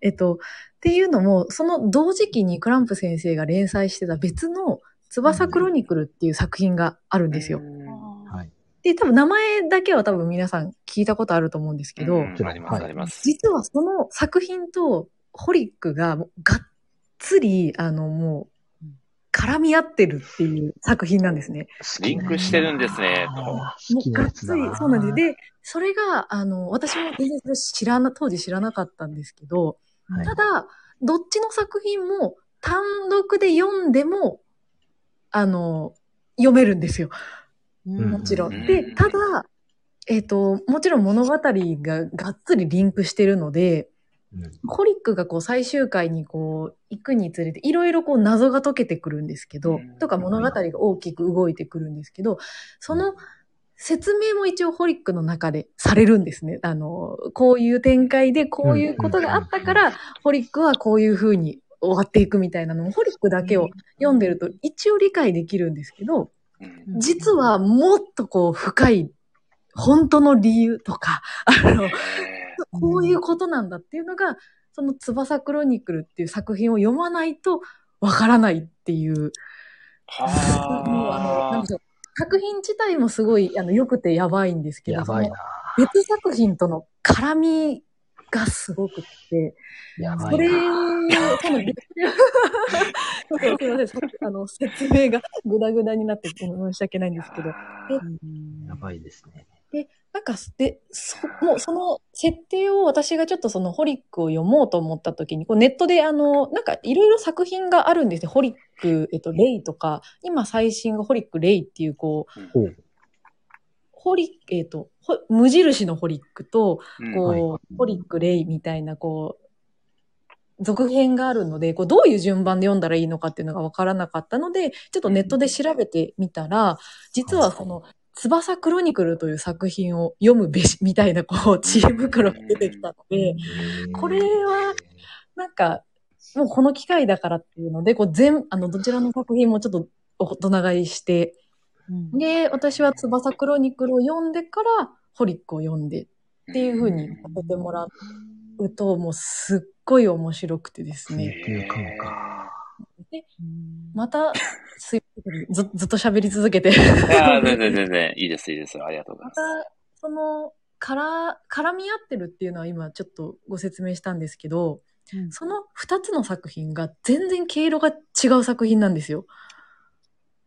D: えっと、っていうのも、その同時期にクランプ先生が連載してた別の翼クロニクルっていう作品があるんですよ。
B: はい。
D: で、多分名前だけは多分皆さん聞いたことあると思うんですけど、
A: うんあります、
B: はい
A: あります。
D: 実はその作品とホリックがもうがっつり、あのもう、絡み合ってるっていう作品なんですね。
A: リンクしてるんですね。と
B: 好
D: も
B: き
D: う
B: な
D: が
B: や
D: っ
B: つ
D: つ
B: だ
D: り
B: な。、
D: そうなんです。で、それが、あの、私も全然それ知らな、当時知らなかったんですけど、
B: はい、
D: ただ、どっちの作品も単独で読んでも、あの、読めるんですよ。もちろ。
A: うんん
D: で、ただ、えっ、と、もちろん物語ががっつりリンクしてるので、
B: うん
D: ホリックがこう最終回にこう行くにつれていろいろこう謎が解けてくるんですけど、
A: うん
D: とか物語が大きく動いてくるんですけど、その説明も一応ホリックの中でされるんですね。あの、こういう展開でこういうことがあったから、ホリックはこういう風に終わっていくみたいなのも、ホリックだけを読んでると一応理解できるんですけど、
A: うん
D: 実はもっとこう深い本当の理由とか、あの、
A: え
D: こういうことなんだっていうのが、その翼クロニクルっていう作品を読まないとわからないっていう、
A: ー
D: もうあの、なん
A: は
D: でしょう。作品自体もすごい、あの、良くてやばいんですけど、
B: やばいな。
D: その別作品との絡みがすごくって、
B: やば
D: そ
B: い
D: れを
B: な。、
D: その、 そうすいません、さっきあの、説明がグダグダになって申し訳ないんですけど、
A: あ
D: で
A: ー
B: やばいですね。
D: なんか、で、そ、もうその設定を私がちょっとそのホリックを読もうと思った時に、こうネットであの、なんかいろいろ作品があるんですね。ホリック、えっと、レイとか、今最新がホリックレイっていう、こう、
B: ほう。
D: ホリえっと、ほ無印のホリックと、
A: うん
D: こう、
B: はい
D: ホリックレイみたいな、こう、続編があるので、こう、どういう順番で読んだらいいのかっていうのがわからなかったので、ちょっとネットで調べてみたら、実はその、翼クロニクルという作品を読むべし、みたいな、こう、知恵袋が出てきたので、これは、なんか、もうこの機会だからっていうので、こう、全、あの、どちらの作品もちょっと大人買いして、で、私は翼クロニクルを読んでから、ホリックを読んでっていう風にさせてもらうと、もうすっごい面白くてです
B: 迷
D: ね。
B: 宮感か。
D: また、すいませんずずっと喋り続けて。
A: いやー全然全然いいです、いいです。ありがとうござい
D: ま
A: ま
D: た
A: す。、
D: その、から、絡み合ってるっていうのは今ちょっとご説明したんですけど、その二つの作品が全然毛色が違う作品なんですよ。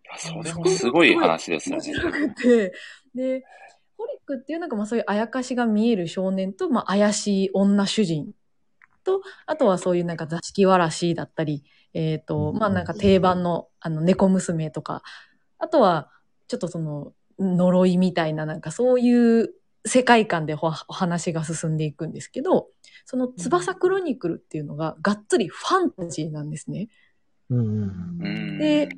A: いやそれもすごい話ですよ
D: 面
A: ね。
D: 白くて。 で、ホリックっていうなんかまあそういうあやかしが見える少年と、まあ怪しい女主人と、あとはそういうなんか座敷わらしだったり、えっ、と、まあなんか定番のあの猫娘とか、あとはちょっとその呪いみたいななんかそういう世界観でおお話が進んでいくんですけど、その翼クロニクルっていうのががっつりファンタジーなんですね。
B: うんうん。
A: うん
D: で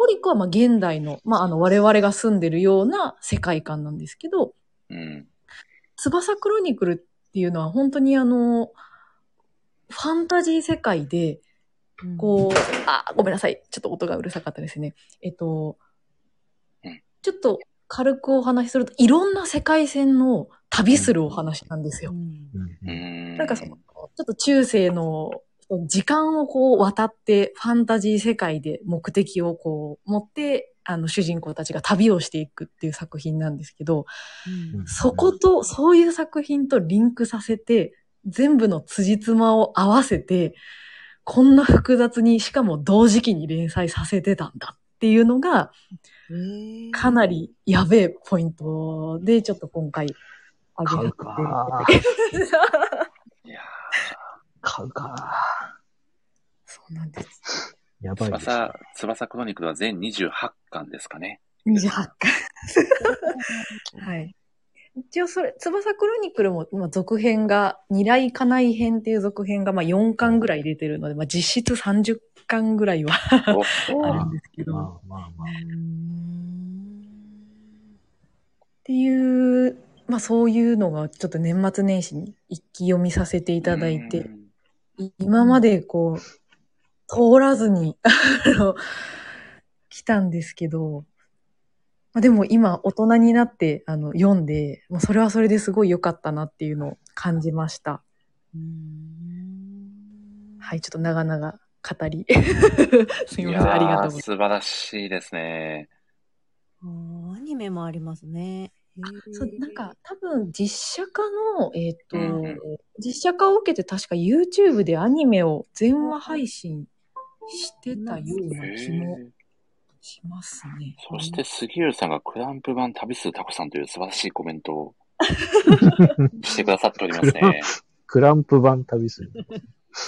D: ホリックはまあ現代の、まあ、あの我々が住んでるような世界観なんですけど、
A: うん。
D: 翼クロニクルっていうのは本当にあの、ファンタジー世界で、こう、あ、ごめんなさい。ちょっと音がうるさかったですね。えっと
A: うん、
D: ちょっと軽くお話しすると、いろんな世界線の旅するお話なんですよ。
B: うん
A: う
B: うん
A: ん
D: なんかその、ちょっと中世の時間をこう渡って、ファンタジー世界で目的をこう持って、あの主人公たちが旅をしていくっていう作品なんですけど、
B: うん
D: そこと、そういう作品とリンクさせて、全部の辻褄を合わせて、こんな複雑に、しかも同時期に連載させてたんだっていうのが、かなりやべえポイントで、ちょっと今回、あげさ
B: 買
D: せ
B: う
D: てい
B: か
D: ただ。
A: いや
B: 買うか。
D: そうなんです。
B: や
A: ー
B: ばいですね。
A: 翼、翼クロニクルは全28巻ですかね。
D: 28巻。はい。一応それ、翼クロニクルも、まあ、続編が、二来家内編っていう続編が、まあ、4巻ぐらい出てるので、まあ、実質30巻ぐらいは
A: お
D: あるんですけど。
B: まあまあまあ。
D: っていう、まあそういうのがちょっと年末年始に一気読みさせていただいて、い今までこう、通らずに、あの、来たんですけど、まあ、でも今大人になってあの読んで、もうそれはそれですごい良かったなっていうのを感じました。はい、ちょっと長々語り。 す
A: い
D: い
A: や
D: ません、ありがと
A: ー
D: うございます。
A: 素晴らしいですね。
C: うんアニメもありますね。へー
D: そう、なんか、多分実写化の、えっ、と、
A: うんうん
D: 実写化を受けて確か YouTube でアニメを全話配信してたような気も
A: へー
D: しますね。
A: そして杉浦さんがクランプ版旅するタコさんという素晴らしいコメント をしてくださっておりますね。
B: クランプ版旅する。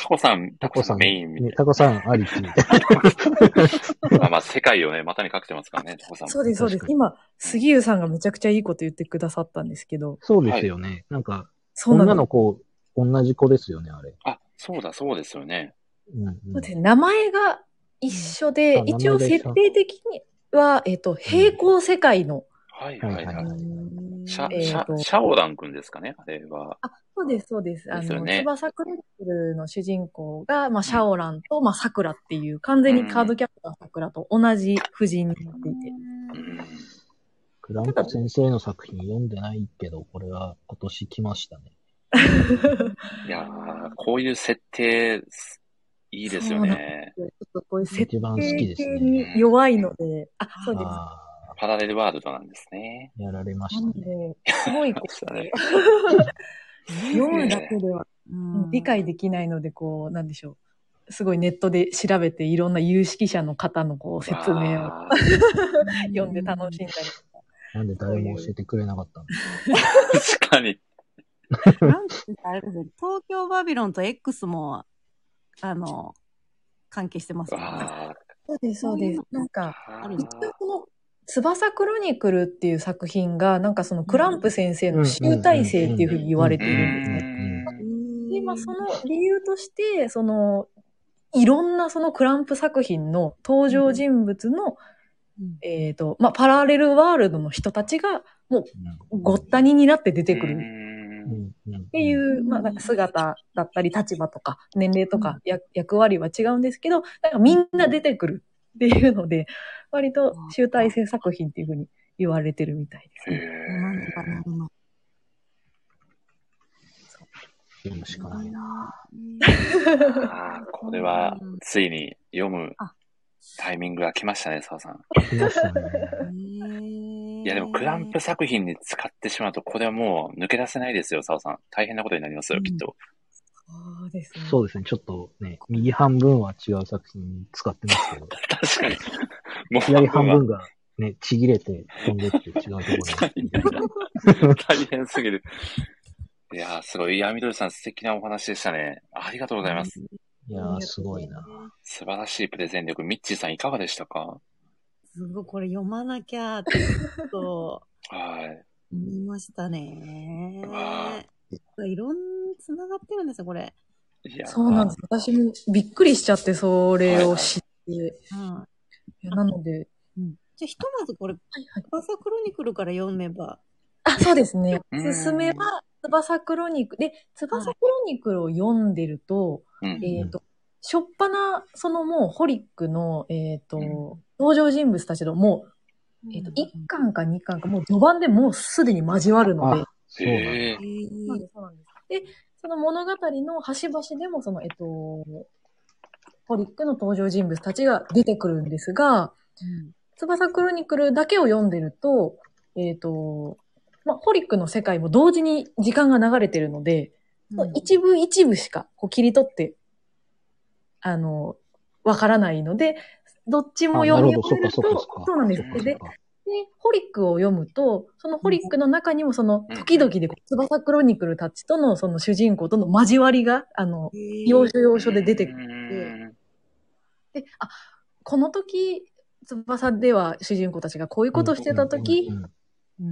A: タコさん、タ
B: タ
A: コ
B: コ
A: さ
B: さ
A: ん
B: ん、
A: メインみ
B: ね
A: たい
B: タコさんありき。
A: な。まあまあ世界をね、股にかけてますからね、タコさん。
D: そうです、そうです
B: 確。かに
D: 今、杉浦さんがめちゃくちゃいいこと言ってくださったんですけど、
B: そうですよね。なんか、
D: そうな
B: 女
D: の。
B: の子、同じ子ですよね、あれ。
A: あ、そうだ、そうですよね。
B: うんうん
D: そうですね名前が一緒で、
B: うんあ
D: 一応
B: 名前が一緒
D: 設定的には、えっ、と、平行世界の、
A: はいはいは
B: はい
A: い。
B: はい
A: シャ、
D: えー
A: シャ、
D: と
A: シャオランくんですかね、あれは。
D: あ、そうです、そうです。あ
A: ですよ
D: の、
A: ね
D: 翼クロニクルの主人公が、まあ、シャオランと、まあ、桜っていう、完全にカードキャプター桜と同じ夫人になっていて。
A: うん。
B: クランプ先生の作品読んでないけど、これは今年来ましたね。
A: いやーこういう設定、すいいですよね。
D: ちょっとこういう設
B: 一番好き
D: 定
B: です
D: 系
B: ね。
D: に弱いので、あ、そうです。
B: あ
A: パラレルワールドなんですね。
B: あ、やられま
D: な
B: し
D: の
B: たね。
D: で、すごいこ
A: そうだね
D: う、読むだけでは
C: うん
D: 理解できないので、こう、なんでしょう。すごいネットで調べて、いろんな有識者の方のこう、説明を
A: わ
D: 読んで楽しんだり
B: なんで誰も教えてくれなかったんだ
A: ー確かに。
C: なんて言ったらあれですよ東京バビロンと X も、あの、関係してますよね。
A: わ
D: そうです、
C: そうです
D: なん
A: ー
D: か、
A: あー
C: るんだ
D: 一応この、翼クロニクルっていう作品が、なんかそのクランプ先生の集大成っていうふうに言われて
A: う
D: いるんですね。
A: ーん。
D: で、まあその理由として、その、いろんなそのクランプ作品の登場人物の、
C: うん
D: えっ、と、まあパラレルワールドの人たちがごったにになって出てくる。
A: る
B: っ
D: ってい。
C: う
D: う、
C: ん
D: まあ、なんか姿だったり、立場とか、年齢とか、役役割は違うんですけど、なんかみんな出てくるっていうので、割と集大成作品っていうふうに言われてるみたいです、ね。
C: なんとかなります
B: 読むしかないな。
A: ああ、これは、ついに読む
C: あ
A: タイミングが来ましたね、澤さん。
B: 来ましたね。
A: いや、でも、クランプ作品に使ってしまうと、これはもう抜け出せないですよ、澤さん。大変なことになりますよ、
C: うん
A: きっと。
D: そうですね。
B: そうですね。ちょっとね、右半分は違う作品使ってますけど、
A: 確かに。もう
B: 左半
A: は
B: 分がね、ちぎれて飛んでって違うところにみたい な。
A: 大変すぎる。いやー、すごい。いや、みどりさん、素敵なお話でしたね。ありがとうございます。
B: いやー、すごいな。
A: 素晴らしいプレゼン力。ミッチーさん、いかがでしたか
C: すごい、これ読まなきゃって、ちょっと
A: はい。
C: 思いましたね。
A: わ
C: いろんな、つながってるんですよ、これ。
A: いやー
D: そうなんです。私もびっくりしちゃって、それを知って。い
C: うん。
D: やなので、
C: じゃあ、ひとまずこれ、
D: はいはい。
C: 朝クロニクルから読めば。
D: あ、そうですね。
A: う
D: お
A: ん
D: すすめは、翼クロニクル。で、翼クロニクルを読んでると、
A: うん。
D: えっ、と、しょっぱな、そのもう、ホリックの、えっ、と、
A: うん
D: 登場人物たちのもう、えっ、と、1巻か2巻か、もう序盤でもうすでに交わるので
B: あ、、そうなんだ。
A: え
C: え
A: ー
D: そうな
C: ー
D: んです、そうなんです。で、その物語の端々でも、その、えっ、と、ホリックの登場人物たちが出てくるんですが、翼クロニクルだけを読んでると、えっ、と、まあ、ホリックの世界も同時に時間が流れてるので、
C: うん
D: 一部一部しかこう切り取って、あの、わからないので、どっちも
B: あ
D: 読み
B: なるほど
D: 終えると、
B: そっかそっかそっか
D: そうなんです。
B: そっかそっ
D: で、
B: か
D: でホリックを読むと、そのホリックの中にもその
A: うん
D: 時々でこう翼クロニクルたちとのその主人公との交わりが、あの、要所要所で出てくる。
A: る。
D: で、あ、この時翼では主人公たちがこういうことをしてたとき、
B: うん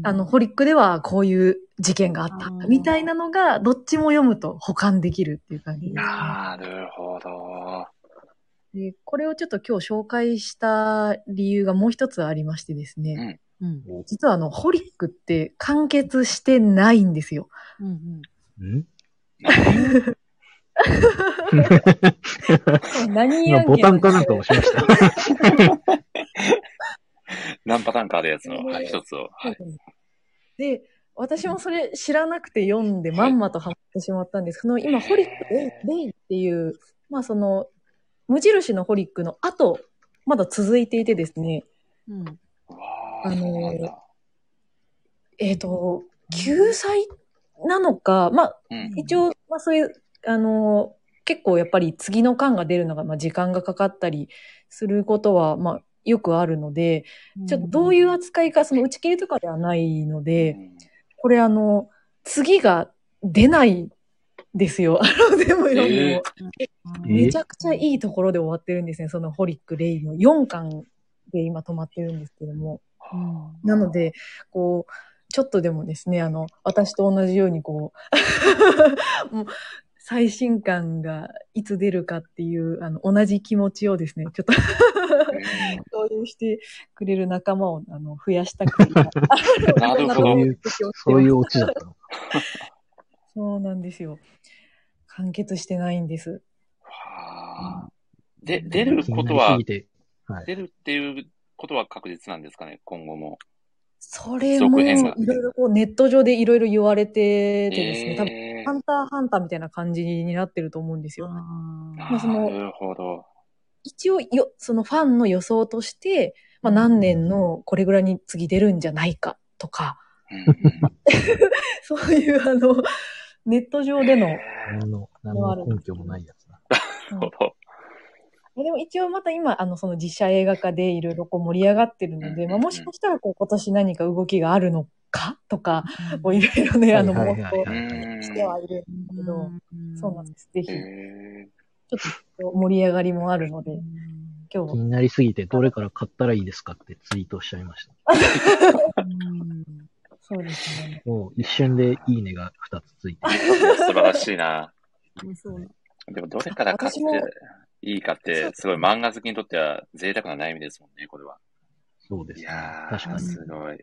D: あの、、ホリックではこういう事件があっ
C: あ、
D: た
C: ー
D: みたいなのが、どっちも読むと保管できるっていう感じです、ね。
A: なるほど。
D: でこれをちょっと今日紹介した理由がもう一つありましてですね、
C: うん。
D: 実はあの、ホリックって完結してないんですよ。
C: うんうん。
B: うん
D: 何
B: 今
D: やんけ
B: ボタンかなんか押しま した。
A: 何パターンかあるやつの、
D: ね
A: はい、一つを。はい。
D: で、私もそれ知らなくて読んで、まんまとハマってしまったんです。その今、ホリック・レイっていう、まあその、無印のホリックの後、まだ続いていてですね、
C: うん。
A: うわー
D: あのー
A: そうなんだ
D: えっ、と、救済なのか、まあ
A: うん。
D: 一応、まあそういう、あの、結構やっぱり次の巻が出るのが、まあ時間がかかったりすることは、まあよくあるので、ちょっとどういう扱いか、その打ち切りとかではないので、これあの、次が出ないんですよ。あの、でも読んでも、
B: え
D: めちゃくちゃいいところで終わってるんですね。そのホリック・レイの4巻で今止まってるんですけども。
C: うん。
D: なので、こう、ちょっとでもですね、あの、私と同じようにこう、 もう最新巻がいつ出るかっていう、あの、同じ気持ち をですね、ちょっ
A: う
D: と
A: ん
D: 共有してくれる仲間を、あの、増やしたくて今
A: なるほ
B: そ
A: ど
B: ういう、そういうオチだったのか。
D: そうなんですよ。完結してないんです。
A: はーで、出ることは
B: 気になりすぎ、てはい
A: 出るっていうことは確実なんですかね、今後も。
D: それ
A: 続
D: も、
A: 編
D: い
A: が
D: ろいろこうネット上でいろいろ言われててですね、多分、
A: え
D: ハンターハンターみたいな感じになってると思うんですよ。
A: ー
D: まあその
A: なるほど。
D: 一応よ、そのファンの予想として、まあ何年のこれぐらいに次出るんじゃないかとか、
A: うんうん
D: そういうあの、ネット上での、
A: えー
B: 何の、何の根拠もないやつだ。
A: なるほど。
D: でも一応また今、あの、その実写映画化でいろいろこう盛り上がってるので、まあもしかしたらこう今年何か動きがあるのかとか、こういろいろね、あの、
B: はいは
D: もっ
B: いはい
D: と
A: うーん
D: してはいるんだけど、そうなんです。ぜひ、
A: え
D: 盛り上がりもあるので、今
B: 気
D: 日、
B: になりすぎて、どれから買ったらいいですかってツイートしちゃいました。
D: そうですね。
B: もう一瞬でいいねが2つついてる。
A: ーいや素晴らしいな。
C: そうなん
A: でも、どれから買って
D: 私も
A: いいかって、すごい漫画好きにとっては贅沢な悩みですもんね、これは。
B: そうで
A: い
B: すね。
A: や
B: 確か
A: ー、
B: に。
A: すごい。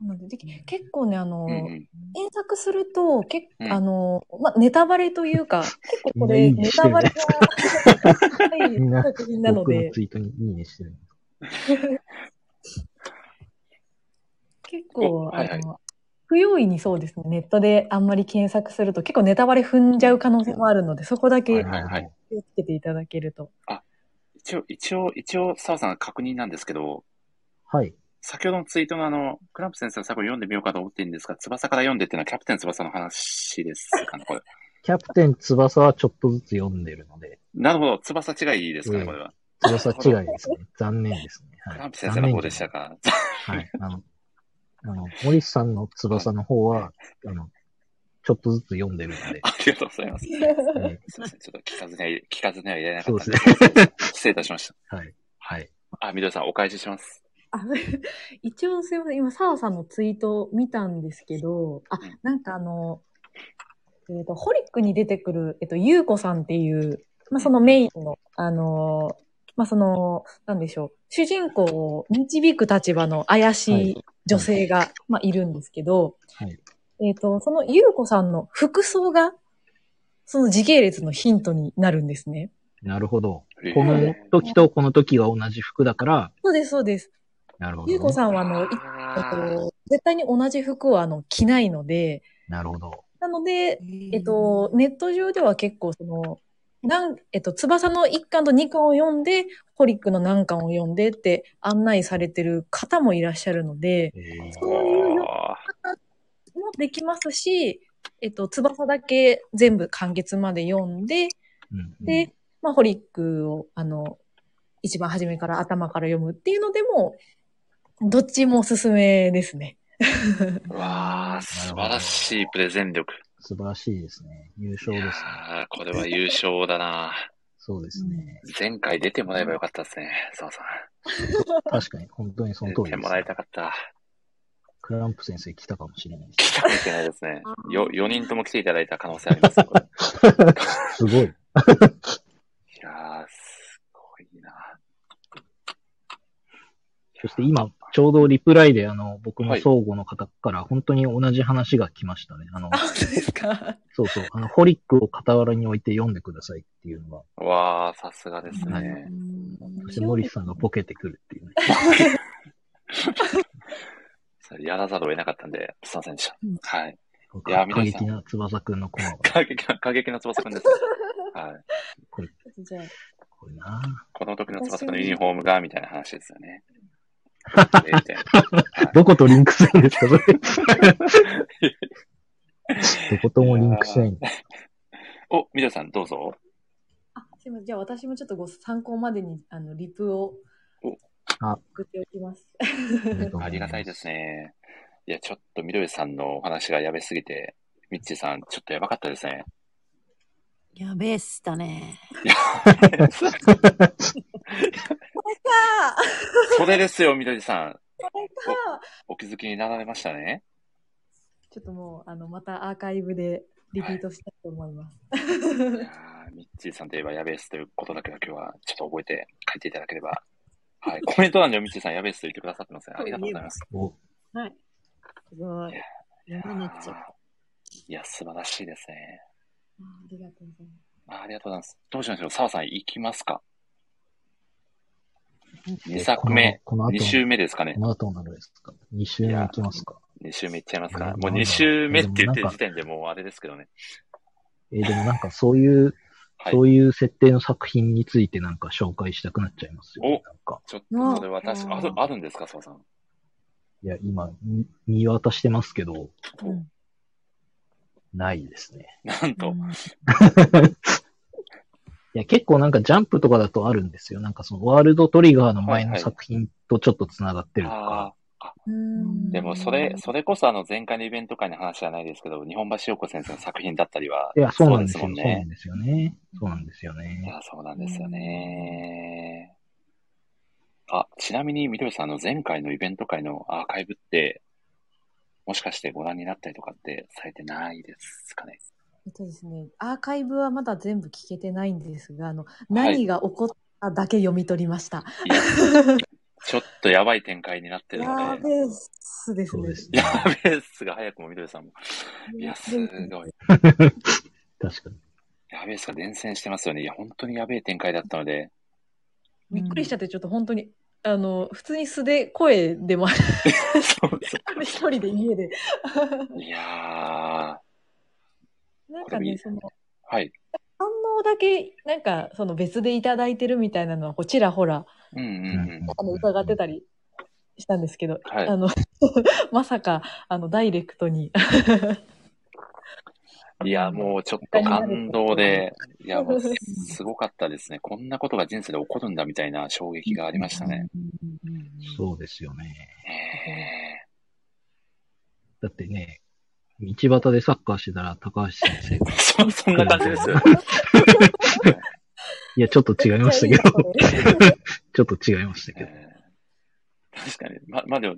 D: なのでで結構ね、あの、
A: うんうん
D: 検索すると、結構、
A: うん
D: あの、ま、ネタバレというか、結構こ
B: み
D: れ、
B: んないいね
D: ネタバレがない
B: みんな
D: 作品なの
B: 僕
D: で
B: の、ツイートにいいねしてる。
D: 結構、
A: おはいはい
D: あの、不用意にそうですね、ネットであんまり検索すると、結構ネタバレ踏んじゃう可能性もあるので、そこだ
A: は
D: け
A: いはいはい。
D: 気をつけていただけると。
A: 一応、一応、一応、澤さん確認なんですけど、
B: はい。
A: 先ほどのツイートのあの、クランプ先生の作品読んでみようかと思っているんですが、翼から読んでっていうのはキャプテン翼の話ですかね、これ。
B: キャプテン翼はちょっとずつ読んでるので、
A: なるほど、翼違いですかね、これは。
B: 翼違いですね。残念ですね。
A: ク
B: は
A: ラン
B: い
A: プ。先生
B: 残
A: の
B: 念
A: 方
B: じ
A: で
B: ゃ
A: し
B: な
A: た
B: い
A: か。
B: はい。あの、あの、森さんの翼の方は、あの、ちょっとずつ読んでるので、
A: ありがとうござい ます。
B: え
A: すいません、ちょっと聞かずには、聞かずには入れなか
B: そ
A: っ
B: う
A: た
B: で
A: ん
B: す
A: で
B: ね。
A: 失礼いたしました。
B: はい。はい。
A: あ、みどりさん、お返しします。
D: あ 一応すいません、今、澤さんのツイートを見たんですけど、あ
A: うん、
D: なんかあの、えっ、と、ホリックに出てくる、えっ、と、ゆうこさんっていう、まあ、そのメインの、あのーまあ、その、なんでしょう、主人公を導く立場の怪
B: は
D: しい
B: い
D: 女性が、まあ、いるんですけど、
B: はい。
D: えっ、と、そのゆうこさんの服装が、その時系列のヒントになるんですね。
B: なるほど。
A: えー
B: この時とこの時が同じ服だから、
D: そうです、そうです。
B: なるほど、ね。
D: ゆうこさんは、あの、いえっと、絶対に同じ服をあの着ないので、
B: なるほど。
D: なので、
C: え
D: えっと、、ネット上では結構その、なん、えっと、翼の1巻と2巻を読んで、ホリックの何巻を読んでって案内されてる方もいらっしゃるので、
B: えー
D: そういう読みもできますし、えっと、翼だけ全部完結まで読んで、
B: うん、
D: で、まあ、ホリックを、あの、一番初めから頭から読むっていうのでも、どっちもおすすめですね。
A: うわあ、素晴らしいプレゼン力。
B: 素晴らしいですね。優勝
A: い
B: ですね。
A: やーこれは優勝だな。
B: そうですね。
A: 前回出てもらえばよかったですね、澤さ
B: 確かに、本当にそ
A: ん。
B: の通
A: 出
B: りで
A: て
B: す
A: も。らいたかった。
B: クランプ先生来たかもしれないで
A: 来たかもしれないですね
D: あ。ー
A: よ、4人とも来ていただいた可能性ありますよ、こ れ。
B: す。すごい。
A: いやー、すごいな。
B: そして今、ちょうどリプライで、あの、僕の
A: はい
B: 相互の方から、本当に同じ話が来ましたね。あの
D: あ、、本当ですか。
B: そうそう、あの、ホリックを傍らに置いて読んでくださいっていうのが、
A: わー、さすがです
B: は
A: ね。
B: そして森さんがボケてくるっていうね。
A: それやらざるを得なかったんで、すいませんでした
D: うん。
A: はい。 いや
B: 過
A: 皆さん
B: 激な翼くんのコマが、
A: 過激な、過激な翼 くんですね。はい。
D: じゃあ
B: これな
A: この時の翼くんのユニフォームが、みたいな話ですよ ね。0点
B: どことリンクするんで すか、それ。どこともリンクしないんだ。
A: お、みどりさん、どうぞ。
D: あ、すいません。じゃあ私もちょっとご参考までに、あの、リプを
A: お
B: あ
D: 送っておきます。
A: ありがたいです
B: ね。
A: ね。いや、ちょっとみどりさんのお話がやべすぎて、みっちーさん、ちょっとやばかったです ね。
C: やべえっしたね。
D: ああ
A: それですよ、みどりさん。
D: これか
A: お気づきになられましたね。
D: ちょっともう、あの、またアーカイブでリピートしたいと思います。
A: いやーみっちーさんといえばやべえすということだけは今日はちょっと覚えて書いていただければ。はい。コメント欄でもみっちーさんやべえすと言ってくださってますね。ありがとうございます。
B: お
C: はい。すごい。やばなっちゃう。
A: いや、素晴らしいですね。
D: あありがとうございます。
A: あありがとうございます。どうしましょう。澤さん、行きますか。2
B: で
A: 作目、
B: この後
A: 2週目ですかね
B: こ。の後なるですか ?2 週目いきますか
A: 2週目いっちゃいますか。
B: うん
A: もう2週目って言ってる時点でもうあれですけどね。
B: えーでもなんかそういう、
A: はい
B: そ。ういう設定の作品についてなんか紹介したくなっちゃいますよ、ね。なんか。
A: ちょっとそれは確か、あ
D: うん
A: るあるんですか、澤さん。
B: いや、今、み見渡してますけど、
D: うん
B: ないですね。
A: なんと。
B: いや、結構なんかジャンプとかだとあるんですよ。なんかそのワールドトリガーの前
A: はい
B: の
A: はい
B: 作品とちょっと繋がってるとか。
A: ああ。
D: うん
A: でも、それ、それこそあの前回のイベント会の話じゃないですけど、日本橋陽子先生の作品だったりは、
B: いや、そうなんですよ。
A: もん
B: そうな
A: ね
B: ん。ですよね。そうなんですよ
A: い
B: ね。
A: や、そうなんですよね。あ、ちなみに、みどりさん、あの、前回のイベント会のアーカイブって、もしかしてご覧になったりとかってされてないですかね。
D: えっとですね、アーカイブはまだ全部聞けてないんですが、あの、何が起こっただけ読み取りました。
A: いや、 ちょっとやばい展開になってる
D: や
A: の
D: ー
A: で、
D: べーっすです
B: そう
D: ね。
B: ですね
A: や。べえっすが、早くもみどりさんも。いや、すごい。
B: 確かに。
A: やべえっすが、伝染してますよね。いや、本当にやべえ展開だったので、
D: びっくりしちゃって、ちょっと本当に、あの、普通に素で声でもある。
A: そうそ
D: 一人で家で。
A: う。いや
D: なん
A: これ
D: か
A: もいい
D: ね、
A: です
D: その、
A: ー、はい。
D: 反応だけ、なんか、その別でいただいてるみたいなのは、こうちらほら、
A: うんうんうん。
D: あの、伺ってたりしたんですけど、
A: はい
D: あの、 まさか、あの、ダイレクトに。
A: いや、もうちょっと感動で、いや、もうすすごかったですね。こんなことが人生で起こるんだみたいな衝撃がありましたね。
B: そうですよね。
A: え
B: だってね、道端でサッカーしてたら高橋先生が。
A: ー そ、そんな感じですよ。
B: いや、ちょっと違いましたけど。ちょっと違いましたけど。
A: えー確かに。ま、まあでも、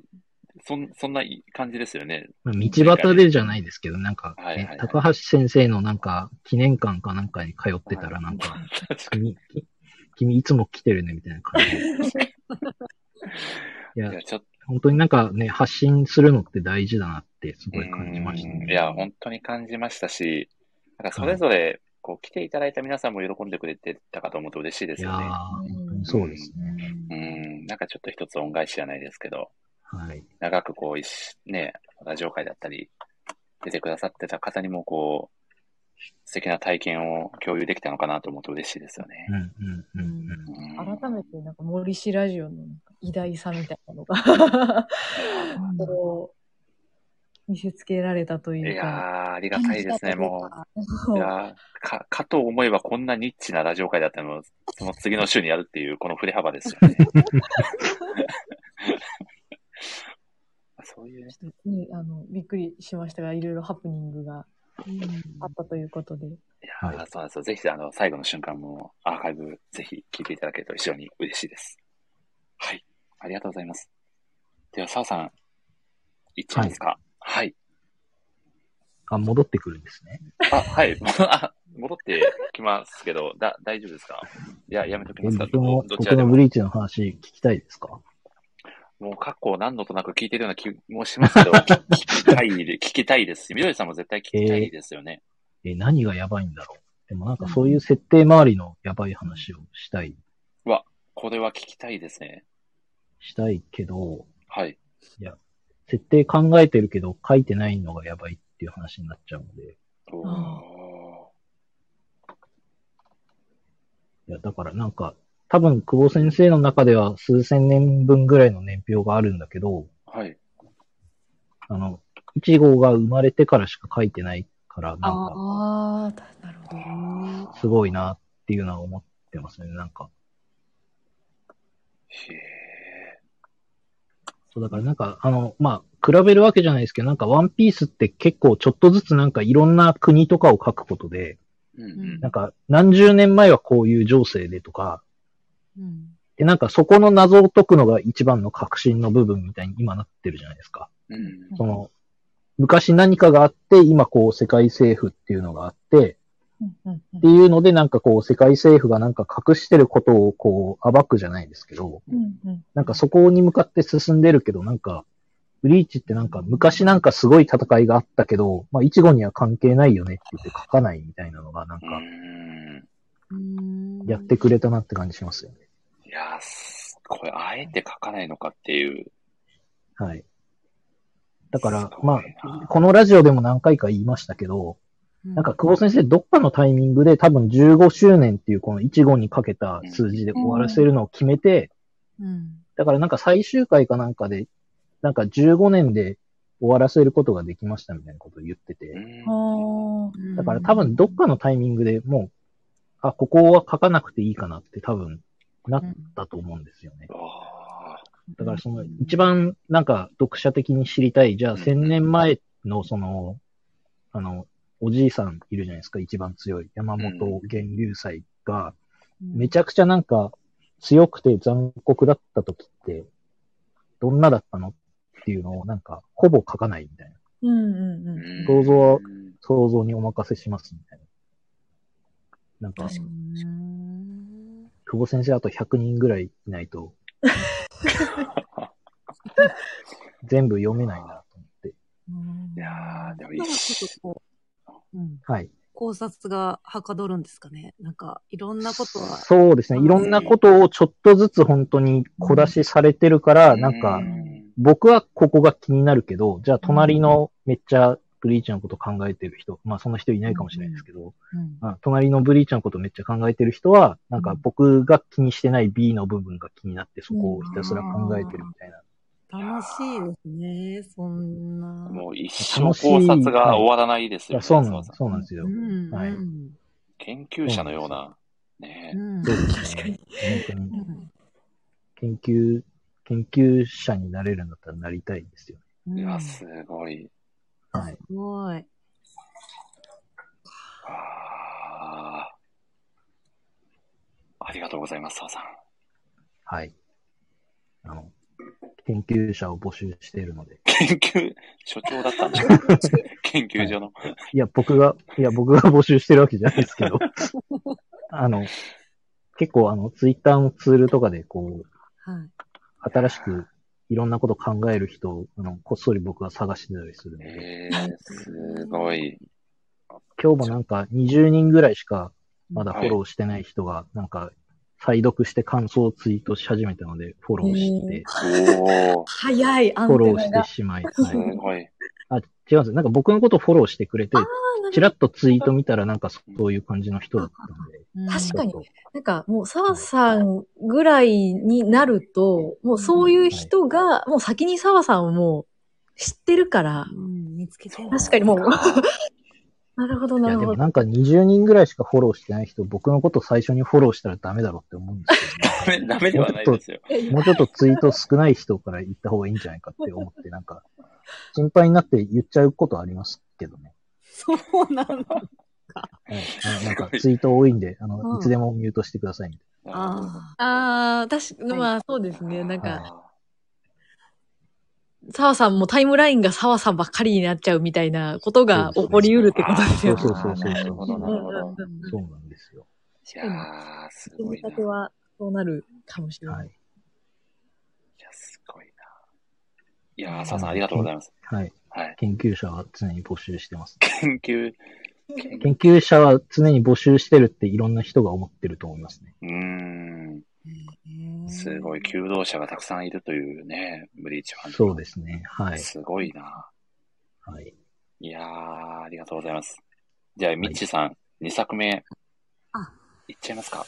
A: そん、そんない感じですよね。
B: まあ道端でじゃないですけど、なんか、ね
A: はいはいはい
B: 高橋先生のなんか、記念館かなんかに通ってたら、なんか、
A: 確かに。
B: 君、き君いつも来てるね、みたいな感じで。いや
A: い、や、ちょっと、
B: 本当になんかね、発信するのって大事だなって、す
A: う
B: ごい感じました
A: ん
B: ね。
A: いや、本当に感じましたし、なんかそれぞれ、こう、来ていただいた皆さんも喜んでくれてたかと思うと嬉しいで
B: い
A: す
B: やー
A: よね。
B: 本当にそうですね。
A: うん、なんかちょっと一つ恩返しじゃないですけど、
B: はい。
A: 長くこう、一緒ね、ラジオ会だったり、出てくださってた方にもこう、素敵な体験を共有できたのかなと思うと嬉しいですよね
B: うん。うんうんうん。
A: うん
D: 改めて、なんか、森氏ラジオのなんか偉大さみたいなのが、こう見せつけられたと
A: い
D: いう
A: や
D: か。
A: ー、ありがたいですね、も う。いやーか、かと思えばこんなニッチなラジオ会だったのを、その次の週にやるっていう、この振れ幅ですよ ね。そういうね。
D: ちょっとねあのびっくりしましたが、いろいろハプニングがあったということで。
A: いやー、
B: は
A: そうなんですよ。ぜひ、あの、最後の瞬間もアーカイブ、ぜひ聞いていただけると非常に嬉しいです。はい。ありがとうございます。では、澤さん、いっちゃいますか。はい。
B: あ、戻ってくるんですね。
A: あ、はい。 あ戻ってきますけど、だ、大丈夫ですかいや、やめとき
B: え
A: ますか
B: 僕の、
A: どどち
B: 僕
A: らで
B: の
A: も
B: ブ。リーチの話聞きたいですか
A: もう、過去何度となく聞いてるような気もしますけ ど、聞きたいで、聞きたいですし、緑さんも絶対聞きたいですよね。
B: えー何がやばいんだろう。でもなんかそういう設定周りのやばい話をしたい、
A: これは聞きたいですね。
B: したいけど、
A: はい。
B: 設定考えてるけど書いてないのがやばいっていう話になっちゃうので、
A: お
D: あ
A: ー
B: いや、だからなんか、多分久保先生の中では数千年分ぐらいの年表があるんだけど、
A: はい。
B: あの、1号が生まれてからしか書いてないから、なんか、
D: ああ、なるほど。
B: すごいなっていうのは思ってますね。なんか、
A: へえ。
B: そうだからなんか、あの、まあ、比べるわけじゃないですけど、なんかワンピースって結構ちょっとずつなんかいろんな国とかを書くことで、
A: うん
C: う
A: うんん
B: なんか何十年前はこういう情勢でとか、
C: うん。
B: で、なんかそこの謎を解くのが一番の革新の部分みたいに今なってるじゃないですか。
A: うん。
B: その、昔何かがあって、今こう世界政府っていうのがあって、
D: うんうんう
B: っていうのでなんかこう世界政府がなんか隠してることをこう暴くじゃないですけど、
D: んうんうん
B: なんかそこに向かって進んでるけど、なんか、ブリーチってなんか昔なんかすごい戦いがあったけど、まあ、イチゴには関係ないよねって言って書かないみたいなのが、なん
A: う
B: か、
A: ん。
C: うん
B: やってくれたなって感じしますよね。
A: いやー、すこれ、あえて書かないのかっていう。
B: はい。だから
A: す、ごい
B: ま
A: な
B: あ、このラジオでも何回か言いましたけど、なんか、久保先生、どっかのタイミングで多分15周年っていうこの1号にかけた数字で終わらせるのを決めて、
C: うん。
B: だからなんか最終回かなんかで、なんか15年で終わらせることができましたみたいなことを言ってて、
A: うん
D: あー
B: だから多分どっかのタイミングでもう、あ、ここは書かなくていいかなって多分なっ
C: うん、
B: たと思うんですよね。
A: あ
B: だからその一番なんか読者的に知りたい、じ
A: う
B: ゃあ
A: ん
B: 1000年前のその、あの、おじいさんいるじゃないですか、一番強い。山本源流祭が、めちゃくちゃなんか強くて残酷だった時って、どんなだったのっていうのをなんか、ほぼ書かないみたいな。
D: うんうんう
A: ー
D: ん。
A: うん
B: どうぞ想像にお任せしますみたいな。なんか、
D: 確か
C: うん
B: 久保先生あと100人ぐらいいないと、全部読めないなと思って。
C: うん
A: いやーでもいい
C: だからこそこう、うん、
B: はい。
C: 考察がはかどるんですかね。なんか、いろんなことは。
B: そうですね。いろんなことをちょっとずつ本当に小出しされてるから、なん
A: う
B: か、
A: ん
B: 僕はここが気になるけど、じゃあ隣のめっちゃブリーチのこと考えてる人、まあそんな人いないかもしれないですけど、
C: うん
B: まあ、隣のブリーチのことめっちゃ考えてる人は、なんか僕が気にしてない B の部分が気になってそこをひたすら考えてるみたいな。
C: 楽しいですね、そんな。
A: もう一生考察が終わらないです
B: い
A: よ
B: や、
A: ね。
B: そうなん
A: 澤さん
B: そうなんですよ。
C: うん、
B: はい
C: うん
A: 研究者のような。ね
C: うん
B: そうです
D: 確か
B: ね
D: に。
B: 本当に。
C: うん
B: 研究、研究者になれるんだったらなりたいですよね。
C: うん
A: いや、
C: す
A: すごい。
B: はい。
C: ごい。
A: あーありがとうございます、澤さん。
B: はい。あの、研究者を募集しているので。
A: 研究、所長だったんでしょ 研究所の。
B: いや、僕が、いや、僕が募集してるわけじゃないですけど。あの、結構あの、ツイッターのツールとかで、こう、
C: はい。
B: 新しくいろんなこと考える人を、あの、こっそり僕は探してたりするので、
A: えー、すごい。
B: 今日もなんか20人ぐらいしかまだフォローしてない人が、なんか、再読して感想をツイートし始めたので、フォローして、
A: おー、
D: 早い、アン
B: フォロ
D: テ
B: ー
D: ナ
B: して
D: が。
B: しまい、
A: す
B: はい。
A: ごい。
B: あ、違うんです。なんか僕のことフォローしてくれて、ちらっとツイート見たらなんかそういう感じの人だったので。
D: 確かに
B: ちょっと。
D: なんかもう澤さんぐらいになると、もうそういう人が、もう先に澤さんをもう知ってるから、
C: うん、見つけてんだ
D: 確かにもう、なるほど、
B: い
D: な
B: や
D: る
B: で
D: ほ
B: も
D: ど。
B: なんか20人ぐらいしかフォローしてない人、僕のこと最初にフォローしたらダメだろうって思うんです
A: ダメ、 ダメではないですよ。
B: けど、もうちょっとツイート少ない人から言った方がいいんじゃないかって思って、なんか、心配になって言っちゃうことありますけどね。
C: そうなんだ。
B: はいあのなんかツイート多いんで、あの、
C: うん
B: いつでもミュートしてくださいみたい
C: あ
D: ああ、確か、まあそうですね。なんか、
A: あ
D: 沢さんもタイムラインが沢さんばっかりになっちゃうみたいなことが起こり得るってことですよね。
B: そうそうそうそ
A: あ
B: う
A: ーなるほど、なるほ
D: うんうん
A: ど。
D: うん
B: な。そうなんですよ。
A: い
D: 確
A: や
D: かに、
A: ー、 す
D: 組
A: ご
D: み
A: いな。い
D: 立てはそうなるかもしれ
B: は
D: ないい。。
A: や、すごいな。いやー、澤さん、ありがとうございます。
B: はい。
A: はい。
B: 研究者は常に募集してます。
A: 研究、
B: 研究者は常に募集してるっていろんな人が思ってると思いますね。
A: うーん、すごい、求道者がたくさんいるというね、ブリーチファン。
B: そうですね。はい。
A: すごいな。
B: はい。
A: いやー、ありがとうございます。じゃあ、ミッチーさん、2作目、
C: あ
A: いっちゃいますか。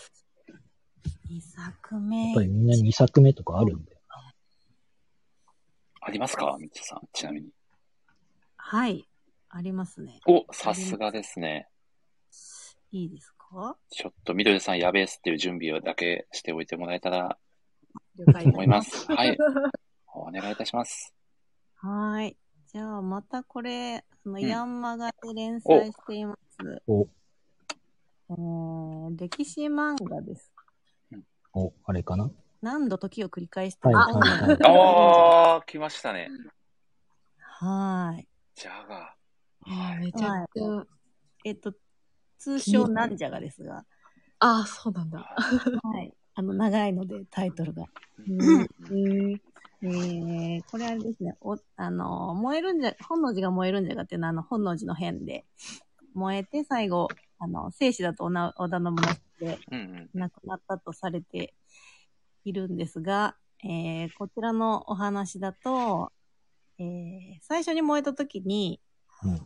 C: 2作
B: や
C: 目
B: っぱ。りみんな2作目とかあるんで。
A: ありますかミッチーさん、ちなみに。
C: はい。ありますね。
A: お、さすがですね。
C: いいですか
A: ちょっと、みどりさん、やべえっすっていう準備をだけしておいてもらえたら
D: 了解
A: と思います。 はい。お願いいたします。
C: はーい。じゃあ、またこれ、あの、
A: ん
C: ヤンマガで連載しています。
B: お、
C: えー、歴史漫画です。
B: お、あれかな
C: 何度時を繰り返して
B: はい、
C: も
B: はい、はい。
A: あー、来ましたね。
C: はーい。
A: じゃが。
D: あーめちゃくちゃ。
C: えっと、通称なんじゃがですが、
D: ああ、そうなんだ。
C: はい。あの、長いので、タイトルが。
D: うん
C: えー、これあれですね、お、あの、燃えるんじゃ、本能寺が燃えるんじゃがっていうのは、あの、本能寺の変で、燃えて最後、あの、生死だとおな織田信長で
A: うんうん。
C: 亡くなったとされているんですが、えー、こちらのお話だと、えー、最初に燃えた時に、
B: うん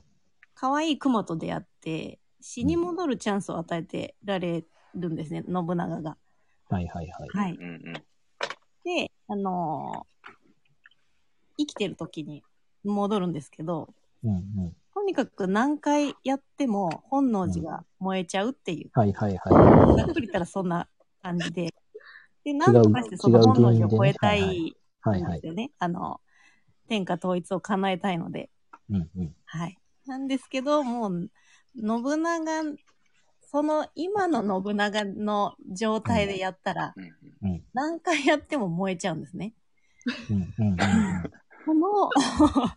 C: 可愛い熊と出会って、死に戻るチャンスを与えてられるんですね、信長が。
B: はい、はい、は
A: う
B: い。
C: はい。
A: んうん。
C: で、あのー生きてる時に戻るんですけど、
B: うん、うん。
C: とにかく何回やっても本能寺が燃えちゃうっていう、
B: はい、はい、は
C: ざっくり言ったらそんな感じで。で、な
B: うん
C: とかしてその本能寺を超えたい
B: 違う原
C: ん
B: い。はい、はい
C: です。よね。あの、天下統一を叶えたいので。
B: うん、うん。
C: はい。なんですけど、もう、信長、その今の信長の状態でやったら、
A: うんうん
C: 何回やっても燃えちゃうんですね。
B: うん、うん、うん。
C: この、 信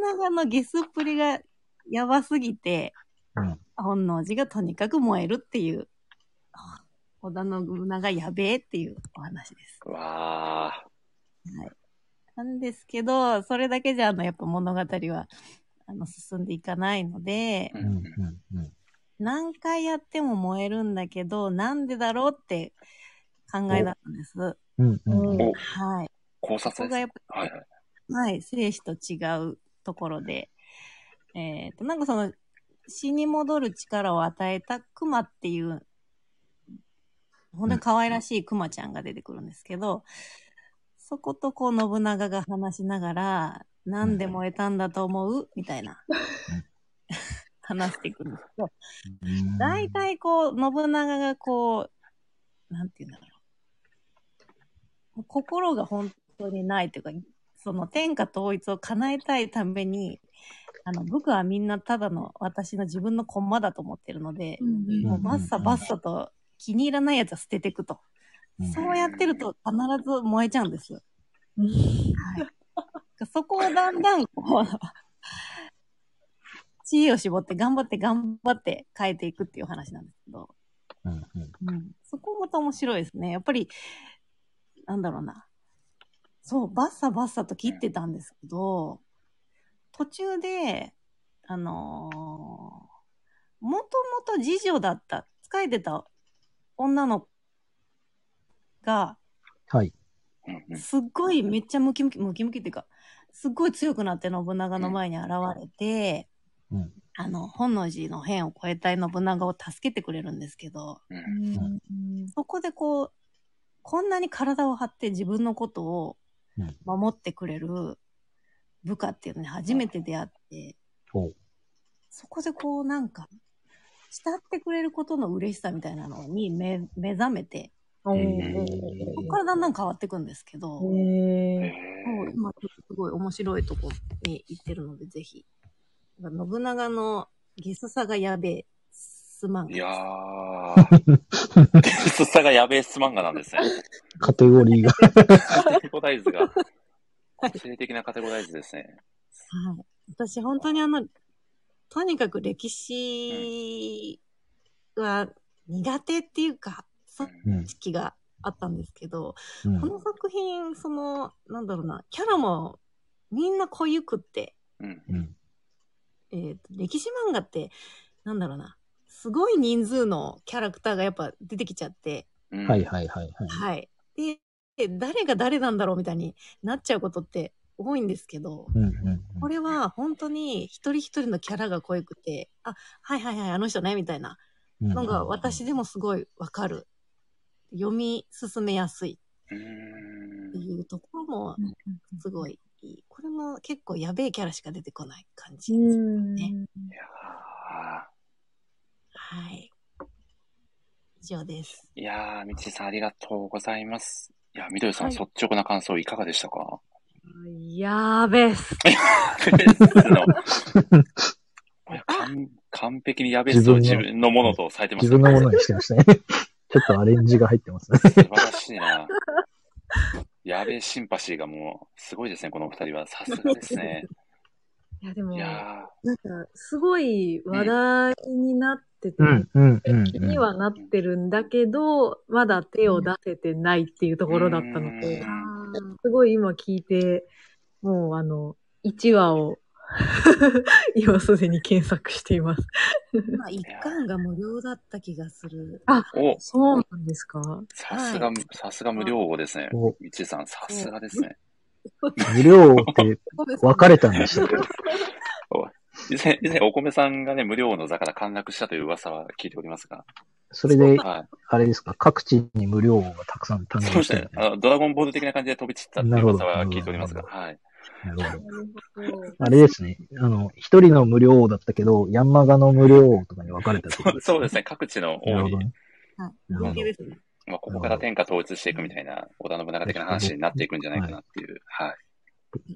C: 長のゲスっぷりがやばすぎて、
B: うん
C: 本能寺がとにかく燃えるっていう、あ織田信長やべえっていうお話です。
A: わ
C: なんですけど、それだけじゃ、あの、やっぱ物語は、あの、進んでいかないので
A: ー。、
B: うん、うん、うん。
C: 何回やっても燃えるんだけど、なんでだろうって考えだったんです。
B: うん、うん。
A: お、
C: はい。
A: 考
C: そこ
A: 察
C: が
A: で
C: や
A: す
C: っ。
A: はいはい。
C: ぱ、はい、生死と違うところで、えっ、と、なんかその、死に戻る力を与えた熊っていう、ほんとに可愛らしい熊ちゃんが出てくるんですけど、そことこう、信長が話しながら、なんで燃えたんだと思うみたいな、話していくんですけど、大体こう、信長がこう、なんて言うんだろう。もう心が本当にないというか、その天下統一を叶えたいために、あの、僕はみんなただの私の自分のコンマだと思ってるので、
D: うん
C: もうバッサバッサと気に入らないやつは捨てていくと。
B: うん
C: そうやってると必ず燃えちゃうんです。はい、 そこをだんだんこう、知恵を絞って頑張って頑張って変えていくっていう話なんですけど、
B: うん、うん。
C: そこもまた面白いですね。やっぱり、なんだろうな。そう、バッサバッサと切ってたんですけど、途中で、あのーもともと次女だった、使えてた女の子が、
B: はい。
A: うんうん
C: すっごいめっちゃムキムキ、ムキムキっていうか、すっごい強くなって信長の前に現れて、
B: うん
C: あの、本能寺の変を超えたい信長を助けてくれるんですけど、
A: うん。
C: そこでこう、こんなに体を張って自分のことを
B: うん
C: 守ってくれる部下っていうのに初めて出会って、
B: おう。
C: そこでこうなんか、慕ってくれることの嬉しさみたいなのに目目覚めて、
D: お
A: うん
C: そこからだんだん変わっていくんですけど、
D: ー
A: へ
C: そう
A: ー
C: 今ちょっとすごい面白いとこに行ってるので、ぜひ信長のゲスさがやべえ、すまん。
A: いやー、 ゲスさがやべえス漫画なん ですね。
B: カテゴ リーが。
A: カテゴライズが、個性的なカテゴライズですね。
C: はい。私、本当にあの、とにかく歴史は苦手っていうか、
A: う
C: そうん時期があったんですけど、
B: うんうん
C: この作品、その、なんだろうな、キャラもみんな濃ゆくって、
A: うん。
B: うん
C: えーと歴史漫画って、なんだろうな、すごい人数のキャラクターがやっぱ出てきちゃって、
A: うん
B: はいはいはいはい。
C: はい。で、で誰が誰なんだろうみたいになっちゃうことって多いんですけど、
B: うんうんうん
C: これは本当に一人一人のキャラが濃ゆくて、あ、はいはいはい、あの人ね、みたいな
B: うん
C: のが私でもすごいわかる。読み進めやすいって
A: う
C: いうところもすごいいい。これも結構やべえキャラしか出てこない感じ。
D: うん
C: ね
A: んいやー、
C: はい。以上です。
A: いやー、みちさんありがとうございます。いや、みどりさん、
D: はい
A: 率直な感想いかがでした か
D: やーべえっす。
A: ベースのこれ完完璧にやべえと自
B: 自分の
A: 分のものとされてます
B: 自
A: ね
B: 分のものにしてましたね。 ちょっとアレンジが入ってますね。
A: 素晴らしいな。やべえシンパシーがもう、すごいですね、このお二人は。さすがですね。
D: いや、でも、
A: いや
D: な
A: ー、
D: んか、すごい話題になってて、
B: うんうんうん
D: 気にはなってるんだけど、まだ手を出せてないっていうところだったので、
A: うん
D: すごい今聞いて、もうあの、1話を 今すでに検索しています。
C: まあ、一巻が無料だった気がする。
A: お、
D: そうなんですか
A: さすが、さすが無料王ですね。
B: お
A: みちさん、さすがですね。
B: 無料って分かれたん でしたっけ
A: 以前、以前、お米さんがね、無料王の座から陥落したという噂は聞いておりますが。
B: それで、
A: は
B: あれですか、各地に無料がたくさん誕
A: い。そうで
B: 生し
A: す
B: て
A: ね
B: る。
A: あの、ドラゴンボール的な感じで飛び散ったという噂は聞いておりますが。
B: な
A: はい。
B: なるほど
D: なるほど
B: あれですね、あの、一人の無料だったけど、ヤンマガの無料とかに分かれたってこ と
A: そうですね、各地の
B: な
A: 王
B: るほ
A: に
B: ど、ね。
C: はい。
B: なるほど
C: 関係ですね。
A: まあ、ここから天下統一していくみたいな、織田信長的な話になっていくんじゃないかなっていう。はい。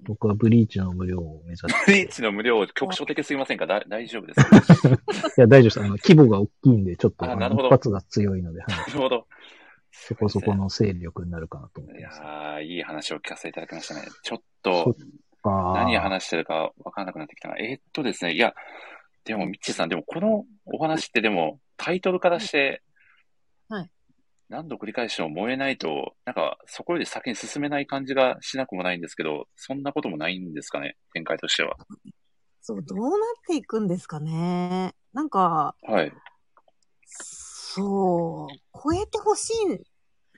B: 僕はブリーチの無料を目指し
A: ブリー
B: て。
A: チの無料、局所的すぎませんかだ大丈夫 ですか
B: いや、大丈夫です。あの、規模が大きいんで、ちょっと
A: あ
B: あ
A: なるほど
B: の一発が強いので、はい
A: なるほど。
B: そこそこの勢力になるかなと思っ
A: い
B: て
A: や
B: ます。
A: ー、いい話を聞かせていただきましたね。ちょっ
B: そ
A: と
B: っ、あー
A: 何話してるかわからなくなってきたな。えーっとですね、いや、でも、ミッチーさん、でもこのお話ってでも、タイトルからして、
C: はい。
A: 何度繰り返しても燃えないと、なんか、そこより先に進めない感じがしなくもないんですけど、そんなこともないんですかね、展開としては。
C: そう、どうなっていくんですかね。なんか、
A: はい。
C: そう、超えてほしいん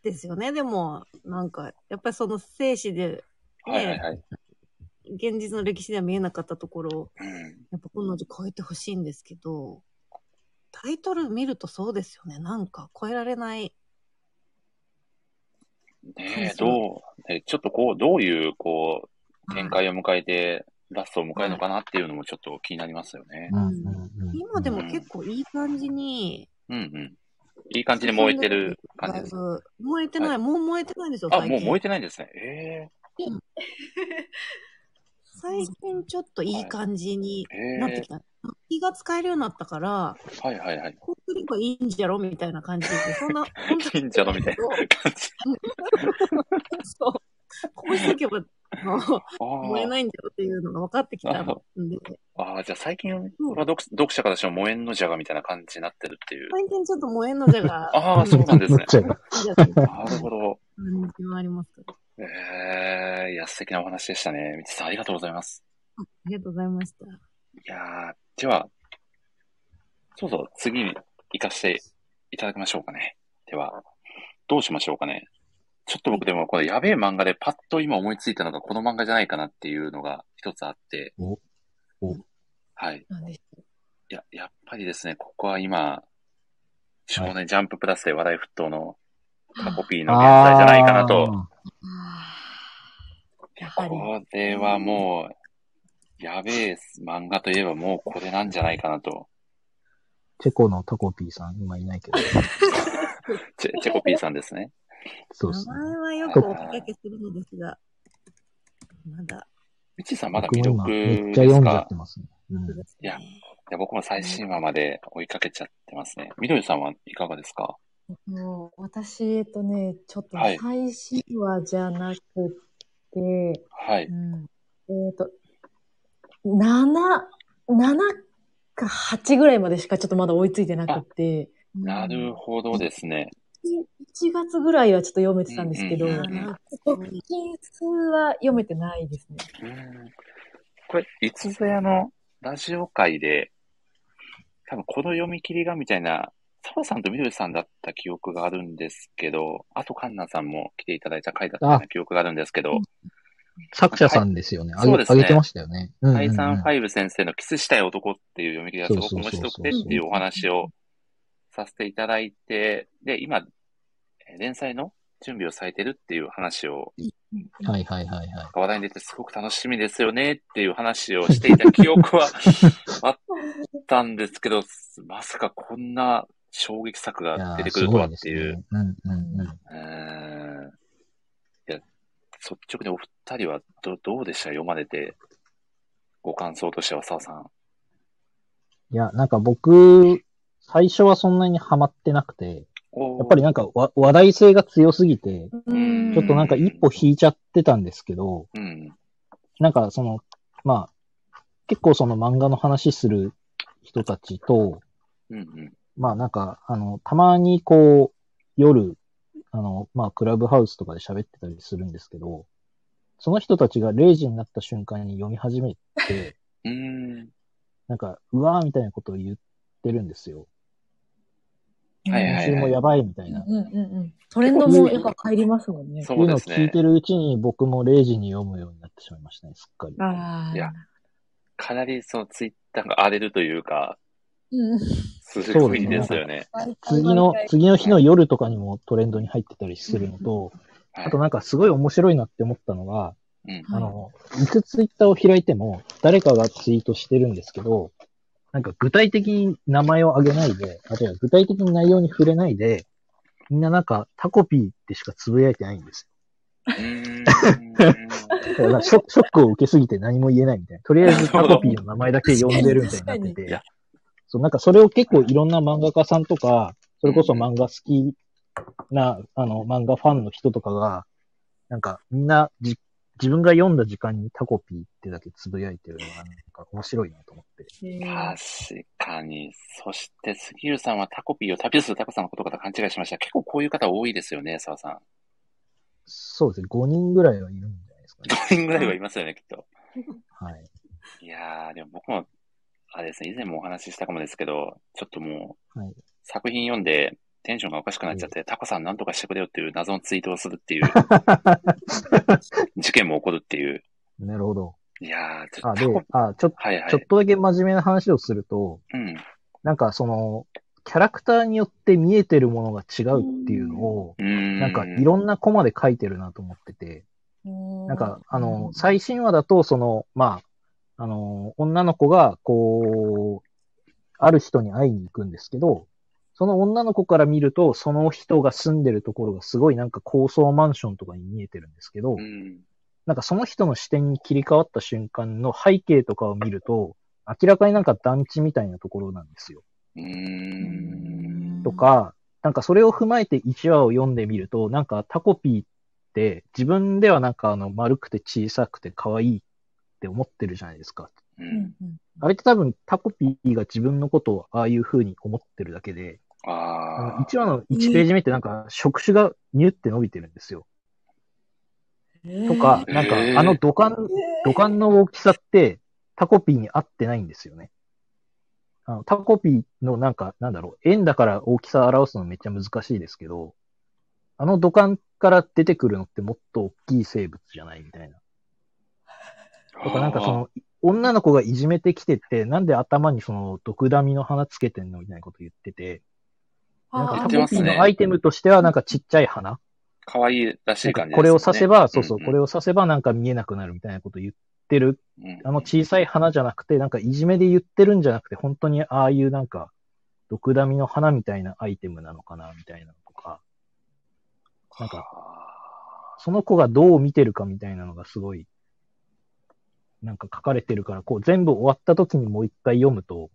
C: ですよね。でも、なんか、やっぱりその生死で、
A: はいはいはい。
C: 現実の歴史では見えなかったところを、
A: うん。
C: やっぱ今度超えてほしいんですけど、タイトル見るとそうですよね。なんか超えられない。
A: ねえ、
C: そう
A: どう、ね、ちょっとこう、どういう、こう、展
C: はい
A: 開を迎えて、ラストを迎えるのかなっていうのもちょっと気になりますよね。
B: うんうんうん
C: 今でも結構いい感じに。
A: うんうん。いい感じに燃えてる感じです。
C: だいぶ燃えてない。
A: はい
C: もう燃えてないんですよ、
A: あ、もう燃え
C: て
A: てないんですね。え
C: 最近ちょっといい感じに
A: ええ
C: なってきた。気が使えるようになったから、
A: えはいはいはい。
C: こうすればいいんじゃろみたいな感じで、そんな、本当に
A: 近所のみ たい な感じ。
C: そう。こうしとけば、あの
A: あ
C: 燃え
A: ー
C: ないんだよっていうのが分かってきたんで、
A: あー、じゃあ最近は読読者からしても燃えんのじゃがみたいな感じになってるっていう。
C: 最近ちょっと燃えんのじゃが、
A: ああ、そうなんです
B: なっ
A: ね。
B: ちゃえば。
C: じゃが
A: なるほど。
C: 感じはありますけど
A: ええいや、素敵なお話でしたね。みちさん、ありがとうございます。
C: ありがとうございました。
A: いやーでは、そうそう、次に行かせていただきましょうかね。では、どうしましょうかね。ちょっと僕でも、このやべえ漫画でパッと今思いついたのがこの漫画じゃないかなっていうのが一つあって。
B: おお
A: はい。
D: なんでしょ
A: いや、やっぱりですね、ここは今、少年ジャンププラスで話題沸騰のタコピーの現在じゃないかなと。
B: あ
D: う
C: やはり。
A: これはもう、やべえ漫画といえばもうこれなんじゃないかなと。
B: ー。チェコのタコピーさん、今いないけど。
A: チェチェコピーさんですね。
B: そうで
C: 名
B: すね。
C: 前はよくおかけするのですが、まだ、
A: みちさんまだ
B: 僕
A: 未
B: も今、
A: 読で
B: めっ
A: す
B: ち
A: か
B: ゃ読んじゃってますね。うん
C: そうですね
A: いやいや僕も最新話まで追いかけちゃってますね。みどりさんはいかがですか
D: もう私、えっとね、ちょっと
A: はい
D: 最新話じゃなくて、
A: はい。
D: えっ、と、7、7か8ぐらいまでしかちょっとまだ追いついてなくて、
A: なるほどですね。
D: 1月ぐらいはちょっと読めてたんですけど、
A: うんうん
C: あなんか
D: ちょっと金数は読めてないですね。
A: うんこれ、いつぞやのラジオ会で、多分この読み切りがみたいな、澤さんとみどりさんだった記憶があるんですけど、あとカンナさんも来ていただいた回だったような記憶があるんですけど、
B: 作者さんですよね。あ
A: そう
B: げ,、
A: ですね
B: てましたよね。うんうんうん
A: タイザンファイブ先生のキスしたい男っていう読み切りがすごく面白くてっていうお話をさせていただいて、で、今、えー連載の準備をされてるっていう話を、
B: はいはいはいはい。
A: 話題に出てすごく楽しみですよねっていう話をしていた記憶 はあったんですけど、まさかこんな衝撃作
B: いや
A: が
B: ー
A: 出てくるとはっていう。
B: すごですねうんうんうん。
A: うーんいや、率直にお二人はどどうでした読まれて、ご感想としては、澤さん。
B: いや、なんか僕、最初はそんなにハマってなくて、
A: おー
B: やっぱりなんかわ話題性が強すぎて、
A: ん
B: ちょっとなんか一歩引いちゃってたんですけど、
A: うん。
B: なんかその、まあ、結構その漫画の話する人たちと、
A: うんうん。
B: まあなんか、あの、たまにこう、夜、あの、まあクラブハウスとかで喋ってたりするんですけど、その人たちが0時になった瞬間に読み始めて、
A: うーん。
B: なんか、うわーみたいなことを言ってるんですよ。
A: はいはい
B: 今
A: はい
B: 週もやばいみたいな。
D: うんうんうん。トレンドもやっぱ入りますもんね。
B: って
A: そ
B: いううの
A: で
B: を
A: す
B: 聞い
A: ね
B: て。るうちに僕も0時に読むようになってしまいましたね、すっかり。
D: あ
A: いや
D: あ。
A: かなりそのツイッターが荒れるというか、
D: うん
A: す
B: そう
A: ご
B: で
A: い
B: すね
A: ですよね。
B: 次の、次の日の夜とかにもトレンドに入ってたりするのと、
A: はい
B: あとなんかすごい面白いなって思ったのが、
A: うん
D: はい
B: あの、いくツイッターを開いても、誰かがツイートしてるんですけど、なんか具体的に名前を挙げないで、あるいは具体的に内容に触れないで、みんななんかタコピーってしかつぶやいてないんです
A: う ーん
B: よ。だからなんかショショックを受けすぎて何も言えないみたいな。とりあえずタコピーの名前だけ呼んでるみたいになって
D: 確か
A: にいや
B: て。そう、なんかそれを結構いろんな漫画家さんとか、それこそ漫画好きな、あの、漫画ファンの人とかが、なんかみんなじ自分が読んだ時間にタコピーってだけつぶやいてるのがなんか面白いなと思って。
A: 確かに。そして、杉浦さんはタコピーを旅するタコさんのことかと勘違いしました。結構こういう方多いですよね、澤さん。
B: そうですね、5人ぐらいはいるんじゃないですかね。
A: 5人ぐらいはいますよね、きっと。
B: はい。
A: いやー、でも僕も、あれですね、以前もお話ししたかもですけど、ちょっともう、
B: はい
A: 作品読んでテンションがおかしくなっちゃって、タコさんなんとかしてくれよっていう謎のツイートをするって いう事件も起こるっていう。
B: なるほど。
A: いやー、ちょ
B: あ、
A: っと
B: で
A: タコ、、
B: あ、ちょ
A: はいは
B: ちょっ
A: い。
B: とだけ真面目な話をすると、
A: うん。
B: なんかその、キャラクターによって見えてるものが違うっていうのを、
A: うーん。
B: なんかいろんなコマで書いてるなと思ってて、なんか、あの、最新話だと、その、まあ、あの、女の子が、こう、ある人に会いに行くんですけど、その女の子から見ると、その人が住んでるところがすごいなんか高層マンションとかに見えてるんですけど
A: う、ん。
B: なんかその人の視点に切り替わった瞬間の背景とかを見ると、明らかになんか団地みたいなところなんですよ。
A: うーん。
B: とか、なんかそれを踏まえて1話を読んでみると、なんかタコピーって自分ではなんかあの丸くて小さくて可愛いって思ってるじゃないですか。
A: う。
D: うんんうん
B: あれって多分タコピーが自分のことをああいう風に思ってるだけで、あの
A: ああ。
B: 1話の1ページ目ってなんか触手がニュって伸びてるんですよ。とか、
A: えー
B: なんかあの土管、土管の大きさってタコピーに合ってないんですよね。あのタコピーのなんか、なんだろう、円だから大きさ表すのめっちゃ難しいですけど、あの土管から出てくるのってもっと大きい生物じゃないみたいな。とかなんかその、女の子がいじめてきてて、なんで頭にその毒ダミの花つけてんのみたいなこと言ってて、なん
A: 言
B: か
A: っ
B: タ
A: てま
B: コ
A: す
B: ピ
A: ね
B: ーのアイテムとしてはなんかちっちゃい花
A: 可愛いらしい感じですよね。
B: これを刺せば、そうそう、これ
A: を、
B: を刺せばなんか見えなくなるみたいなこと言ってる。
A: うん
B: あの小さい花じゃなくて、なんかいじめで言ってるんじゃなくて、本当にああいうなんか、毒ダミの花みたいなアイテムなのかな、みたいなのとか、なんか、その子がどう見てるかみたいなのがすごい、なんか書かれてるから、こう全部終わった時にもう一回読むと、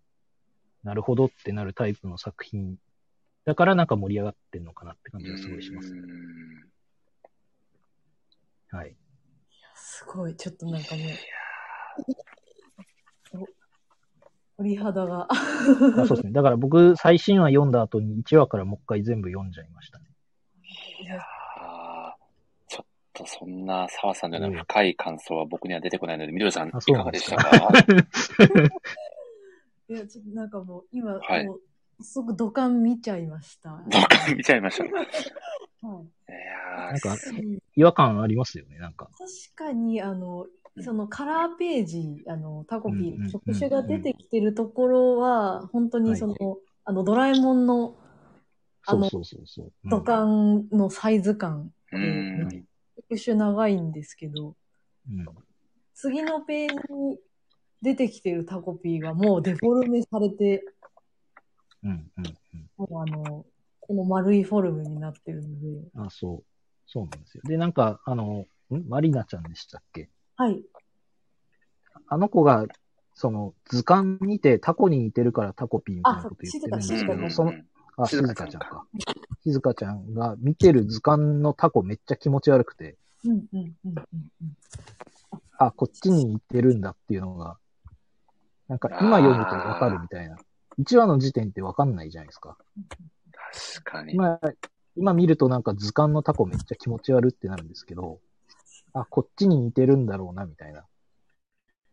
B: なるほどってなるタイプの作品だからなんか盛り上がってんのかなって感じがすごいします。はい。
D: すごい、ちょっとなんかね。お鳥肌が。
B: あそうですね。だから僕、最新話読んだ後に1話からもう一回全部読んじゃいましたね。
A: あーちょっとそんな澤さんのよう
B: う
A: なん深い感想は僕には出てこないので、みどりさん、
B: あ
A: い
B: そう
A: かが
B: なん
A: でし
B: です
A: た
B: か
A: か
D: いや、ちょっとなんかもう、今、
A: はい
D: もう、すぐ土管見ちゃいました。は
A: どっか見ちゃいました。い
D: い
A: や
B: なんか、
D: うん
B: 違和感ありますよね、なんか。
D: 確かに、あの、そのカラーページ、あの、タコピ
B: うんうんうんう
D: ー、
B: ん
D: 触手が出てきてるところは、本当にその、あの、ドラえもんのあ
B: そ
D: の
B: うそうそうそう。うん
D: 土管のサイズ感、
A: ーう
B: うん
A: ん。
D: 触手長いんですけど、
B: うん
D: 次のページに出てきてるタコピーはもうデフォルメされて、
B: うんうん
D: もうあの、この丸いフォルムになってるので、
B: うん。あ、そう。そうなんですよ。で、なんか、あの、んマリナちゃんでしたっけ
D: はい。
B: あの子が、その、図鑑にてタコに似てるからタコピーみたいなこと言ってるんですけ
D: 静か
B: ど、
D: 静
B: その、あ、
A: 静
B: 静
A: 香ちゃん
B: 香ちゃん
A: か
B: か。静香ちゃんが見てる図鑑のタコめっちゃ気持ち悪くて、
D: うんうんうんうんうん。
B: あ、こっちに似てるんだっていうのが、なんか今読むとわかるみたいな。1話の時点ってわかんないじゃないですか。
A: 確かに。
B: 今、今見るとなんか図鑑のタコめっちゃ気持ち悪ってなるんですけど、あ、こっちに似てるんだろうな、みたいな。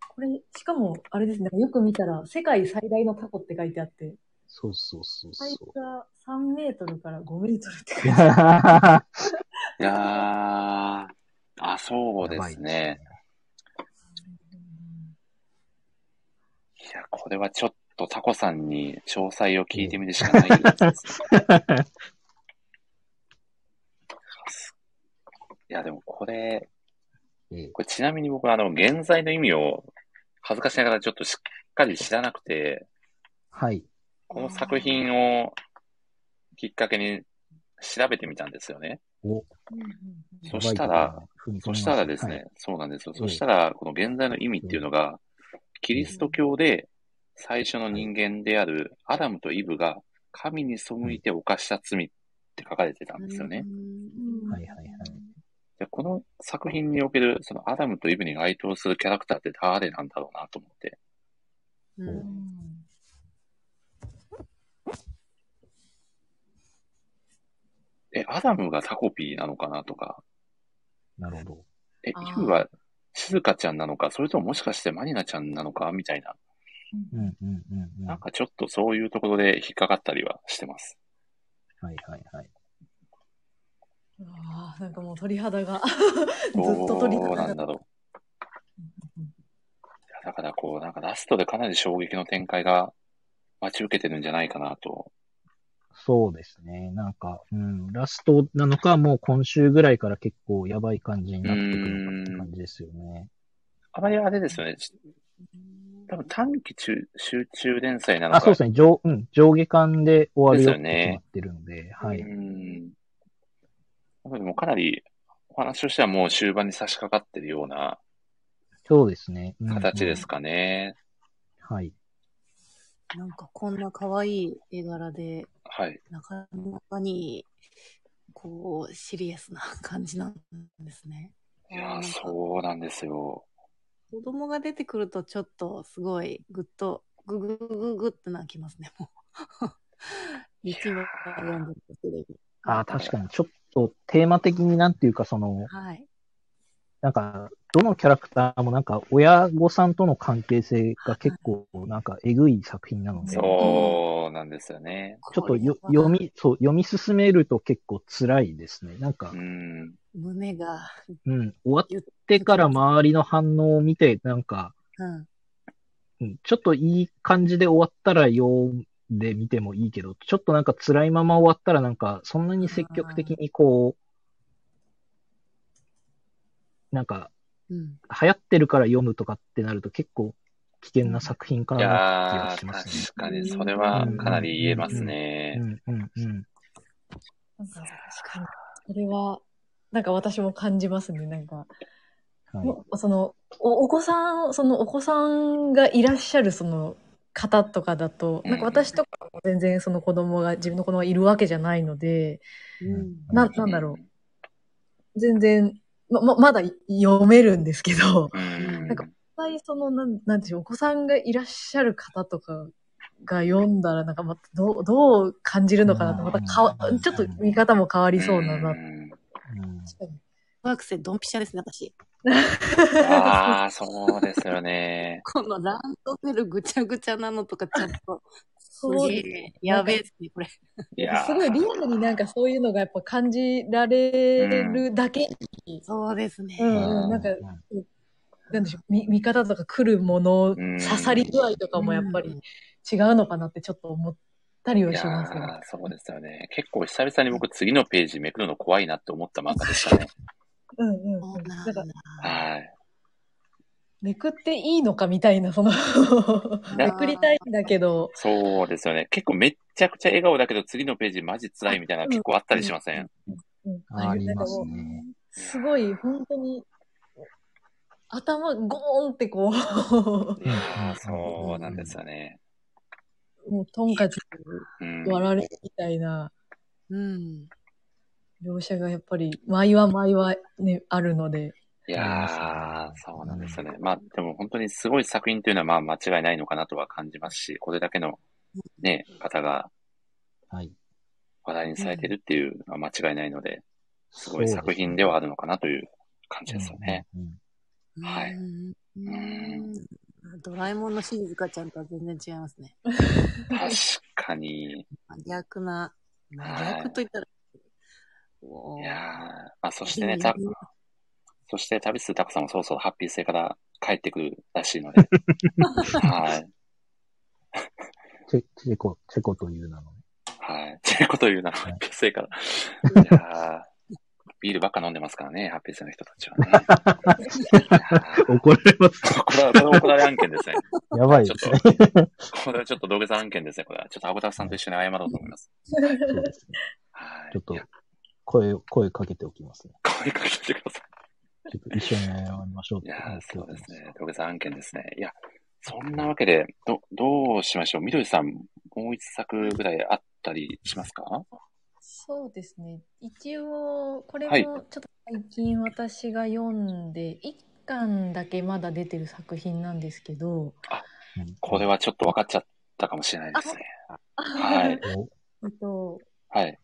D: これ、しかも、あれですね、よく見たら、世界最大のタコって書いてあって、
B: そうそうそう
D: サイズ
B: そ。
D: が3メートルから5メートルって書いうてある。
B: や
A: いやーあ、そうで
B: ばい
A: すね。。いや、これはちょっとタコさんに詳細を聞いてみるしかないです。いや、でもこれ、
B: ええ
A: これちなみに僕、あの、現在の意味を恥ずかしながらちょっとしっかり知らなくて、
B: はい。
A: この作品をきっかけに調べてみたんですよね。
B: お、
D: うんうんうん
A: そしたら
B: やばいとこに踏み込みま
A: そしたらですね、
B: はい
A: そうなんですよ。
B: え
A: そしたら、この現在の意味っていうのが、キリスト教で最初の人間であるアダムとイブが神に背いて犯した罪って書かれてたんですよね。
D: うん
B: はいはいはい
A: でこの作品における、そのアダムとイブに該当するキャラクターって誰なんだろうなと思って。
C: う
D: うん
C: ん
A: え、アダムがタコピーなのかなとか、
B: なるほど。
A: え、イ
D: あー
A: ブは静香ちゃんなのか、それとももしかしてマニナちゃんなのかみたいな、
B: うんうんうんうん。
A: なん
B: は
A: かちょっとそういうところで引っかかったりはしてます。
B: いはいはい。
D: うわーなんかもう鳥肌が、 ず
A: ど
D: っと鳥
A: うな
D: 肌
A: ん
D: が。
A: だろう。いやだからこう、なんかラストでかなり衝撃の展開が待ち受けてるんじゃないかなと。
B: そうですね。なんか、うん、ラストなのか、もう今週ぐらいから結構やばい感じになってくるのかって感じですよね。
A: あまりあれですよね。ち多分短期中集中連載なのか。
B: あ、そうですね。上、うん、上下間で終わるよって
A: ですよ
B: 決
A: ね
B: まってるので、はい。
A: うん。なのでもうかなりお話としてはもう終盤に差し掛かってるような
B: そうですね。うん
A: 形です。かね。
B: うんはい。
C: なんかこんな可愛い絵柄で、
A: はい。
C: なかなかに、こう、シリアスな感じなんですね。
A: いや
C: なん
A: ー、
C: か
A: そうなんですよ。
C: 子供が出てくるとちょっとすごいぐっとグググググってなきますね、もう。一話読んでるだけで。
B: あー、確かに、ちょっとテーマ的になんていうか、その、
C: はい。
B: なんか、どのキャラクターもなんか、親御さんとの関係性が結構、なんか、えぐい作品なので、ちょ
A: そうなんですよね。
B: っとよ
C: これは
B: 読み、そう、読み進めると結構辛いですね。なんか
A: う、ん。
C: 胸が、
B: うん、終わってから周りの反応を見て、なんか、
C: うん。
B: うんちょっといい感じで終わったら読んでみてもいいけど、ちょっとなんか辛いまま終わったらなんかそんなに積極的にこう、なんか
C: うん。
B: 流行ってるから読むとかってなると結構危険な作品か
A: い
B: な。
A: やー、
B: 気がしますね
A: 確かにそれはかなり言えますね。
B: うんうんうん。
D: なんか、確かに。それは、なんか私も感じますね。なんか、
B: はい。
D: もうそのおお子さんそのお子さんがいらっしゃるその方とかだと、
A: うん
D: なんか私とかも全然その子供が自分の子供がいるわけじゃないので
C: うん
D: な
B: うん
D: なんだろ全然まままだ読めるんです けど
A: う。うん。
D: なんか実際そのなんなんていうのお子さんがいらっしゃる方とかが読んだらなんかまたどうどう感じるのかなってまたかわ
B: うん
D: ちょっと見方も変わりそうだな、
A: ん
B: うん
C: ワークセドンピシャですね、私。
A: ああ、そうですよね。
C: このランドセルぐちゃぐちゃなのとかちゃんと。す
D: そう
C: げえ。やべえですね、これ。
A: いやー
D: すご いリアルになんかそういうのがやっぱ感じられるだけに、
C: そうですね。
D: うん
A: ん
D: うん、なんか
B: う、
D: なんでしょう、見見方とか来るもの、
A: ん
D: 刺さり具合とかもやっぱり違うのかなってちょっと思ったり
A: い
D: は
A: や
D: しますよね。
A: ーそうですよね。結構久々に僕次のページめくるの怖いなって思った漫画で したね。
D: うんうん。
C: そううんな
D: なん
C: ん
D: か
C: だ、。
A: はい。
D: めくっていいのかみたいな、その
C: ー、
D: めくりたいんだけど、
A: そうですよね。結構めっちゃくちゃ笑顔だけど次のページマジ辛いみたいな結構あったりしません
D: うん
B: あーあります。
D: なんかも
B: ね。
D: うすごい、本当に、頭ゴーンってこ う、
A: いやーそうなんですよね。
D: もうトンカチ
A: うん。
D: 割られるみたいな。
C: うん。
D: 描写がやっぱり、毎は毎はね、あるので。
A: いやーそうなんですよね。まあでも本当にすごい作品というのはまあ間違いないのかなとは感じますし、これだけのね、方が
B: はい。
A: 話題にされてるっていうのは間違いないので、す
B: す
A: ごい作品ではあるのかなという感じですよね。。
B: うんうん
A: はい
C: うん
A: ん
C: ドラえもんの静香ちゃんとは全然違いますね。
A: 確かに。
C: 真逆な、
A: はい
C: 真逆と言ったら、おー
A: いやーまあそしてね、た、そして旅するタコさんもそろそろハッピー星から帰ってくるらしい ので。はい。
B: チェチェコ、チェコという名のね。
A: はい。 ということを言うなら、ハッピー星 から。いやービールばっか飲んでますからね、ハッピー星の人たちはね。 いやー
B: 怒られます。
A: これは、これは怒られ案件ですね。
B: やばい
A: ちょ
B: で
A: っ
B: す
A: と
B: ね。、
A: これはちょっと土下座案件ですね、これは。ちょっとアゴタフさんと一緒に謝ろうと思います。
B: そうですね。
A: はい。
B: ちょっと
A: いや
B: 声を、声かけておきますね。
A: 声かけてください。
B: ちょっと一緒に謝りましょうっ
A: い
B: て
A: や
B: 思
A: ー
B: って
A: そ
B: お
A: う
B: き
A: で
B: ます
A: すね。土下座案件ですね。いや、そんなわけで、ど、どうしましょうみどりさん、もう一作ぐらいあったりしますか
D: そうですね。一応、これ
A: はい
D: もちょっと最近私が読んで、一巻だけまだ出てる作品なんですけど、
B: うん
A: これはちょっと分かっちゃったかもしれないですね。い
B: お
D: えっと、
A: はい。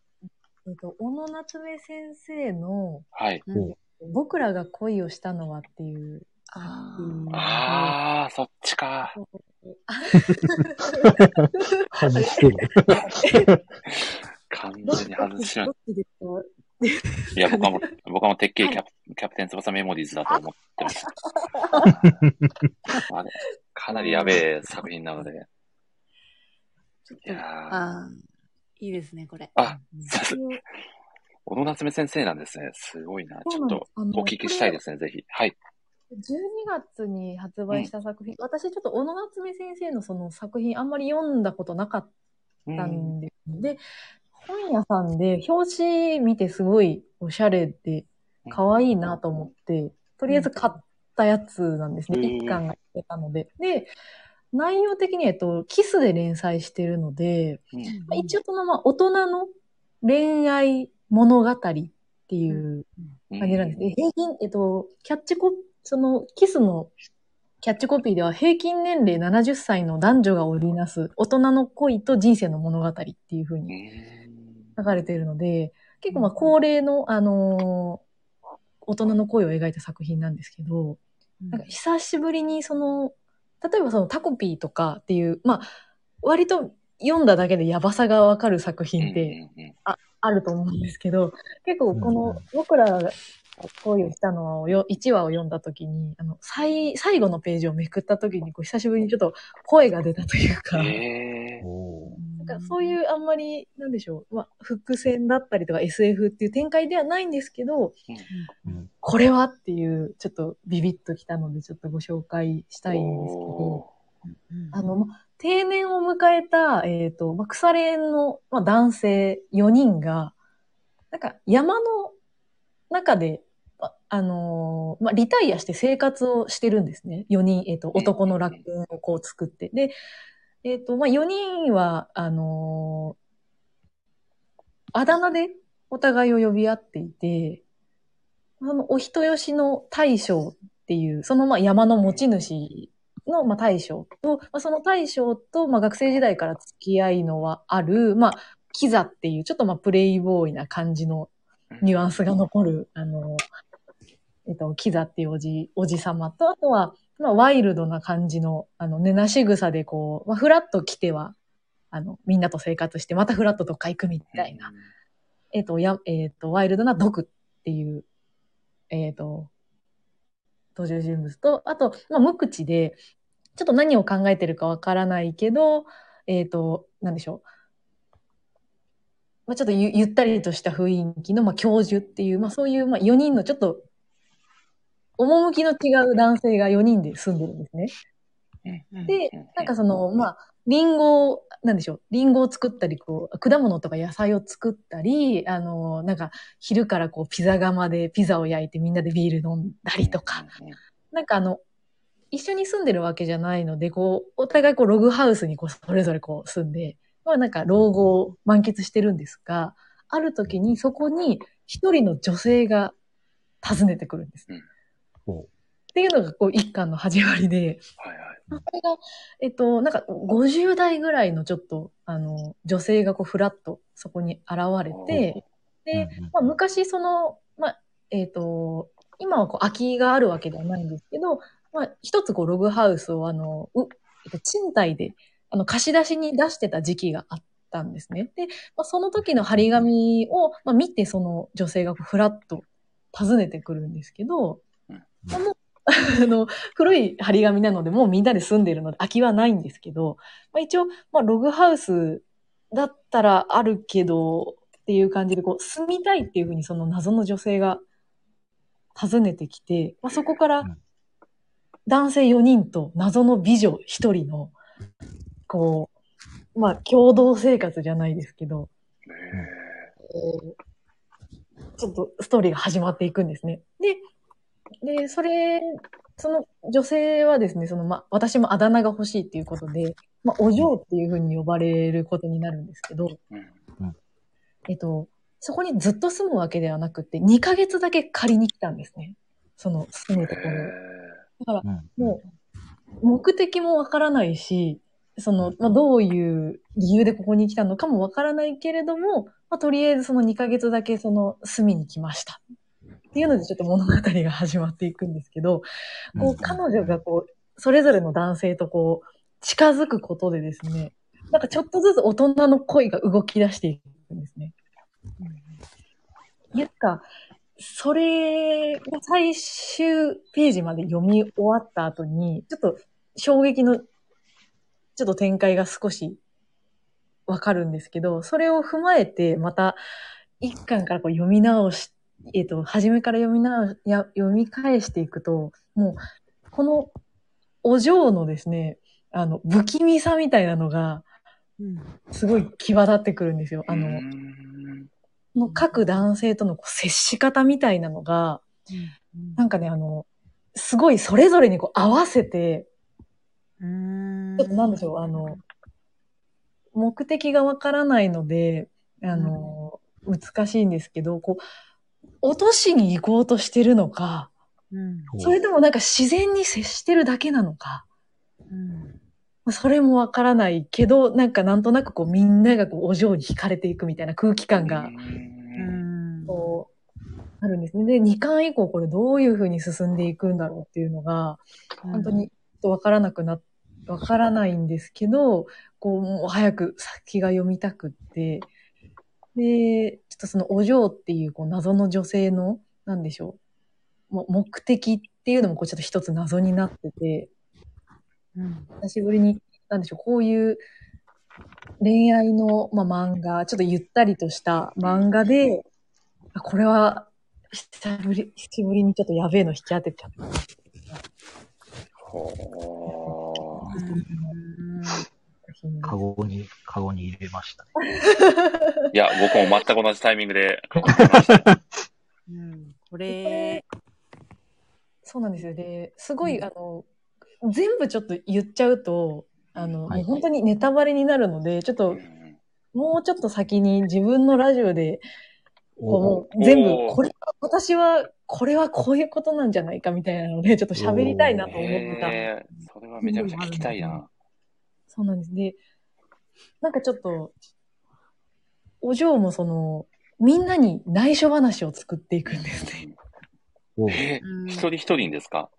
D: えっと、小野夏目先生の、
A: はい。
C: うん
D: 僕らが恋をしたのはっていう
C: あ
D: 作品で。
A: あー、そっちか。
B: 外してる。
A: 完全
D: どっち
A: に外しま
D: ど
A: っ
D: っちですか
A: た。いや、僕はもう、僕はもうてっきりキャプキャプテン翼メモリーズだと思ってま した。あれかなりやべえ作品なので。
C: ちょっ
A: いや
C: と、
A: ー
C: あーいいですね、これ。
A: あ
D: 一応
A: 小野夏目先生なんですね。すごいな。ち
D: そ
A: ょ
D: う
A: っ
D: なんです
A: と
D: あの
A: お聞きしたいですね、ぜひ。はい。
D: 12月に発売した作品、私ちょっと小野夏目先生のその作品あんまり読んだことなかっ
A: う
D: た
A: ん
D: んです、で本屋さんで表紙見てすごいおしゃれで可愛いなと思ってとりあえず買ったやつなんですね、
A: うん
D: 一巻が出たのでで内容的に、えっと、キスで連載してるので、
A: うん
D: まあ一応そのまあ大人の恋愛物語っていう、
A: うん
D: 感じなんですね。平均、えっと、キャッチコ、その、キスのキャッチコピーでは、平均年齢70歳の男女が織りなす、大人の恋と人生の物語っていう風
A: う
D: に
A: ん
D: 書かれているので、結構まあ、恒例の、あのー大人の恋を描いた作品なんですけど、なんか久しぶりにその、例えばそのタコピーとかっていう、まあ、割と読んだだけでやばさがわかる作品って、
A: うんうん
D: あると思うんですけど、結構
B: うん
D: こ
B: う
D: の
B: ん、
D: 僕らが恋をしたのをよ、1話を読んだときに、あの、最、最後のページをめくったときに、こう、久しぶりにちょっと声が出たという
A: うん
D: か、
A: へー
B: おー
D: なんかそういうあんまり、なんでしょう、まあ、伏線だったりとか SF っていう展開ではないんですけど、
B: うん
D: これはっていう、ちょっとビビッときたので、ちょっとご紹介したいんですけど、
A: お
D: あの、まあ定年を迎えた、えっ、と、まあ腐れ縁の、まあ、男性4人が、なんか山の中で、まああのーまあ、リタイアして生活をしてるんですね。4人、えっ、と、
A: うん
D: 男の楽園をこう作って。で、えっ、と、まあ、4人は、あのーあだ名でお互いを呼び合っていて、そのお人よしの大将っていう、そのまあ山の持ち主のまあ大将と、まあ、その大将とまあ学生時代から付き合いのはある、まあ、キザっていう、ちょっとまあプレイボーイな感じのニュアンスが残る、あの、えっと、キザっていうおじ、おじ様と、あとは、まあ、ワイルドな感じの、あの、根なし草でこう、まあ、フラッと来ては、あの、みんなと生活して、またフラッとどっか行くみたいな。えっ、と、や、えっ、と、ワイルドな毒っていう、えっ、と、登場人物と、あと、まあ、無口で、ちょっと何を考えてるかわからないけど、えっ、と、なんでしょう。まあ、ちょっとゆゆったりとした雰囲気の、まあ、教授っていう、まあ、そういう、まあ、4人のちょっと、趣の違う男性が4人で住んでるんですね。で、なんかその、まあ、リンゴを、なんでしょう、リンゴを作ったり、こう、果物とか野菜を作ったり、あの、なんか、昼からこう、ピザ窯でピザを焼いてみんなでビール飲んだりとか、。なんかあの、一緒に住んでるわけじゃないので、こう、お互いこう、ログハウスにこう、それぞれこう、住んで、まあなんか、老後を満喫してるんですが、ある時にそこに一人の女性が訪ねてくるんです。
B: こ
D: っていうのがこう、一巻の始まりで、
A: はいはい。
D: それが、えっと、なんか、50代ぐらいのちょっと、あの、女性がこう、ふらっとそこに現れて、
B: う
D: で、
B: うんうん
D: まあ、昔その、まあ、えっ、と、今はこう空きがあるわけではないんですけど、まあ、一つこうログハウスをあの、う、えっと賃貸で、あの、貸し出しに出してた時期があったんですね。で、まあ、その時の張り紙を、まあ、見てその女性がこうふらっと訪ねてくるんですけど、
A: うん
D: まあもう あの、古い張り紙なので、もうみんなで住んでるので空きはないんですけど、まあ、一応、まあ、ログハウスだったらあるけど、っていう感じで、こう、住みたいっていうふうにその謎の女性が訪ねてきて、まあ、そこから
B: うん
D: 男性4人と謎の美女1人の、こう、まあ、共同生活じゃないですけど、ちょっとストーリーが始まっていくんですね。で、で、それ、その女性はですね、その、まあ、私もあだ名が欲しいっていうことで、まあ、お嬢っていうふうに呼ばれることになるんですけど、えっと、そこにずっと住むわけではなくて、2ヶ月だけ借りに来たんですね。その住むところを。
B: うん
D: もう、目的もわからないし、その、まあ、どういう理由でここに来たのかもわからないけれども、まあ、とりあえずその2ヶ月だけその住みに来ました。っていうのでちょっと物語が始まっていくんですけど、こう、彼女がこう、それぞれの男性とこう、近づくことでですね、なんかちょっとずつ大人の恋が動き出していくんですね。いや、か、それが最終ページまで読み終わった後に、ちょっと衝撃の、ちょっと展開が少しわかるんですけど、それを踏まえて、また、一巻からこう読み直し、えっ、と、初めから読み直し、や、読み返していくと、もう、この、お嬢のですね、あの、不気味さみたいなのが、
C: うん。
D: すごい際立ってくるんですよ。あの、この各男性とのこう接し方みたいなのが、なんかね、あの、すごいそれぞれにこう合わせて、
C: うん。
D: ちょっとなんでしょう、あの、目的がわからないので、あの、難しいんですけど、こう、落としに行こうとしてるのか、
C: うん。
D: それともなんか自然に接してるだけなのか、
C: うん。
D: それもわからないけど、なんかなんとなくこうみんながこうお嬢に惹かれていくみたいな空気感が、
C: うん。
D: こう、あるんですね。で、2巻以降これどういう風に進んでいくんだろうっていうのが、本当にちょっとわからなくな、わからないんですけど、こう、もう早く先が読みたくって、で、ちょっとそのお嬢っていうこう謎の女性の、なんでしょう、も目的っていうのもこうちょっと一つ謎になってて、
C: うん。
D: 久しぶりに、なんでしょう、こういう恋愛の、まあ、漫画、ちょっとゆったりとした漫画で、あこれは、久しぶり、久しぶりにちょっとやべえの引き当てちゃった。
B: カゴに、カゴに入れましたね。
A: いや、僕も全く同じタイミングで。
C: うん。これ、
D: そうなんですよ。で、すごい、
B: うん
D: あの、全部ちょっと言っちゃうと、あの、
B: はい
D: もう本当にネタバレになるので、ちょっ
A: う
D: と、
A: ん
D: もうちょっと先に自分のラジオで、こう
B: お
D: もう全
A: お
D: 部、
A: ー
D: これは、私は、これはこういうことなんじゃないかみたいなので、ちょっと喋りたいなと思ってた。
A: へえ、それはめちゃめちゃ聞きたいな。
D: そうなんです。で、なんかちょっと、お嬢もその、みんなに内緒話を作っていくんですね。
B: お
A: え
C: うん
A: 一人一人ですか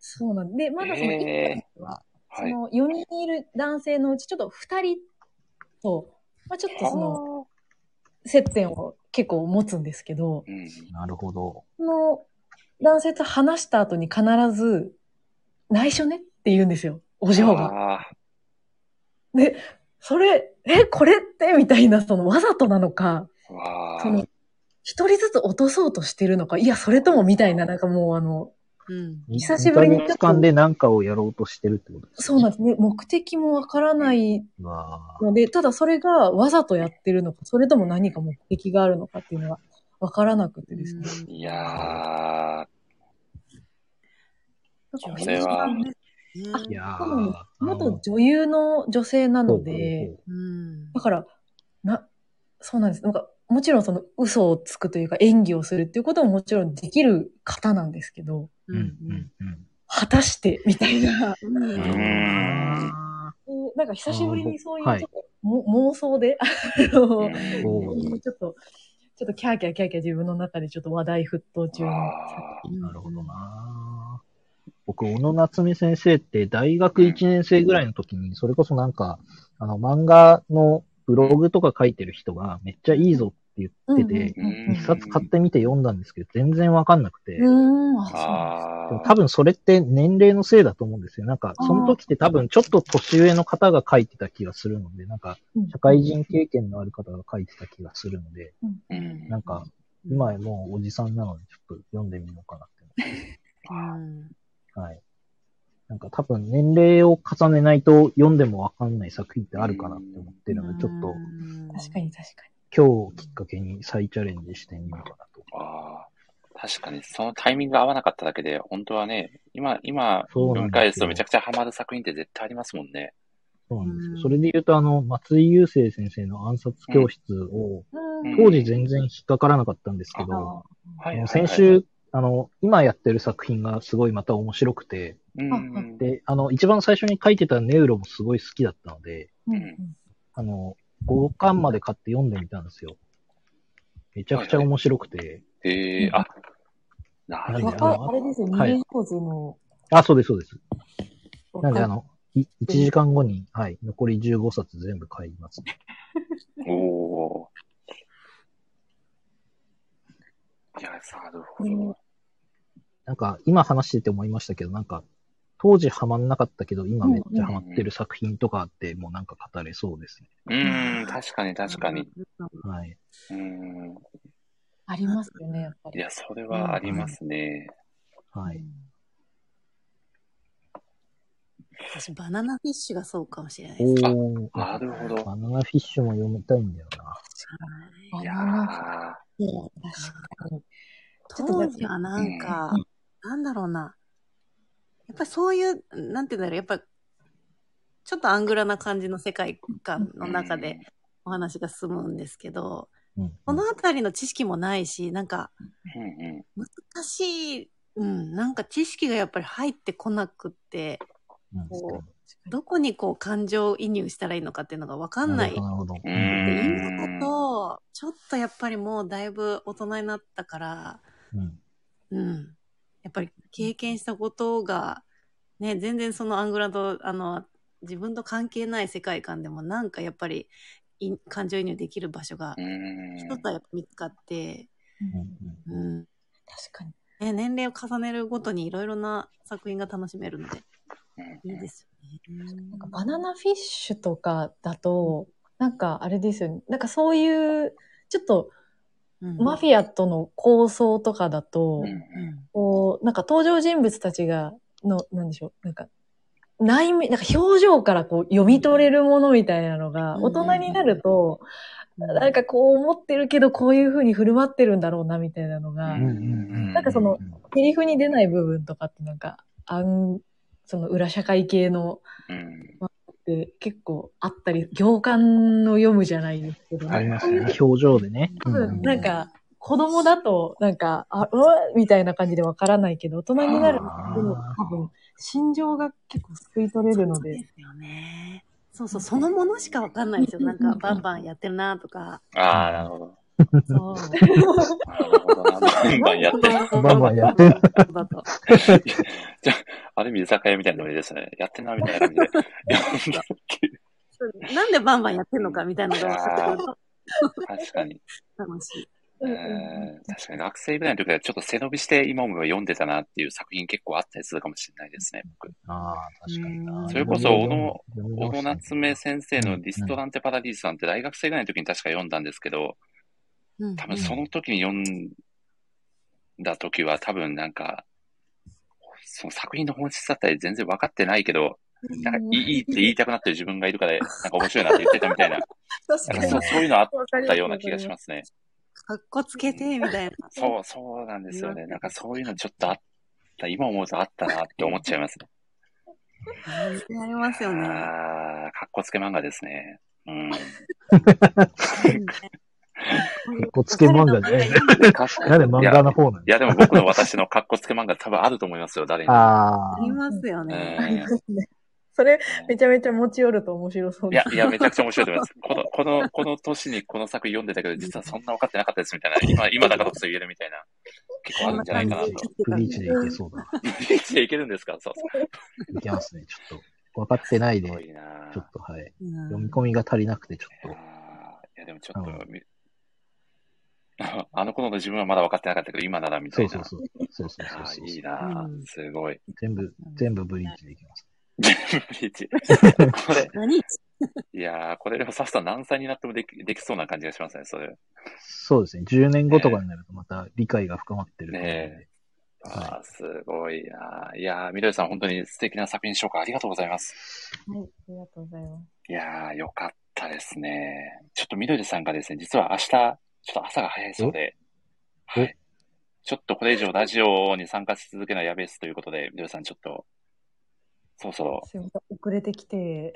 D: そうなんで、まだその、
A: へ
D: は、そ
A: はい。
D: の4人いる男性のうちちょっと2人と、まあ、ちょっとその
A: は
D: 接点を結構持つんですけど
A: あ、うん
B: なるほど。
D: その男性と話した後に必ず、内緒ねって言うんですよ、お嬢が。
A: ああ
D: それ、え、これってみたいな、そのわざとなのか、
A: わあ
D: その、一人ずつ落とそうとしてるのか、いや、それともみたいな、なんかもうあの、
C: うん。
B: に
D: 久しぶりに
B: 二ヶ月間で何かをやろうとしてるってことです
D: そうなんですね、目的もわからない
B: わー
D: ので、ただそれがわざとやってるのか、それとも何か目的があるのかっていうのがわからなくてですね。
A: いやー、
D: なんか
A: これは
D: 不思議なんで
C: う
D: す
C: ん
B: いや
D: そうなんです
B: ー
D: 元女優の女性な
B: あ
D: ので、
C: うん
D: だから、な、そうなんです。なんか、もちろんその嘘をつくというか演技をするっていうことももちろんできる方なんですけど、
B: うんうんうん。
D: 果たしてみたいな。
C: うんうん
A: う
B: なるほど
A: ん。
B: な
D: なんか久しぶりにそういう
B: はい
D: ちょっとも、妄想で、あの、
B: お
D: そういうちょっと、ちょっとキャーキャーキャーキャー自分の中でちょっと話題沸騰中の
A: あ
B: ーなるほどなー僕、小野夏美先生って大学1年生ぐらいの時に、それこそなんか、あの、漫画のブログとか書いてる人がめっちゃいいぞって言ってて、
A: ー
D: うん
A: うん
B: 一冊買ってみて読んだんですけど、全然わかんなくて、
D: う
B: で
D: ーん、あ、そうなんです。
A: あ
B: も
A: ー
B: 多分それって年齢のせいだと思うんですよ。なんか、その時って多分ちょっと年上の方が書いてた気がするので、なんか、
D: うん
B: 社会人経験のある方が書いてた気がするので、
A: う
B: なん
A: ん。
B: か、今はもうおじさんなので、ちょっと読んでみようかなって思って。
C: うん
B: はい。なんか多分年齢を重ねないと読んでもわかんない作品ってあるかなって思ってるので、ちょっと
D: 確かに確か
B: 今日をきっかけに再チャレンジしてみようかなと。
A: あー確かに、そのタイミングが合わなかっただけで、本当はね、今、今、
B: そう
A: 読
B: なん
A: み
B: で
A: 返
B: す
A: す
B: よ
A: とめちゃくちゃハマる作品って絶対ありますもんね。
B: そうなんですよ。
C: うん
B: それで言うと、あの、松井雄生先生の暗殺教室を、
D: に。
A: うん
B: 当時全然引っかからなかったんですけ
D: あ
B: ど、
A: は
B: あ
A: いはいは
B: の
A: い。
B: 先週、あの、今やってる作品がすごいまた面白くて、
A: うん、うん。
B: で、あの、一番最初に書いてたネウロもすごい好きだったので、
D: うん
B: あの、5巻まで買って読んでみたんですよ。めちゃくちゃ面白くて。
A: えー、あ、なる
B: なん
A: ほ
B: で
A: ど。
B: あの
D: ああれですよ、二
B: はい
D: 年坊主の。
B: あ、そうです、そうです。なんで、あ
D: 若
B: の、い1時間後に、はい、残り15冊全部買います。
A: おー。いや、なるほど。
B: なんか、今話してて思いましたけど、なんか、当時ハマんなかったけど、今めっちゃハマってる作品とかあって、もうなんか語れそうですね。
A: うん、確かに確かに。。
B: はい。
A: うん。
D: ありますよね、やっぱ
A: い
D: り。
A: や、それはありますね。
B: はい。
C: 私、バナナフィッシュがそうかもしれないで
B: お
C: す。
B: ー、
A: なるほど。
B: バナナフィッシュも読みたいんだよな。
D: あ
A: い
D: り
A: や
D: ます
A: ー。
D: ね。確かに。ちょっと
C: 当時はなんか、なんだろうな。やっぱりそういう、なんて言うんだろう、やっぱ、ちょっとアングラな感じの世界観の中でお話が進むんですけど、
B: うん。
C: このあたりの知識もないし、なんか、
A: うん。うんうん。
C: 難しい、うん、なんか知識がやっぱり入ってこなくって、
B: うん
C: こう、どこにこう感情移入したらいいのかっていうのがわかんない。
B: なるほど。なるほど
A: うん
C: で今だと、ちょっとやっぱりもうだいぶ大人になったから、
B: うん。
C: うん。やっぱり経験したことが、ね、全然そのアングラと、あの、自分と関係ない世界観でもなんかやっぱりい感情移入できる場所が
A: う、ん。
C: 一つはやっぱ見つかって、
B: うん。
C: うん。
D: 確かに。
C: ね、年齢を重ねるごとにいろいろな作品が楽しめるので、いいですよね。
D: なんかバナナフィッシュとかだと、なんかあれですよね。なんかそういう、ちょっと
C: うん
D: マフィアとの構想とかだと、
A: うん。
C: うん
D: こう、なんか登場人物たちが、の、なんでしょう、なんか、内面、なんか表情からこう読み取れるものみたいなのが、
C: うん
D: 大人になると、なんかこう思ってるけど、こういう風に振る舞ってるんだろうな、みたいなのが、
B: な
D: なんかその、セリフに出ない部分とかってなんか、あん、その裏社会系の
A: うん。
D: って結構あったり、行間を読むじゃないですけど、
E: ありますね。
B: 表情でね。
D: 多
B: うん
D: 分なんか、子供だと、なんか、あ、うわみたいな感じでわからないけど、大人になると
B: あ、
D: 多分、心情が結構救い取れるので
C: で、すよね。そうそう、そのものしかわかんないですよ。なんか、バンバンやってるなとか。
A: ああ、なるほど。
C: そう。
A: なるほどな。バ ンバンやってる。
B: バンバンやってる
C: だと。
A: じゃあ、ある意味居酒屋みたいなノリですね。やってんな、みたいな 感じで。やってるっていう
C: そうなんでバンバンやってんのかみたいなのが分かってくると
A: 確かに。
C: 楽しい。
A: えー確かに学生ぐらいの時はちょっと背伸びして今も読んでたなっていう作品結構あったりするかもしれないですね、僕。
B: あー、確かにな。
A: それこそ小野小野夏目先生
B: う
A: の
B: ん
A: ディストランテパラディースさんって大学生ぐらいの時に確か読んだんですけど、
C: うん
A: 多分その時に読んだ時は多分なんか、その作品の本質だったり全然分かってないけど、なんかいいいいって言いたくなってる自分がいるから、なんか面白いなって言ってたみたいな、
D: 確
A: なんかそ
D: かに
A: う。そういうのあっ
D: わかり
A: た
D: ます
A: ような気がしますね。
C: かっこつけて、みたいな。
A: そう、そうなんですよね。なんかそういうのちょっとあった、今思うとあったなって思っちゃいますね。
C: やりますよね。
A: ああ、かっこつけ漫画ですね。うん。
B: っこつけ漫画ね
A: かっ こ
B: なんで漫画の
A: い
B: 方なの
A: や、いやでも僕の私のかっこつけ漫画多分あると思いますよ、誰に。
B: あ
C: ありますよ
A: うん
C: ね。
D: それ、めちゃめちゃ持ち寄ると面白そ
A: い
D: うで
A: や
D: す。、
A: いや、めちゃくちゃ面白いと思います。この、この、この年にこの作品読んでたけど、実はそんな分かってなかったですみたいな、今、今だからこそ言えるみたいな、結構あるんじゃないかな と。
B: あ、ブリーチでいけそうだな。
A: リーチでいけるんですかそうそう。
B: いけますね、ちょっと。分かってない
A: す
B: で、
A: ごいなぁ
B: ちょっとはい。
C: うん
B: 読み込みが足りなくて、ちょ
A: いやー
B: っ
A: いやでもちょっと
B: う、
A: み あの頃の自分はまだ分かってなかったけど、今ならみ
B: と。
A: たい
B: そ
A: うな。
B: そうそう。そうそうそう
A: あ
B: そ
A: ー
B: う
A: いいなぁすごい。
B: 全部、全部ブリーチでいきます。
A: リーチ。これ、
C: 何
A: いやー、これでもサスさん何歳になってもできできそうな感じがしますね、それ。
B: そうですね。10年後とかになるとまた理解が深まってると思うんで。
A: あーすごいなーいやー、みどりさん、本当に素敵な作品紹介ありがとうございます。
D: はい、ありがとうございます。
A: いやー、よかったですね。ちょっとみどりさんがですね、実は明日、ちょっと朝が早いそうで、
B: お
A: はい。ちょっとこれ以上ラジオに参加し続けるのはやべえっすということで、みどりさん、ちょっと、そろそろ、
D: すいません遅れてきて、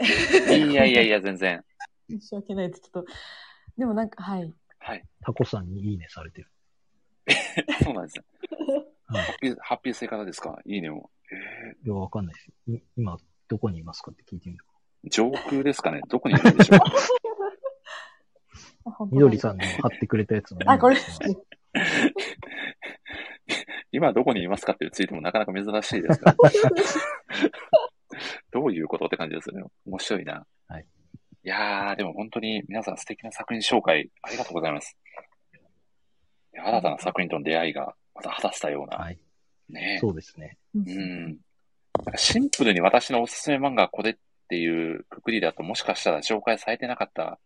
A: いやいやいや、全然。
D: 申し訳ないです。ちょっと、でもなんか、はい。
A: はい。
B: タコさんにいいねされてる。
A: そうなんですね。ハ
B: はい
A: ッピー、ハッピー生活ですかいいねも。
B: いや、わかんないですよ。い今、どこにいますかって聞いてみる。
A: 上空ですかねどこにいるんでしょうか
B: みどり
D: ん。
B: さんの貼ってくれたやつも。
D: あ、これ、
A: 今どこにいますかっていうツイートもなかなか珍しい ですから。どういうことって感じですよね。面白いな。
B: はい。
A: いやー、でも本当に皆さん素敵な作品紹介ありがとうございます。いや新たな作品との出会いがまた果たしたような。
B: はい。
A: ね
B: そうですね。
A: うん。なんかシンプルに私のおすすめ漫画はこれっていうくくりだともしかしたら紹介されてなかった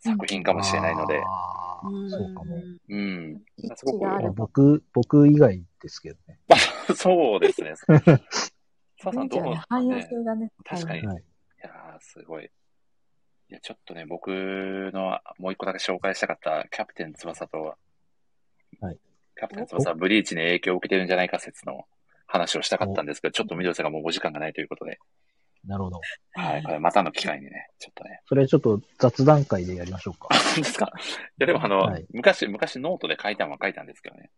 A: 作品かもしれないので。
B: あーそうかも。
A: うん。す
D: 意
A: ご
D: 識があ
A: く
D: る
B: あ僕、僕以外ですけどね。
A: そうです ね。澤さん、どう
D: 雰囲気は
A: も、
D: ね、汎用
A: ね、
D: 性がね、
A: 確かに。い
B: はい
A: やー、すごい。いや、ちょっとね、僕のもう一個だけ紹介したかった、キャプテン翼と、
B: はい
A: キャプテン翼はブリーチに影響を受けてるんじゃないか説の話をしたかったんですけど、ちょっと緑さんがもうお時間がないということで、
B: なるほど。
A: はい、これまたの機会にね、ちょっとね。
B: それちょっと雑談会でやりま しょうか。
A: 何ですかいや、でもあの、
B: はい
A: 昔、昔ノートで書いたのは書いたんですけどね。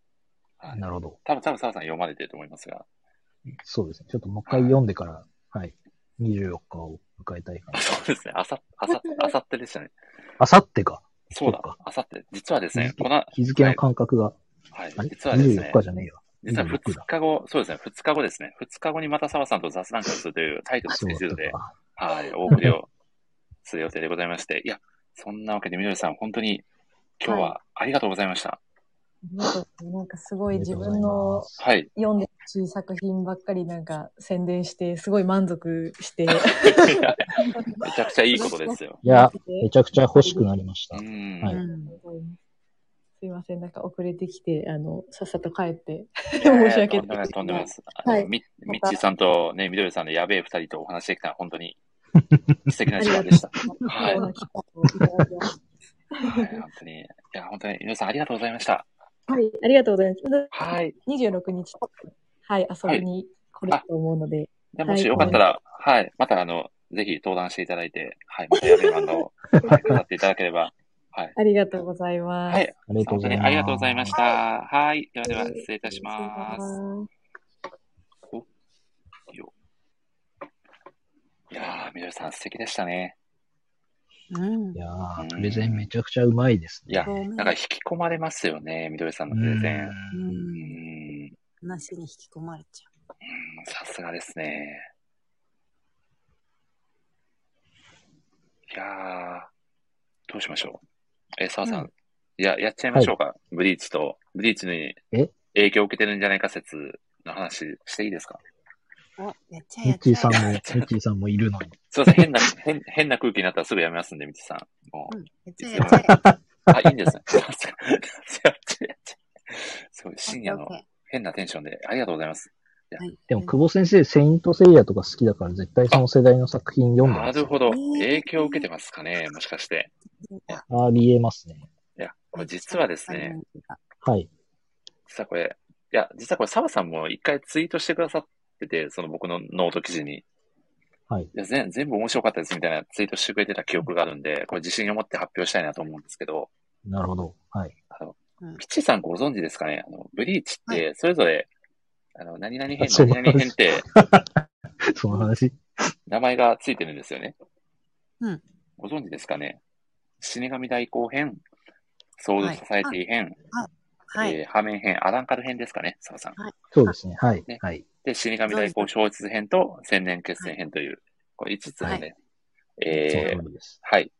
A: はい
B: なるほど。
A: 多分、多分澤さん読まれてると思いますが。
B: そうですね。ちょっともう一回読んでから、はい。24日を迎えたいかな
A: あ。そうですね。あさ、あさ、あさってでしたね。
B: あさってか。
A: そうだ
B: そっか、
A: あさって、実はです
B: 日
A: ね、
B: 付
A: この、
B: 日付の感覚が。
A: はい
B: あれ、
A: 実はです
B: ?24
A: ね
B: 日、じゃねえよ。
A: 実は
B: 26
A: 2
B: だ。
A: 日後、そうですね、2日後ですね、2日後にまた澤さんと雑談会をするというタイトル
B: そうだ
A: 付
B: っ
A: きので
B: た、か。
A: はい、お送りをする予定でございまして、いや、そんなわけで、みどりさん、本当に今日ははありがとうございました。
D: なんかなんかすごい自
B: あり
D: 分
B: がとうござい
D: の
B: ます
A: はい。
D: 読んでほしい作品ばっかりなんか宣伝して、すごい満足して。
A: めちゃくちゃいいことですよ。
B: いや、めちゃくちゃ欲しくなりまし
A: う
B: た。
A: ん。
B: はい
D: すいません、なんか遅れてきて、あの、さっさと帰って。
A: いやいや
D: 申し訳
A: とんでも
D: な
A: ないい、。とんでもないです。
D: は
A: はいい、み
D: ま
A: みったちーさんとね、みどりさんのやべえ二人とお 話できたのは本当に素敵な時間でした。はい
D: 貴重な機会をいただきました
A: はい、本当に。いや、本当に、皆さんありがとうございました。
D: はい、ありがとうございます。
A: はい。
D: 26日、はい、遊びに来れると思うので、
A: でもしよかったら、はい、またあの、ぜひ登壇していただいて、はい、またやべえ漫画を、はい、語っていただければ。はい。
D: ありがとうございます。
A: はい。
B: ありがと
A: 本当
B: うござい
A: に
B: ます。
A: ありがとうございました。はい。ではでは、
D: はい
A: 失礼いたします。およいやー、みどりさん素敵でしたね。
C: うん
B: い。やー、プレゼンめちゃくちゃうまいですね。
A: いや
C: そうね
A: なんか引き込まれますよね、みどりさんのプレゼン。
C: う。
B: うん
A: うんん、
C: 話に引き込まれちゃ
A: さすがですね。いやー、どうしましょう。え、澤さん、
C: う
A: いや、やっちゃいましょうか。ブリーチと、ブリーチに
B: え
A: 影響を受けてるんじゃないか説の話していいですか
C: う。お、やっちゃえ
B: ミッ
C: や
B: チ
C: っち
B: ー
C: ゃ
B: さん
C: え。
B: も、ミッチーさんもいる のに。
A: すいません、変な、変変な空気になったらすぐやめますんで、みちさん。も
C: う
A: う。
C: ん。やっちゃえやっちゃえ。
A: あ、いいんですね。 すいませんすごい、深夜の
C: OK
A: 変なテンションで、ありがとうございます。
B: でも、久保先生、セイントセイヤとか好きだから、絶対その世代の作品読んで
A: な
B: ます
A: る
B: よ。
A: ほど。
C: ね
A: 影響を受けてますかね、もしかして。
B: ありえますね。
A: いや、これ実はですね、。
B: はい。
A: 実はこれ、いや、実はこれ、澤さんも一回ツイートしてくださってて、その僕のノート記事に。
B: はい。
A: いや全全部面白かったですみたいなツイートしてくれてた記憶があるんで、これ自信を持って発表したいなと思うんですけど、
B: なるほど。はい。
A: ピッチーさんご存知ですかねあの、ブリーチって、それぞれ、あの、何々編、
B: あそう
A: 何
B: なん
A: 々
B: です
A: 編って
B: その話。
A: 名前がついてるんですよね。
C: うん。
A: ご存知ですかね死神代行編、ソードソサエティ編、
C: はい。
A: えー、破面編、アランカル編ですかね、澤さん。
B: そうですね。はい
A: ね。
B: はい。
A: で、死神代行小説編と千年決戦編という、これ5つのね、
B: その
A: えー、
B: 通りです。
A: はい、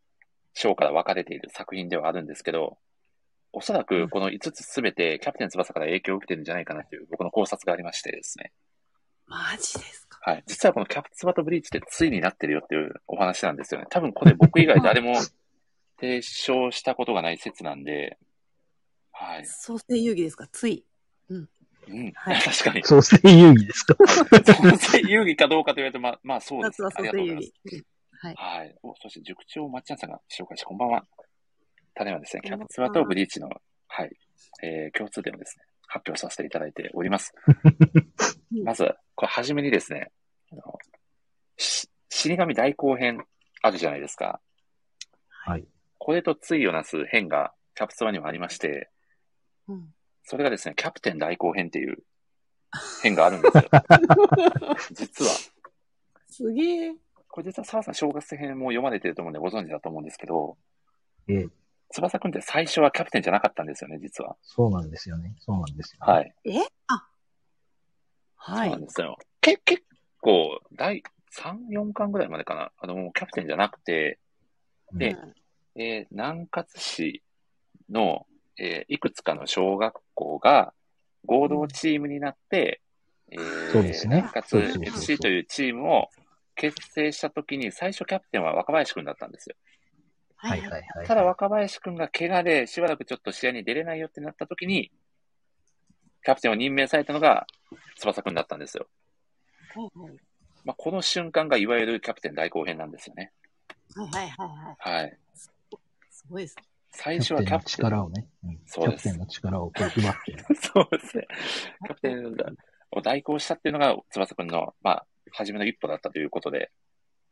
A: 章から分かれている作品ではあるんですけど、おそらくこの5つすべてキャプテン翼から影響を受けてるんじゃないかなという僕の考察がありましてですね。
C: マジですか。
A: はい。実はこのキャプツバとブリーチってついになってるよっていうお話なんですよね。多分これ僕以外誰 も提唱したことがない説なんで、はい。
C: 創生遊戯ですか。つい。
A: うん。
C: はい
A: 確かに。
B: 創生遊戯ですか
A: 創生遊戯かどうかと言われて、まあ、まあそうです
C: 夏
A: ね
C: は。
A: あ
C: 創
A: りがとう
C: 生
A: ござ
C: 遊
A: いま
C: 戯
A: す。。
C: はい。
A: はい。お、そして塾長まっちゃんさんが紹介し、こんばんは。ただいまですね、キ
C: こ
A: ャ
C: んばんは
A: プツバとブリーチの、はい、えー、共通点をですね、発表させていただいており ます。まず、これ初めにですね、あのし死神大後編あるじゃないですか。
B: はい。
A: これと対をなす編がキャプツバにもありまして、
C: うん。
A: それがですね、キャプテン代行編っていう編があるんです よ。実は。
C: すげえ。
A: これ実は澤さん小学生編も読まれてると思うんでご存知だと思うんですけど、
B: ええ、
A: 翼くんって最初はキャプテンじゃなかったんですよね、実は。
B: そうなんですよね。そうなんですよ、。
A: はいい。
C: えあ。は
A: そう
C: い
A: なん。ですよ。け結構、第3、4巻ぐらいまでかな。あの、もうキャプテンじゃなくて、で
C: うん
A: えー南葛市の、えーいくつかの小学校が合同チームになって、えー
B: そうですね
A: 南葛
B: そうそうそうそう
A: FC というチームを結成したときに、最初キャプテンは若林くんだったんですよ。
B: は
C: はいい
B: はい。はい。
A: ただ若林くんが怪我でしばらくちょっと試合に出れないよってなったときに、キャプテンを任命されたのが翼くんだったんですよ。
C: はいはい
A: まあ、この瞬間がいわゆるキャプテン代行編なんですよね。
C: はいはいはいはい。
A: はい。
C: すごいですね。
A: 最
B: キ
A: 初
B: ャ
A: は
B: プ
A: キ
B: テン
A: ャ
B: の
A: プテン。
B: 力をね、うんキ
A: そう
B: ャ
A: で
B: プ
A: す
B: テンの力をこう配っ て、
A: そうですね。キャプテンだを代行したっていうのが、翼くんの、まあ、初めの一歩だったということで、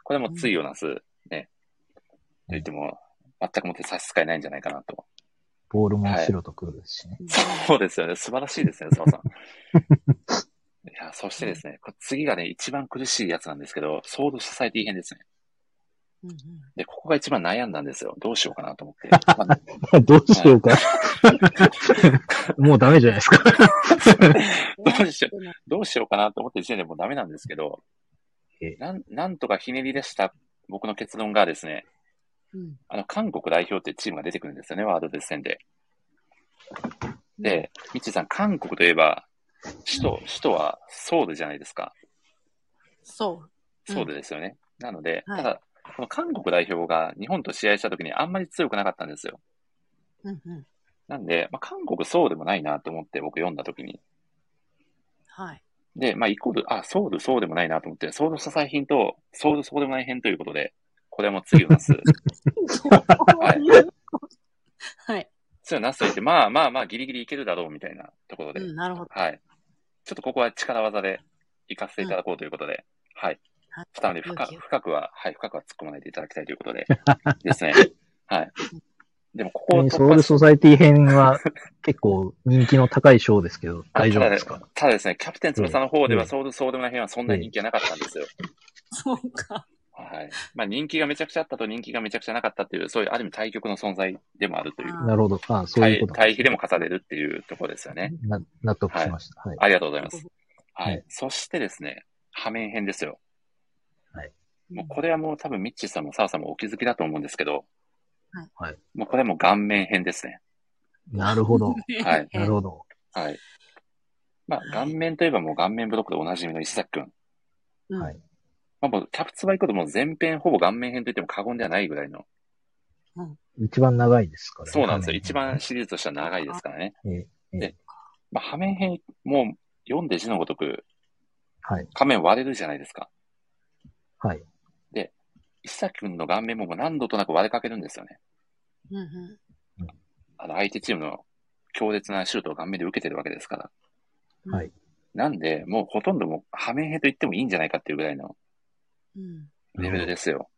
A: これもついをなす、ね、と言っても、全くもって差し支えないんじゃないかなと。
B: ボールも白と黒ですしね。
A: そうですよね。素晴らしいですね、翼さん。いや、そしてですね、これ次がね、一番苦しいやつなんですけど、ソードソサイティ編ですね。
C: うんうん
A: で、ここが一番悩んだんですよ。どうしようかなと 思って。まあ
B: どうしようか。 もうダメじゃないですか。
A: どうしよどうしようかなと思ってる時点でもうダメなんですけど
B: ええ、
A: なんなんとかひねり出した僕の結論がですね、
C: うん
A: あの、韓国代表ってチームが出てくるんですよね、ワールド決戦で。で、ミッチーさん、韓国といえば、首都、首都はソウルじゃないですか。
C: そう。うん
A: ソウルですよね。なので、
C: は
A: た
C: い
A: だ、この韓国代表が日本と試合した時にあんまり強くなかったんですよ。
C: うんうん。
A: なんで、まあ、韓国そうでもないなと思って僕読んだ時に。
C: はい。
A: で、まあ、イコール、あ、ソウルそうでもないなと思って、ソウル支え品と、 ソウルそうでもない編ということで、これも次を出す。はい。
C: はい。
A: そういうのなしといて、まあまあまあ、ギリギリいけるだろうみたいなところ
C: う
A: で、
C: ん、なるほど。
A: はい。ちょっとここは力技で行かせていただこうということで、はい。
C: はい
A: 負担で深
C: 勇気を
A: 深くは、はい、深くは突っ込まないでいただきたいということ で、ですね。はい。でも、ここを突
B: ねソウ
A: 破
B: ル
A: し
B: ソサイティ編は結構人気の高い賞です けど、大丈夫ですか
A: ただですね、キャプテン翼の方で
B: え
A: は
B: え
A: ソウルソウルの編はそんなに人気がなかったんですよ。
C: そうか。
A: はい。まあ人気がめちゃくちゃあったと人気がめちゃくちゃなかったっていう、そういうある意味対極の存在でもあるという、
C: あ
B: なるほど。あそういう
A: 対
B: こと。
A: 対比でも重ねるっていうところですよね。
B: な納得しました。はい。
A: ありがとうございます。は
B: はい
A: い。そしてですね、破面編ですよ。もうこ
C: れ。
A: れはもう多分ミッチーさんもサワさんもお気づきだと思うんですけど、
C: はい
B: はい。
A: もうこれはもう顔面編ですね。
B: なるほ ど。
A: はい。
B: なるほど。
A: はい。まあ
C: はい
A: 顔面といえばもう顔面ブロックでおなじみの石崎くん。
C: うん
B: はい。
A: まあもうキャプツバイクでもう全編ほぼ顔面編と言っても過言ではないぐらいの。
B: 一番長いですからね、
A: そうなんですよ。
B: 画面
A: 一番シリーズとしては長いですからね。
B: ええええ
A: まあ、破面編、もう読んで字のごとく、
B: はい。
A: 仮面割れるじゃないですか。
B: はい。
A: 石崎くんの顔面ももう何度となく割れかけるんですよね。
C: うんう
A: あの、相手チームの強烈なシュートを顔面で受けてるわけですから。
C: ん。
B: はい。
A: なんで、もうほとんどもう破面編と言ってもいいんじゃないかっていうぐらいの
C: うん。
A: レベルですよ。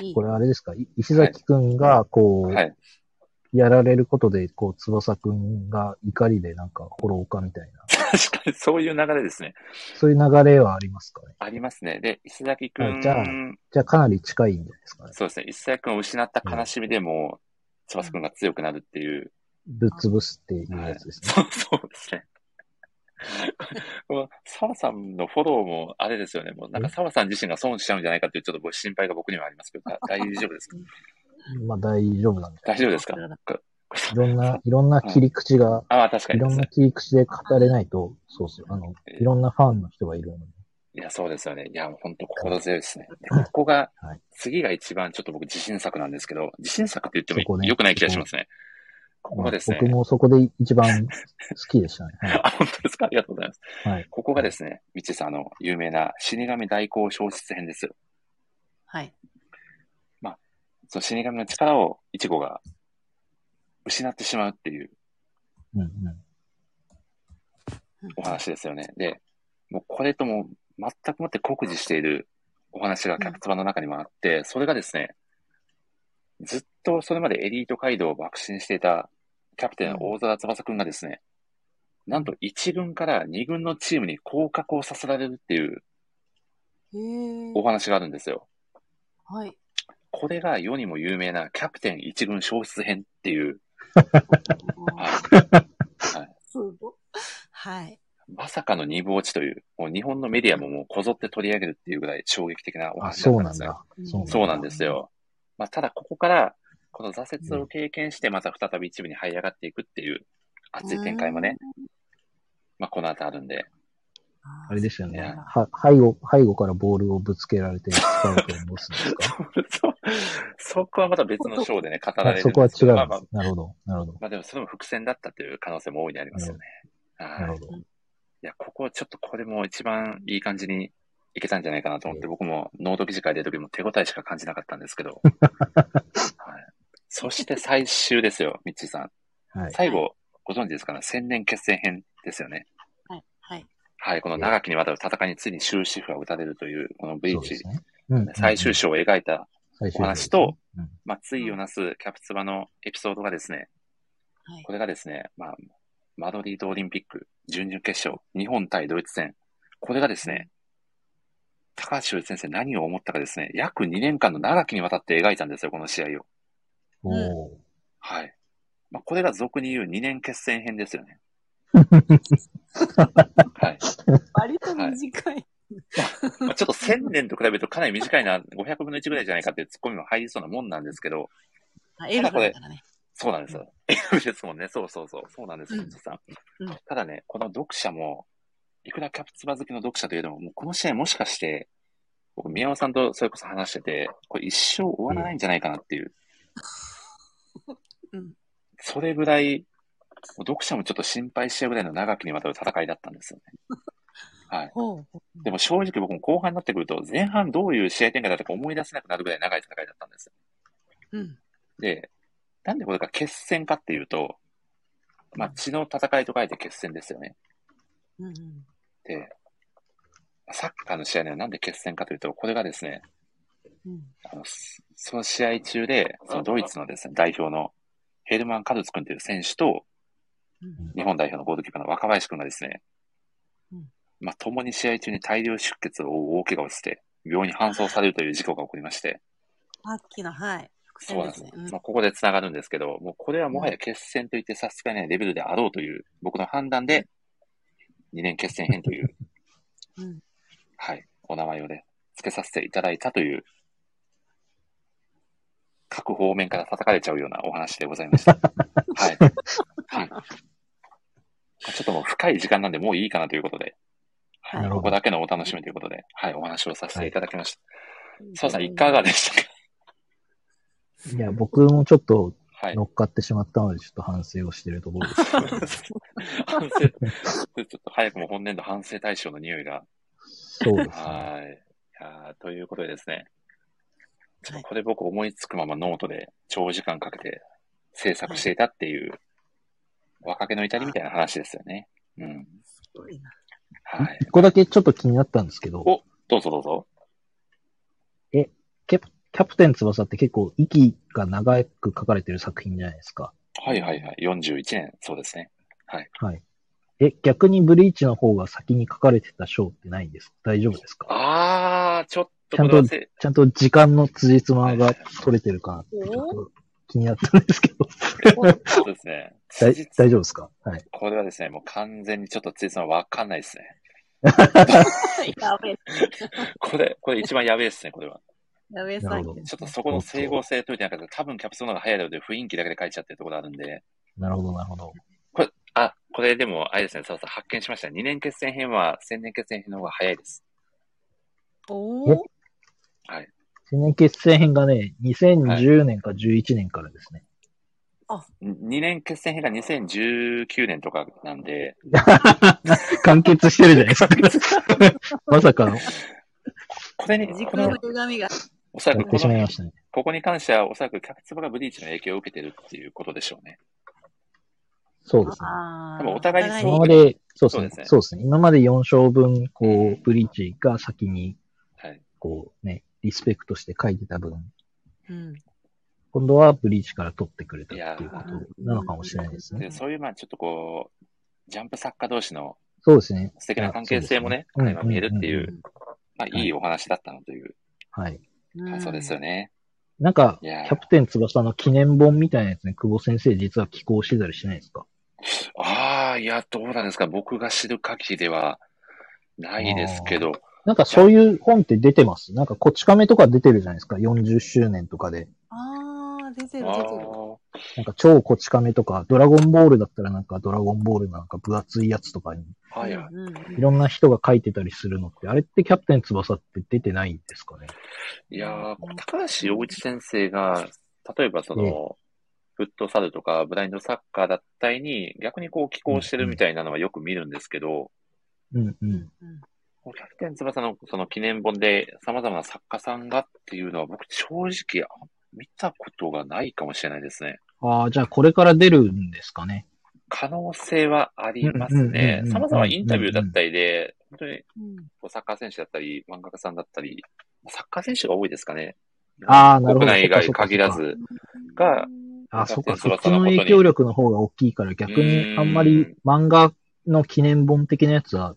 C: いい
B: こ。れあれですかい石崎くんが、こう、
A: はい。
B: やられることで、こう、翼くんが怒りでなんか、フォローかみたいな。
A: 確かにそういう流れですね。
B: そういう流れはありますかね。
A: ありますね。で、石崎く
B: はいじゃあ
A: ん、
B: じゃあかなり近いんじゃないですかね。
A: そうですね。石崎くんを失った悲しみでも、翼くんが強くなるっていう。
B: ぶっ潰すっていう
A: はい
B: やつですね。
A: そうそうですね。 澤さんのフォローもあれですよね。もうなんか
B: え
A: 澤さん自身が損しちゃうんじゃないかっていうちょっとご心配が僕にはあり ますけど、だ大丈夫ですか
B: まあ大丈夫なんで。
A: 大丈夫ですか
C: それだ
B: いろんな、いろんな切り口が、
A: ああ、確か
B: い
A: にで
B: ろん
A: す
B: な
A: ね。
B: 切り口で語れないと、そうそう、あの、
A: え
B: いろんなファンの人がいるので。
A: いや、そうですよね。いや、本当心強いですね。でここが
B: はい、
A: 次が一番ちょっと僕自信作なんですけど、自信作って言っ
B: そ
A: て
B: こ
A: も
B: ね
A: 良くない気がしますね。ここがですね
B: まあ、僕もそこで一番好きでしたね。はい
A: あ、本当ですかありがとうございます。
B: はい。
A: ここがですね、みちさん、あの、有名な死神代行小説編ですよ。
C: はい。
A: その死神の力を、イチゴが失ってしまうっていう
B: うんうん。
A: お話ですよね。で、もうこれとも全くもって酷似しているお話がキャプツバの中にもあって、それがですね、ずっとそれまでエリート街道を爆心していたキャプテン大空翼くんがですね、なんと1軍から2軍のチームに降格をさせられるっていう
C: へえ。
A: お話があるんですよ。
C: はい。
A: これが世にも有名なキャプテン1軍消失編っていう、はい
C: すごい。はい。
A: まさかの二部落ちという、もう日本のメディアももうこぞって取り上げるっていうぐらい衝撃的なお
B: あ、
A: 話
B: そう
A: だった
B: なんん
A: ですよ。
B: だ。そう
A: そう
B: な
A: なんん
B: だ
A: ですよ。まあ、ただここから、この挫折を経験して、また再び一部に這い上がっていくっていう熱い展開もね、まあ、この後あるんで、
B: あれですよ
A: い
B: ね
A: や。
B: は、背後、背後からボールをぶつけられて、スパイクを戻すんです か
A: そそこはまた別の章でね、語ら れる
B: あ
A: んです
B: そこは違
A: けどまあ
B: うん
A: まあ
B: です。、なるほど。なるほど。
A: まあでもそれも伏線だったという可能性も大いにありますよね。
B: な
A: は
B: る
A: い。い
B: ほど。
A: や、ここはちょっとこれも一番いい感じにいけたんじゃないかなと思って、
B: う
A: 僕も脳読次会出る時も手応えしか感じなかったんですけ ど。はい、そして最終ですよ、ミッチーさん。
B: はい。
A: 最後、ご存知ですかね、千年決戦編ですよね。
C: はい。はい。
A: はい、この長きにわたる戦いについに終止符が打たれるという、このブリー
B: そうで
A: チ
B: す、ね。うんうんうん
A: 最終章を描いた、
B: 最終
A: お話と
B: 章ですね、
A: まあ、ついをなすキャプツバのエピソードがですね、
C: はい
A: こ。れがですね、まあ、マドリードオリンピック準々決勝、日本対ドイツ戦、これがですね、高橋先生何を思ったかですね、約2年間の長きにわたって描いたんですよ、この試合を。
B: うんおー
A: はい。まあ、これが俗に言う2年決戦編ですよ ね。はい。
C: 割と短い。
A: まあ、ちょっと1000年と比べるとかなり短いな、500分の1ぐらいじゃないかっていうツッコミも入りそうなもんなんですけど、
C: あ、エルフだからね。
A: そうなんですよ。F ですもんね。そうそうそう。そうなんですよ、
C: うん
A: ミッチーさん
C: うん。
A: ただね、この読者も、いくらキャプツバ好きの読者といえども、もうこの試合もしかして、僕、宮尾さんとそれこそ話してて、これ一生終わらないんじゃないかなっていう。
C: うん
A: それぐらい、もう読者もちょっと心配しちゃうぐらいの長きにわたる戦いだったんですよね。はい。
C: ほう。
A: でも正直僕も後半になってくると、前半どういう試合展開だったか思い出せなくなるぐらい長い戦いだったんです。
C: うん。
A: で、なんでこれが決戦かっていうと、まあ、血の戦いと書いて決戦ですよね。
C: うん
A: で、サッカーの試合ではなんで決戦かというと、これがですね、
C: うん
A: あのそその試合中で、そのドイツのですね、代表のヘルマン・カルツ君という選手と、
C: うん
A: 日本代表のゴールキーパーの若林君がですね
C: うん、
A: まあ、共に試合中に大量出血を負う大怪我をして、病院に搬送されるという事故が起こりまして、
C: さっきの、はい。伏
A: そうな
C: 線
A: ん
C: で
A: ですす
C: ね。。
A: まあ、ここで繋がるんですけど、もうこれはもはや決戦といって差し支えないレベルであろうという、僕の判断で、2年決戦編という、
C: うんうん
A: はい、お名前をね、付けさせていただいたという、各方面から叩かれちゃうようなお話でござい ました。はい。はい。ちょっともう深い時間なんで、もういいかなということで、は、
C: はいい
A: ここだけのお楽しみということで、はい、お話をさせていただきました。
C: うん
A: そうさん、いかがでしたか
B: いや、僕もちょっと
A: はい。
B: 乗っかってしまったので、ちょっと反省をしてるところです。
A: 反省、ちょっと早くも本年度反省対象の匂いが。
B: そうですね。
A: はい。いやーということでですね。ちょっ
C: はい
A: とこれ僕思いつくままノートで長時間かけて制作していたっていう、若気の至りみたいな話ですよね。うん。
C: すごいな。
A: はい。
B: 一個だけちょっと気になったんですけど、
A: おどうぞどうぞ。
B: キャプテン翼って結構息が長く書かれてる作品じゃないですか。
A: はいはいはい。41年、そうですね。
B: はい。え、逆にブリーチの方が先に書かれてた章ってないんです大丈夫ですか
A: あー、ちょっとこれはせ
B: ちゃんと時間の辻褄が取れてるかなってちょっと気になったんですけど、
A: そうですね。つ
B: 大
A: じ
B: 大丈夫ですかはい。
A: これはですね、もう完全にちょっとついつまわかんないですね。
C: やべえ。
A: これ、これ一番やべえですね、これは。
C: やべえ、
B: な
C: さ
B: る
C: っ
B: ほど
C: き。
A: ちょっとそこの整合性といてなくて、多分キャプソの方が早いだろうで雰囲気だけで書いちゃってるところあるんで、
B: なるほど、なるほど。
A: これ、あ、これでも、あれですね、そうそう、発見しました。2年決戦編は、1000年決戦編の方が早いです。
C: おお。
B: 青年決戦編がね、2010年か11年からですね。
A: 2年決戦編が2019年とかなんで、
B: 完結してるじゃないですか。まさかの、
A: これに、
C: 時
A: こ
C: 空
A: の
C: の、歪みが。
A: おそら
B: や
A: く
B: って
A: こ
B: しまい
A: の、
B: ましたね。
A: ここに関しては、おそらくキャプツバがブリーチの影響を受けてるっていうことでしょうね。
B: そうですね。
C: あ
A: 多
C: あ。
A: 分お互いに
B: 今
A: そ
B: ま
A: う
B: で、そうです
A: そうですね
B: ね。そうですね。今まで4章分、こう、ブリーチが先に、
A: はい。
B: こうね、リスペクトして書いてた分、
C: うん。
B: 今度はブリーチから取ってくれたっていうこ
C: いや
B: となのかもしれないです
A: で、
B: ね。
A: そういう、まあ、ちょっとこう、ジャンプ作家同士の
B: そうですね。
A: 素敵な関係性もね、
B: いや
A: 垣間見えるってい
B: うんうん
C: うん
A: う、まあ、いいお話だったのという
B: はい。
A: 感想ですよ
C: ね。
A: ね。
B: なんか、
A: い
B: キ
A: やー
B: ャプテン翼の記念本みたいなやつに久保先生実は寄稿してたりしないですか
A: ああ、いや、どうなんですか。僕が知る限りではないですけど。
B: なんかそういう本って出てます。なんかこち亀とか出てるじゃないですか。40周年とかで。
C: ああ、出て
A: あ
C: る、
A: あ
C: 出てる。
B: なんか超こち亀とか、ドラゴンボールだったらなんかドラゴンボールなんか分厚いやつとかに、
A: ー、はいはい。
C: うんうんうん
B: いろんな人が書いてたりするのって、あれってキャプテン翼って出てないんですかね
A: いやー、高橋洋一先生が、例えばその、フットサルとかブラインドサッカーだったりに、逆にこう寄稿してるみたいなのはよく見るんですけど、
B: うんうん。
C: うん
A: キャプテン翼のその記念本で様々な作家さんがっていうのは僕正直あ見たことがないかもしれないですね。
B: ああ、じゃあこれから出るんですかね。
A: 可能性はあります
B: うんうんうん
A: ね
B: う。ん
A: 様々なインタビューだったりで、本当に
C: うん
A: こうサッカー選手だったり、漫画家さんだったり、サッカー選手が多いですかね。
B: ああ、なる
A: 国
B: ほど。
A: 内以外
B: そっかそっか
A: 限らず。が、
B: あ、そっか、
A: キ
B: そ
A: ャ
B: っ
A: プテ
B: ち
A: ン翼の
B: の
A: ことに
B: 影響力の方が大きいから、逆にあんまり漫画の記念本的なやつは、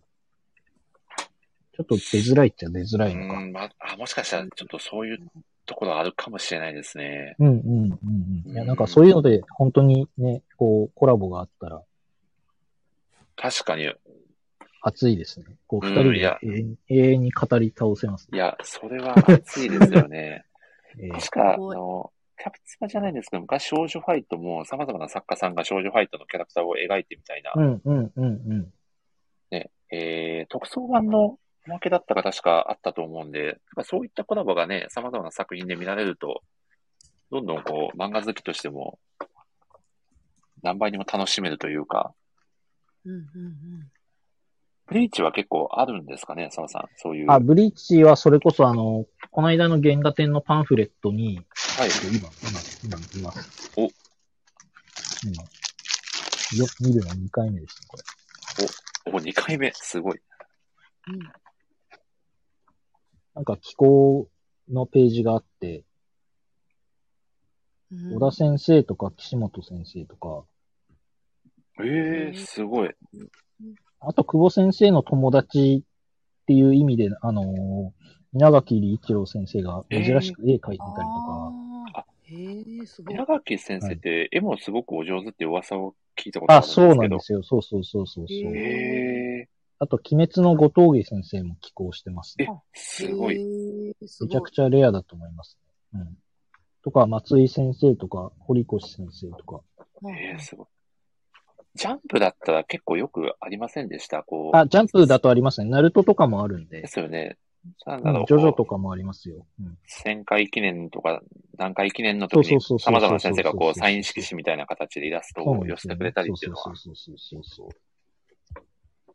B: ちょっと出づらいっちゃ出づら
A: う
B: いのか。
A: ん、まあ、もしかしたらちょっとそういうところあるかもしれないですね。
B: うんうんうんうん。いや、なんかそういうので、本当にね、こう、コラボがあったら、
A: 確かに、い
B: 熱いですね。こう、
A: うん
B: 二人
A: い
B: で
A: や
B: 永遠永遠に語り倒せますね。
A: や、それは熱いですよね。
B: えー
A: 確か、あ
C: すごい
A: の、キャプツバじゃないんですけど、昔少女ファイトも様々な作家さんが少女ファイトのキャラクターを描いてみたいな、
B: うんうんうんうん。
A: ね、えー、特装版のおまけだったか確かあったと思うんで、まあそういったコラボがね、様々な作品で見られると、どんどんこう、漫画好きとしても、何倍にも楽しめるというか、
C: うんうん
A: ブリーチは結構あるんですかね、澤さん。そういう。
B: あ、ブリーチはそれこそあの、この間の原画展のパンフレットに、
A: はい。
B: 今、今、今、今、うん。よ、見るの2回目ですね、これ。
A: お、2回目。すごい。
B: なんか気候のページがあって、
C: うん
B: 小田先生とか岸本先生とか、
A: ええすごい。
B: あと久保先生の友達っていう意味で、あのー稲垣理一郎先生が珍しく絵描いてたりとか、
C: あーへえ、すごい
A: 稲。垣先生って絵もすごくお上手って噂を聞いたこと
B: あ
A: あるんですけ
B: そ
A: ど。
B: うなんですよ。そうそうそうそうそう。
C: へ
A: え
B: あと、鬼滅の後峠先生も寄稿してます
A: え、え
B: ね。、
A: すごい。
C: へえ。す
B: めちゃ
C: ご
B: く
C: い。
B: ちゃレアだと思いますね。うん。とか、松井先生とか、堀越先生とか。
A: えー、すごい。ジャンプだったら結構よくありませんでした。こう。
B: あ、ジャンプだとありますね。ナルトとかもあるんで
A: で。すよね。なん
B: う
A: だ
B: ん
A: ろう。
B: ジョジョ
A: こと
B: かもありますよ。うん。
A: う1000回記念とか、何回記念の時
B: そう
A: に、
B: そうそうそう
A: 様々な先生がこ
B: そうそうそう
A: う、
B: そう
A: サイン色紙みたいな形でイラスト
B: そうな
A: を
B: ん
A: 寄
B: で
A: せて
B: すよ
A: く
B: ね
A: れたりっていうの
B: そ
A: は
B: う。そうそうそうそうそう。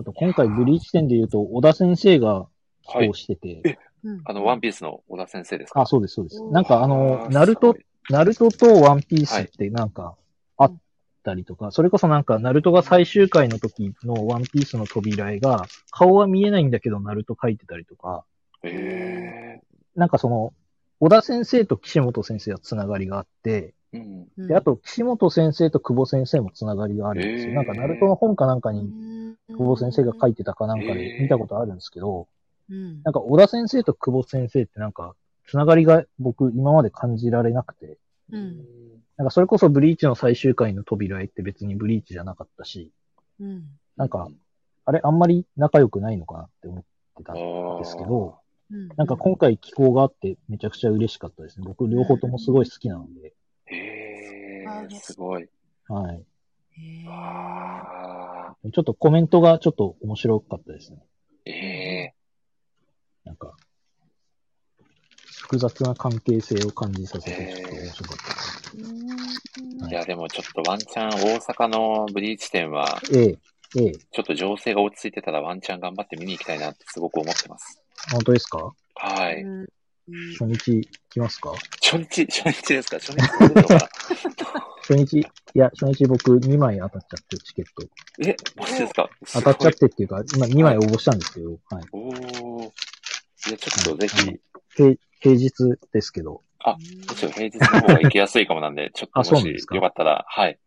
B: あと、今回ブリーチ展で言うと、小田先生が寄稿してて、
A: え
C: うん
A: あの、ワンピースの小田先生ですか
B: あ、そうです、そうです。なんかあ
A: あ
B: の、
A: ー
B: ナルト
A: す、
B: ナルトとワンピースってなんかあったりとか、それこそなんかナルトが最終回の時のワンピースの扉絵が、顔は見えないんだけどナルト描いてたりとか、
A: ごいえ
B: なんかその、小田先生と岸本先生はつながりがあって、
A: ー。うん。
B: で、あ、と、岸本先生と久保先生もつながりがあるんです
A: へ
B: よ。
A: ー
B: なんか、ナルトの本かなんかに、
C: 久
B: 久保先生が書い
C: て、
B: てたかなんか
A: へ
B: で
A: ー
B: 見たことあるんですけど、
C: うん
B: なんか、小田先生と久保先生ってなんか、つながりが僕、今まで感じられなくて、
C: うん
B: なんか、それこそブリーチの最終回の扉絵って別にブリーチじゃなかったし、
C: うん
B: なんか、あれ、あんまり仲良くないのかなって思ってた
A: あ
B: ん
A: ー
B: ですけど、
C: うん、
B: なんか、今回気候があってめちゃくちゃ嬉しかったですね。僕、両方ともすごい好きなので、
A: え
C: あ
A: ー、すごい。
B: はい。
C: へー
A: わ
B: ちょっとコメントがちょっと面白かったですね。
A: ーえ
B: なんか、複雑な関係性を感じさせて、ちょっと面白かったです。
A: ー。いや、でもちょっとワンチャン大阪のブリーチ店は、
B: ええ、ええ、
A: ちょっと情勢が落ち着いてたらワンチャン頑張って見に行きたいなってすごく思ってます。
B: 本当ですか
A: は
C: う
A: い。
C: ん
B: 初日来ますか
A: 初日、初日ですか初日どうでしょう か
B: 初日、いや、初日僕2枚当たっちゃって、チケット。
A: え、マジですか
B: 当たっちゃっ
A: す
B: てっていうか、今2枚応募したんですけど、はい。
A: ごいおー。いや、ちょっとぜ
B: う
A: ひ
B: ん、平平日ですけど、
A: むしろ平日の方が行きやすいかもなんで、ちょっ
B: あ
A: とも
B: そうなん
A: し
B: ですか
A: よかったら、はい。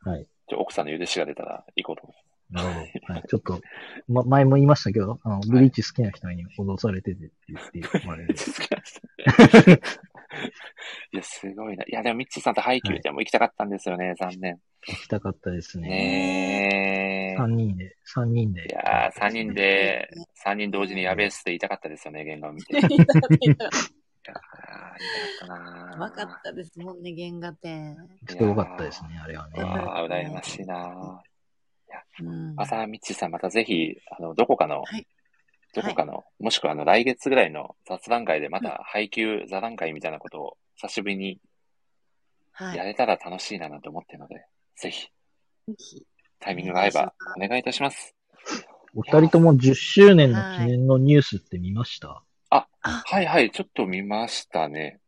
B: はい。
A: ちょ奥さんの許しが出たら行こうと思います。
B: なるほど。 はい。ちょっと、ま、前も言いましたけど、あの、ブリーチ好きな人に脅されててって言ってもらえ る。
A: 続きまして いや、すごいな。いや、でも、ミッチーさんとハイキューちゃんも行きたかったんですよね、残念。
B: 行きたかったですね。
A: ねえ。
B: 3人で、3人で。
A: いやー、三人で、三人同時にやべえっすって言いたかったですよね、原画を見て。いやー、言いたかったな
C: わかったですもんね、原画展。
B: 人多かったですね、あれはね
A: う。わー、羨ましいな
C: うん
A: 朝、みっちーさん、またぜひ、あの、どこかの、
C: はい
A: どこかの、もしくはあの、来月ぐらいの雑談会で、また配給座談会みたいなことを、久しぶりに
C: は
A: や
C: い。
A: れたら楽しいななんて思ってるので、ぜひ、
C: ぜひ
A: タイミングが合えば、お願いいたします。
B: お二人とも10周年の記念のニュースって見ました、
C: あ、
A: はいはい、ちょっと見ましたね。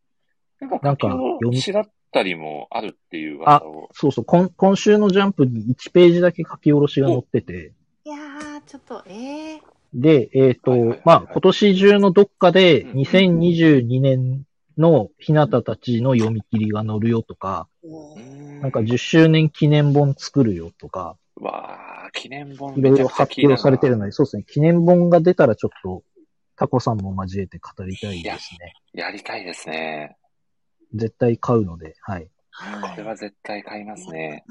A: なんか、
B: なん
A: 書き
B: か
A: 下
B: 読
A: ろ
B: み
A: しだったりもあるっていう噂を。
B: そうそう今、今週のジャンプに1ページだけ書き下ろしが載ってて、
C: いやー、ちょっと、えー、
B: で、えっ、
A: はいはいはいは
B: と
A: い、
B: まあ、今年中のどっかで
A: うん
B: 2022年のひなたたちの読み切りが載るよとか、
C: おー
A: な
B: なんか10周年記念本作るよとか、
A: わあ、記念本
B: い
A: め
B: ろい
A: ちゃ
B: ろ
A: くちゃ
B: 発
A: 気にな
B: 表
A: る
B: されてる
A: な。
B: ので、そうですね、記念本が出たらちょっと、タコさんも交えて語りたいですね。
A: やりたいですね。
B: 絶対買うので、はい。
A: これ
C: はい。
A: は絶対買いますね。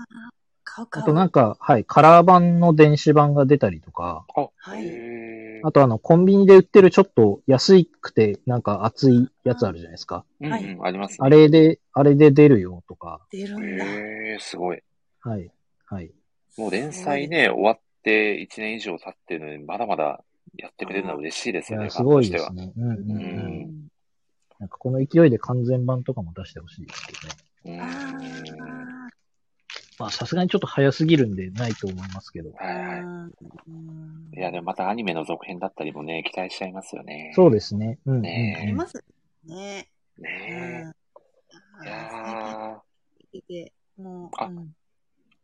C: 買う
B: あ
C: 買
B: となん
C: う。
B: か、はい、カラー版の電子版が出たりとか、
A: あ、
C: はい
A: へえ。
B: あとあの、コンビニで売ってるちょっと安くて、なんか熱いやつあるじゃないですか。
A: うんうん、ありますね。
B: あれで、あれで出るよとか、
C: 出るんだ。
A: へえ、すごい。
B: はい、はい。
A: もう連載ね、終わって1年以上経ってるのに、まだまだやってくれるのは嬉しいで
B: い
A: すよね、
B: や、
A: ファ
B: す
A: ンと
B: ごい
A: して
B: で
A: は
B: す。ね。うんうんう。
C: うんん。
B: なんかこの勢いで完全版とかも出してほしいですけど
A: う
B: ね。
A: ん。
C: ああ
B: まあ、さすがにちょっと早すぎるんでないと思いますけど。
A: はいは
C: うん
A: い。いや、でもまたアニメの続編だったりもね、期待しちゃいますよね。
B: そうですね。うんうん、
C: あり
A: ね
B: う
C: ますね。
A: ね
C: うん
A: え。いや
C: あー
A: ー
C: 見ててもう、
A: あ
C: うん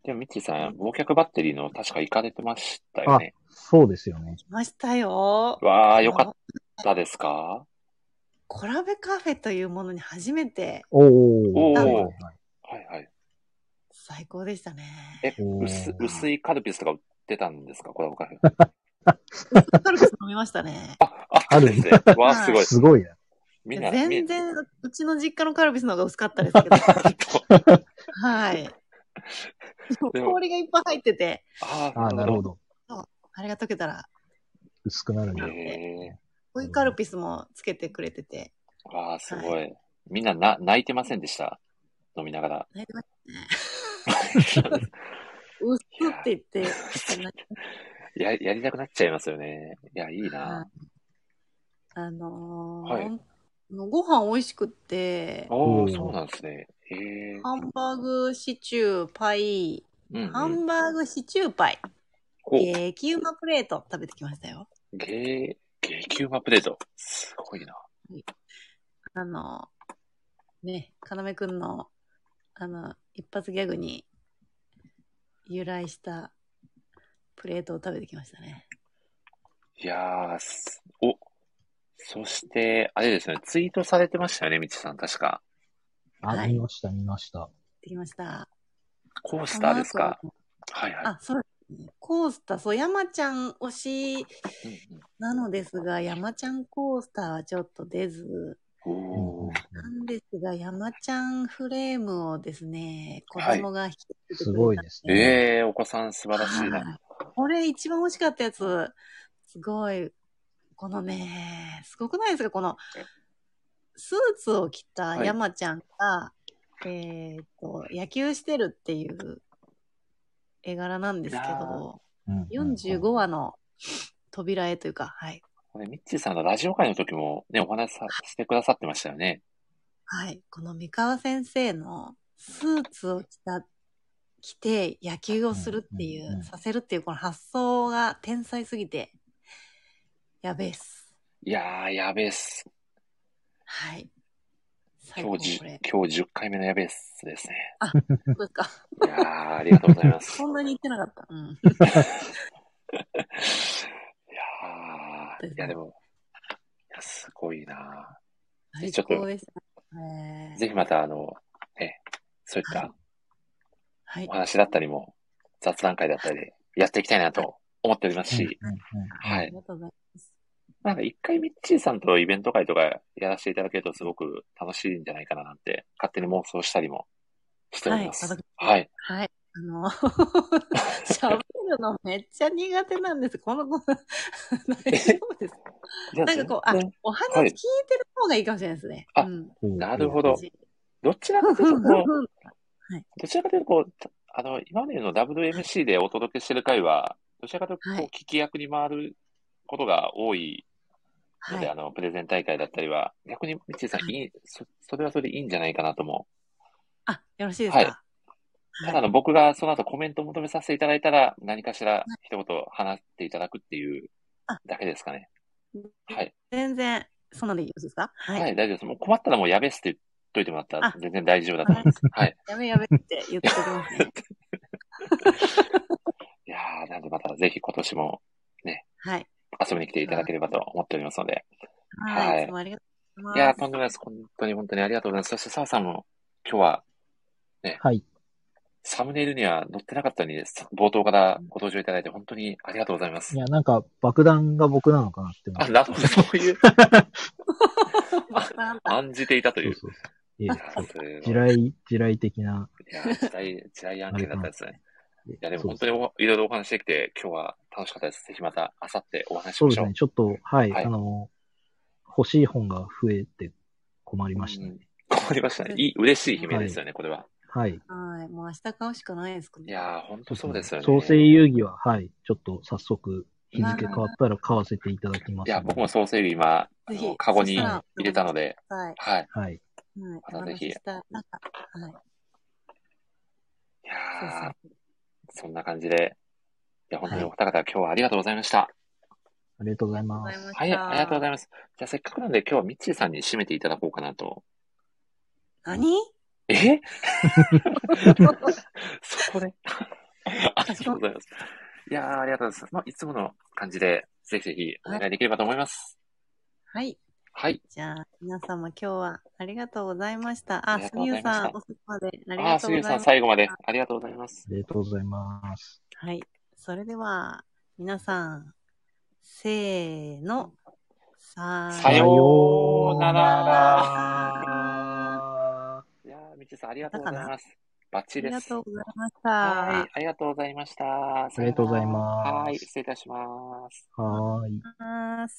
A: でも、ミッチーさん、忘却バッテリーの確か行かれてましたよ
B: あ
A: ね。、
B: そうですよね。
C: 来ましたよ。
A: わあ、よか
C: あの
A: っ。たですか
C: コラベカフェというものに初めて
B: おー。
A: おー
B: はいはいはい
A: はいはい。
C: 最高でしたね。
A: え、
B: おー
A: 薄、薄いカルピスとか売ってたんですかコラボカフェ。
C: カルピス飲みましたね。
A: あ、あったんですね。わあ、すごい。
B: すごいな。
A: みん
C: い
A: な、
C: や
A: み
C: 全
A: んな、
C: 然、うちの実家のカルピスの方が薄かったですけど。はい。
A: でも
C: 氷がいっぱい入ってて、
A: あ
B: あー、なるほ
A: ど。
B: ど。
C: あれが溶けたら、
B: 薄くなるんだ。
A: へえ
C: 追いカルピスもつけてくれてて。
A: わあ、すごい。みんな、な、泣いてませんでした飲みながら。
C: うっすって言って、確かに
A: や、やりたくなっちゃいますよね。いや、いい
C: は。
A: ない
C: あのー
A: はい
C: ご飯美味しくって、
A: お
B: お
A: ー、
B: ー
A: そうなんですね。へえ
C: ハンバーグシチュー、パイ、
A: うんうん。
C: ハンバーグシチューパイ、
A: お
C: 激うまプレート食べてきましたよ。
A: ゲー、激うまプレート。すごいな。
C: あの、ね、かなめくんの、あの、一発ギャグに由来したプレートを食べてきましたね。
A: いやー、すお、そして、あれですね、ツイートされてましたよね、みちさん、確か。
B: あ、
C: はい
B: 見ました、見ました。
C: できました。
A: コースターですか
C: そ。の
A: はいはい。
C: 後。あ、そう。コースター、そう、山ちゃん推し
A: うん
C: なのですが、山ちゃんコースターはちょっと出ず、
A: うんおー、
C: なんですが、山ちゃんフレームをですね、子
A: はい
C: 供が引き受けてくれたん
B: すごいですね
A: ええー、お子さん素晴らしい
C: は
A: な。
C: いこれ一番欲しかったやつ、すごい、このね、すごくないですかこの、スーツを着た
A: はい
C: 山ちゃんが、えっと、野球してるっていう絵柄なんですけ
A: いや
C: ど、
B: うん
C: 45話の扉絵というか、はい。
A: これ、みっちーさんのラジオ会の時もね、お話しさしてくださってましたよね。
C: はい。この三河先生のスーツを着た、着て野球をするってい
B: うんうんう
C: う、
B: ん
C: させるっていうこの発想が天才すぎて、やべえっす。
A: いやー、やべえっす。
C: はい。最
A: 今
C: 高
A: 日
C: こ
A: 10
C: れ。、
A: 今日10回目のやべえっすですね。
C: そうですか。
A: いやー、ありがとうございま す。い
C: そんなに言ってなかった。うん。
A: やー、いやでも、いや、すごいな
C: 最
A: ちょっと
C: 高でした。ね
A: ぜひまた、あの、ね、そういっ
C: はい
A: た
C: はい
A: お。話だったりも、雑談会だったりで、やっていきたいなと思っておりますし、は
C: あ
A: い
C: り。がとうございます。
A: なんか一回ミッチーさんとイベント会とかやらせていただけるとすごく楽しいんじゃないかななんて、勝手に妄想したりもしております。
C: はい
A: はい。
C: はい。あの、 喋るのめっちゃ苦手なんです。この子、大丈夫ですか
A: じゃあ
C: なんかこう、あ
A: 全然、
C: お話
A: は
C: 聞
A: い
C: いてる方がいいかもしれないですね。
A: あ
C: うん。
A: なるほど
C: 私
A: どちらかというとこう、どちらかというとこう、あの、今までの WMC でお届けしてる回は、どちらかというと
C: は
A: こ、
C: いう
A: 聞き役に回ることが多いの
C: は
A: で、
C: い
A: あ。の、プレゼン大会だったりは、逆にミッチーさん、
C: はい
A: いい、そ、それはそれでいいんじゃないかなとも
C: あ、よろしいです
A: はい
C: か
A: ただあの僕がその後コメントを求めさせていただいたら、何かしら一言話していただくっていう
C: あ
A: だけですかね。はい。
C: 全然、そんなのでよろしいですか
A: は、
C: はいい。
A: 大丈夫です。もう困ったらもうやべっすって言っといてもらったら
C: あ
A: 全然大丈夫だと思います。はい。
C: やめやめって言っておきますね。
A: いやー、なんでまたぜひ今年も
C: はい。
A: 遊びに来ていただければと思っておりますので。
C: は。
A: はいい
C: いつもありがとうご
A: い
C: ざい
A: やー、
C: ます。
A: とんでもないです。本当に本当にありがとうございます。そして澤さんも今日は
B: はい。
A: サムネイルには載ってなかったのに、さ冒頭からご登場いただいて本当にありがとうございま
B: い
A: す。
B: や、なんか爆弾が僕なのかなって思っ
A: あ、
B: て。
A: なるほど、そういう
C: なんだ
A: 案じていたとい
B: そ
A: う。
B: うそうそう。ええ
A: いやーすごい
B: 地雷、地雷的な。
A: いやー、時代、時代案件だったですね。
B: い
A: いや、でも本当においろいろお話できて、今日は楽しかったです。ぜひまた、あさってお話しし
B: そう
A: ま
B: で
A: し
B: す
A: ょう。
B: ね。ちょっと、はい、
A: はい
B: あの、欲しい本が増えて困りました
A: う
B: ね。
A: ん困りましたね。いい、嬉しい悲鳴ですよね、これは。
B: はい。
C: はい。もう明日買うしかないですかね。
A: いやー、本当そうですよね。
B: 創生遊戯は、はい、ちょっと早速、日付変わったら買わせていただきますの
A: い
B: で。
A: や、僕も創生遊戯今、あ
C: ぜ
A: の、
C: ひ
A: カゴに
C: そした
A: 入
C: ら
A: れたので、
C: はい。
A: はい。
B: はい。
C: はい。
A: またぜひ
C: お話ししたい。なんか、はい。
A: いやー、
C: そう
A: そんな感じで、いや、本当に
B: は
A: お
B: い
A: 二方、今日はありがとうございました。
B: ありがとうござい
C: そう。
B: ま
C: あり
B: す。
C: がとうございました。
A: はい、ありがとうございます。じゃあ、せっかくなんで、今日はミッチーさんに締めていただこうかなと。
C: 何
A: えそこでありがとうございます。いやー、ありがとうございます。まあ、いつもの感じで、ぜひぜひお願いできればと思います。
C: はい。
A: はい。
C: じゃあ、皆様今日はありがとうございました。
A: あ
C: あ、
A: りがとう
C: 杉
A: ございま
C: 浦
A: した
C: さん、遅くまであり
A: ああ
C: が
A: ー、
C: とう
A: 杉
C: ご
A: 浦
C: ざ
A: さん、
C: います。
A: 最後までありがとうございます。
B: りがとうございます。
C: はい。それでは、皆さん、せーの、さ
A: さようなら。
B: ら。
A: いやー、みちさん、ありがとうございます。バッチ
C: あ
A: リ
C: り
A: で
C: が
A: す。
C: とうございまし
A: は
C: た
A: い。。ありがとうございました。
B: ありがとうございます
A: はい。失礼いたします。
B: はーい。
C: ます。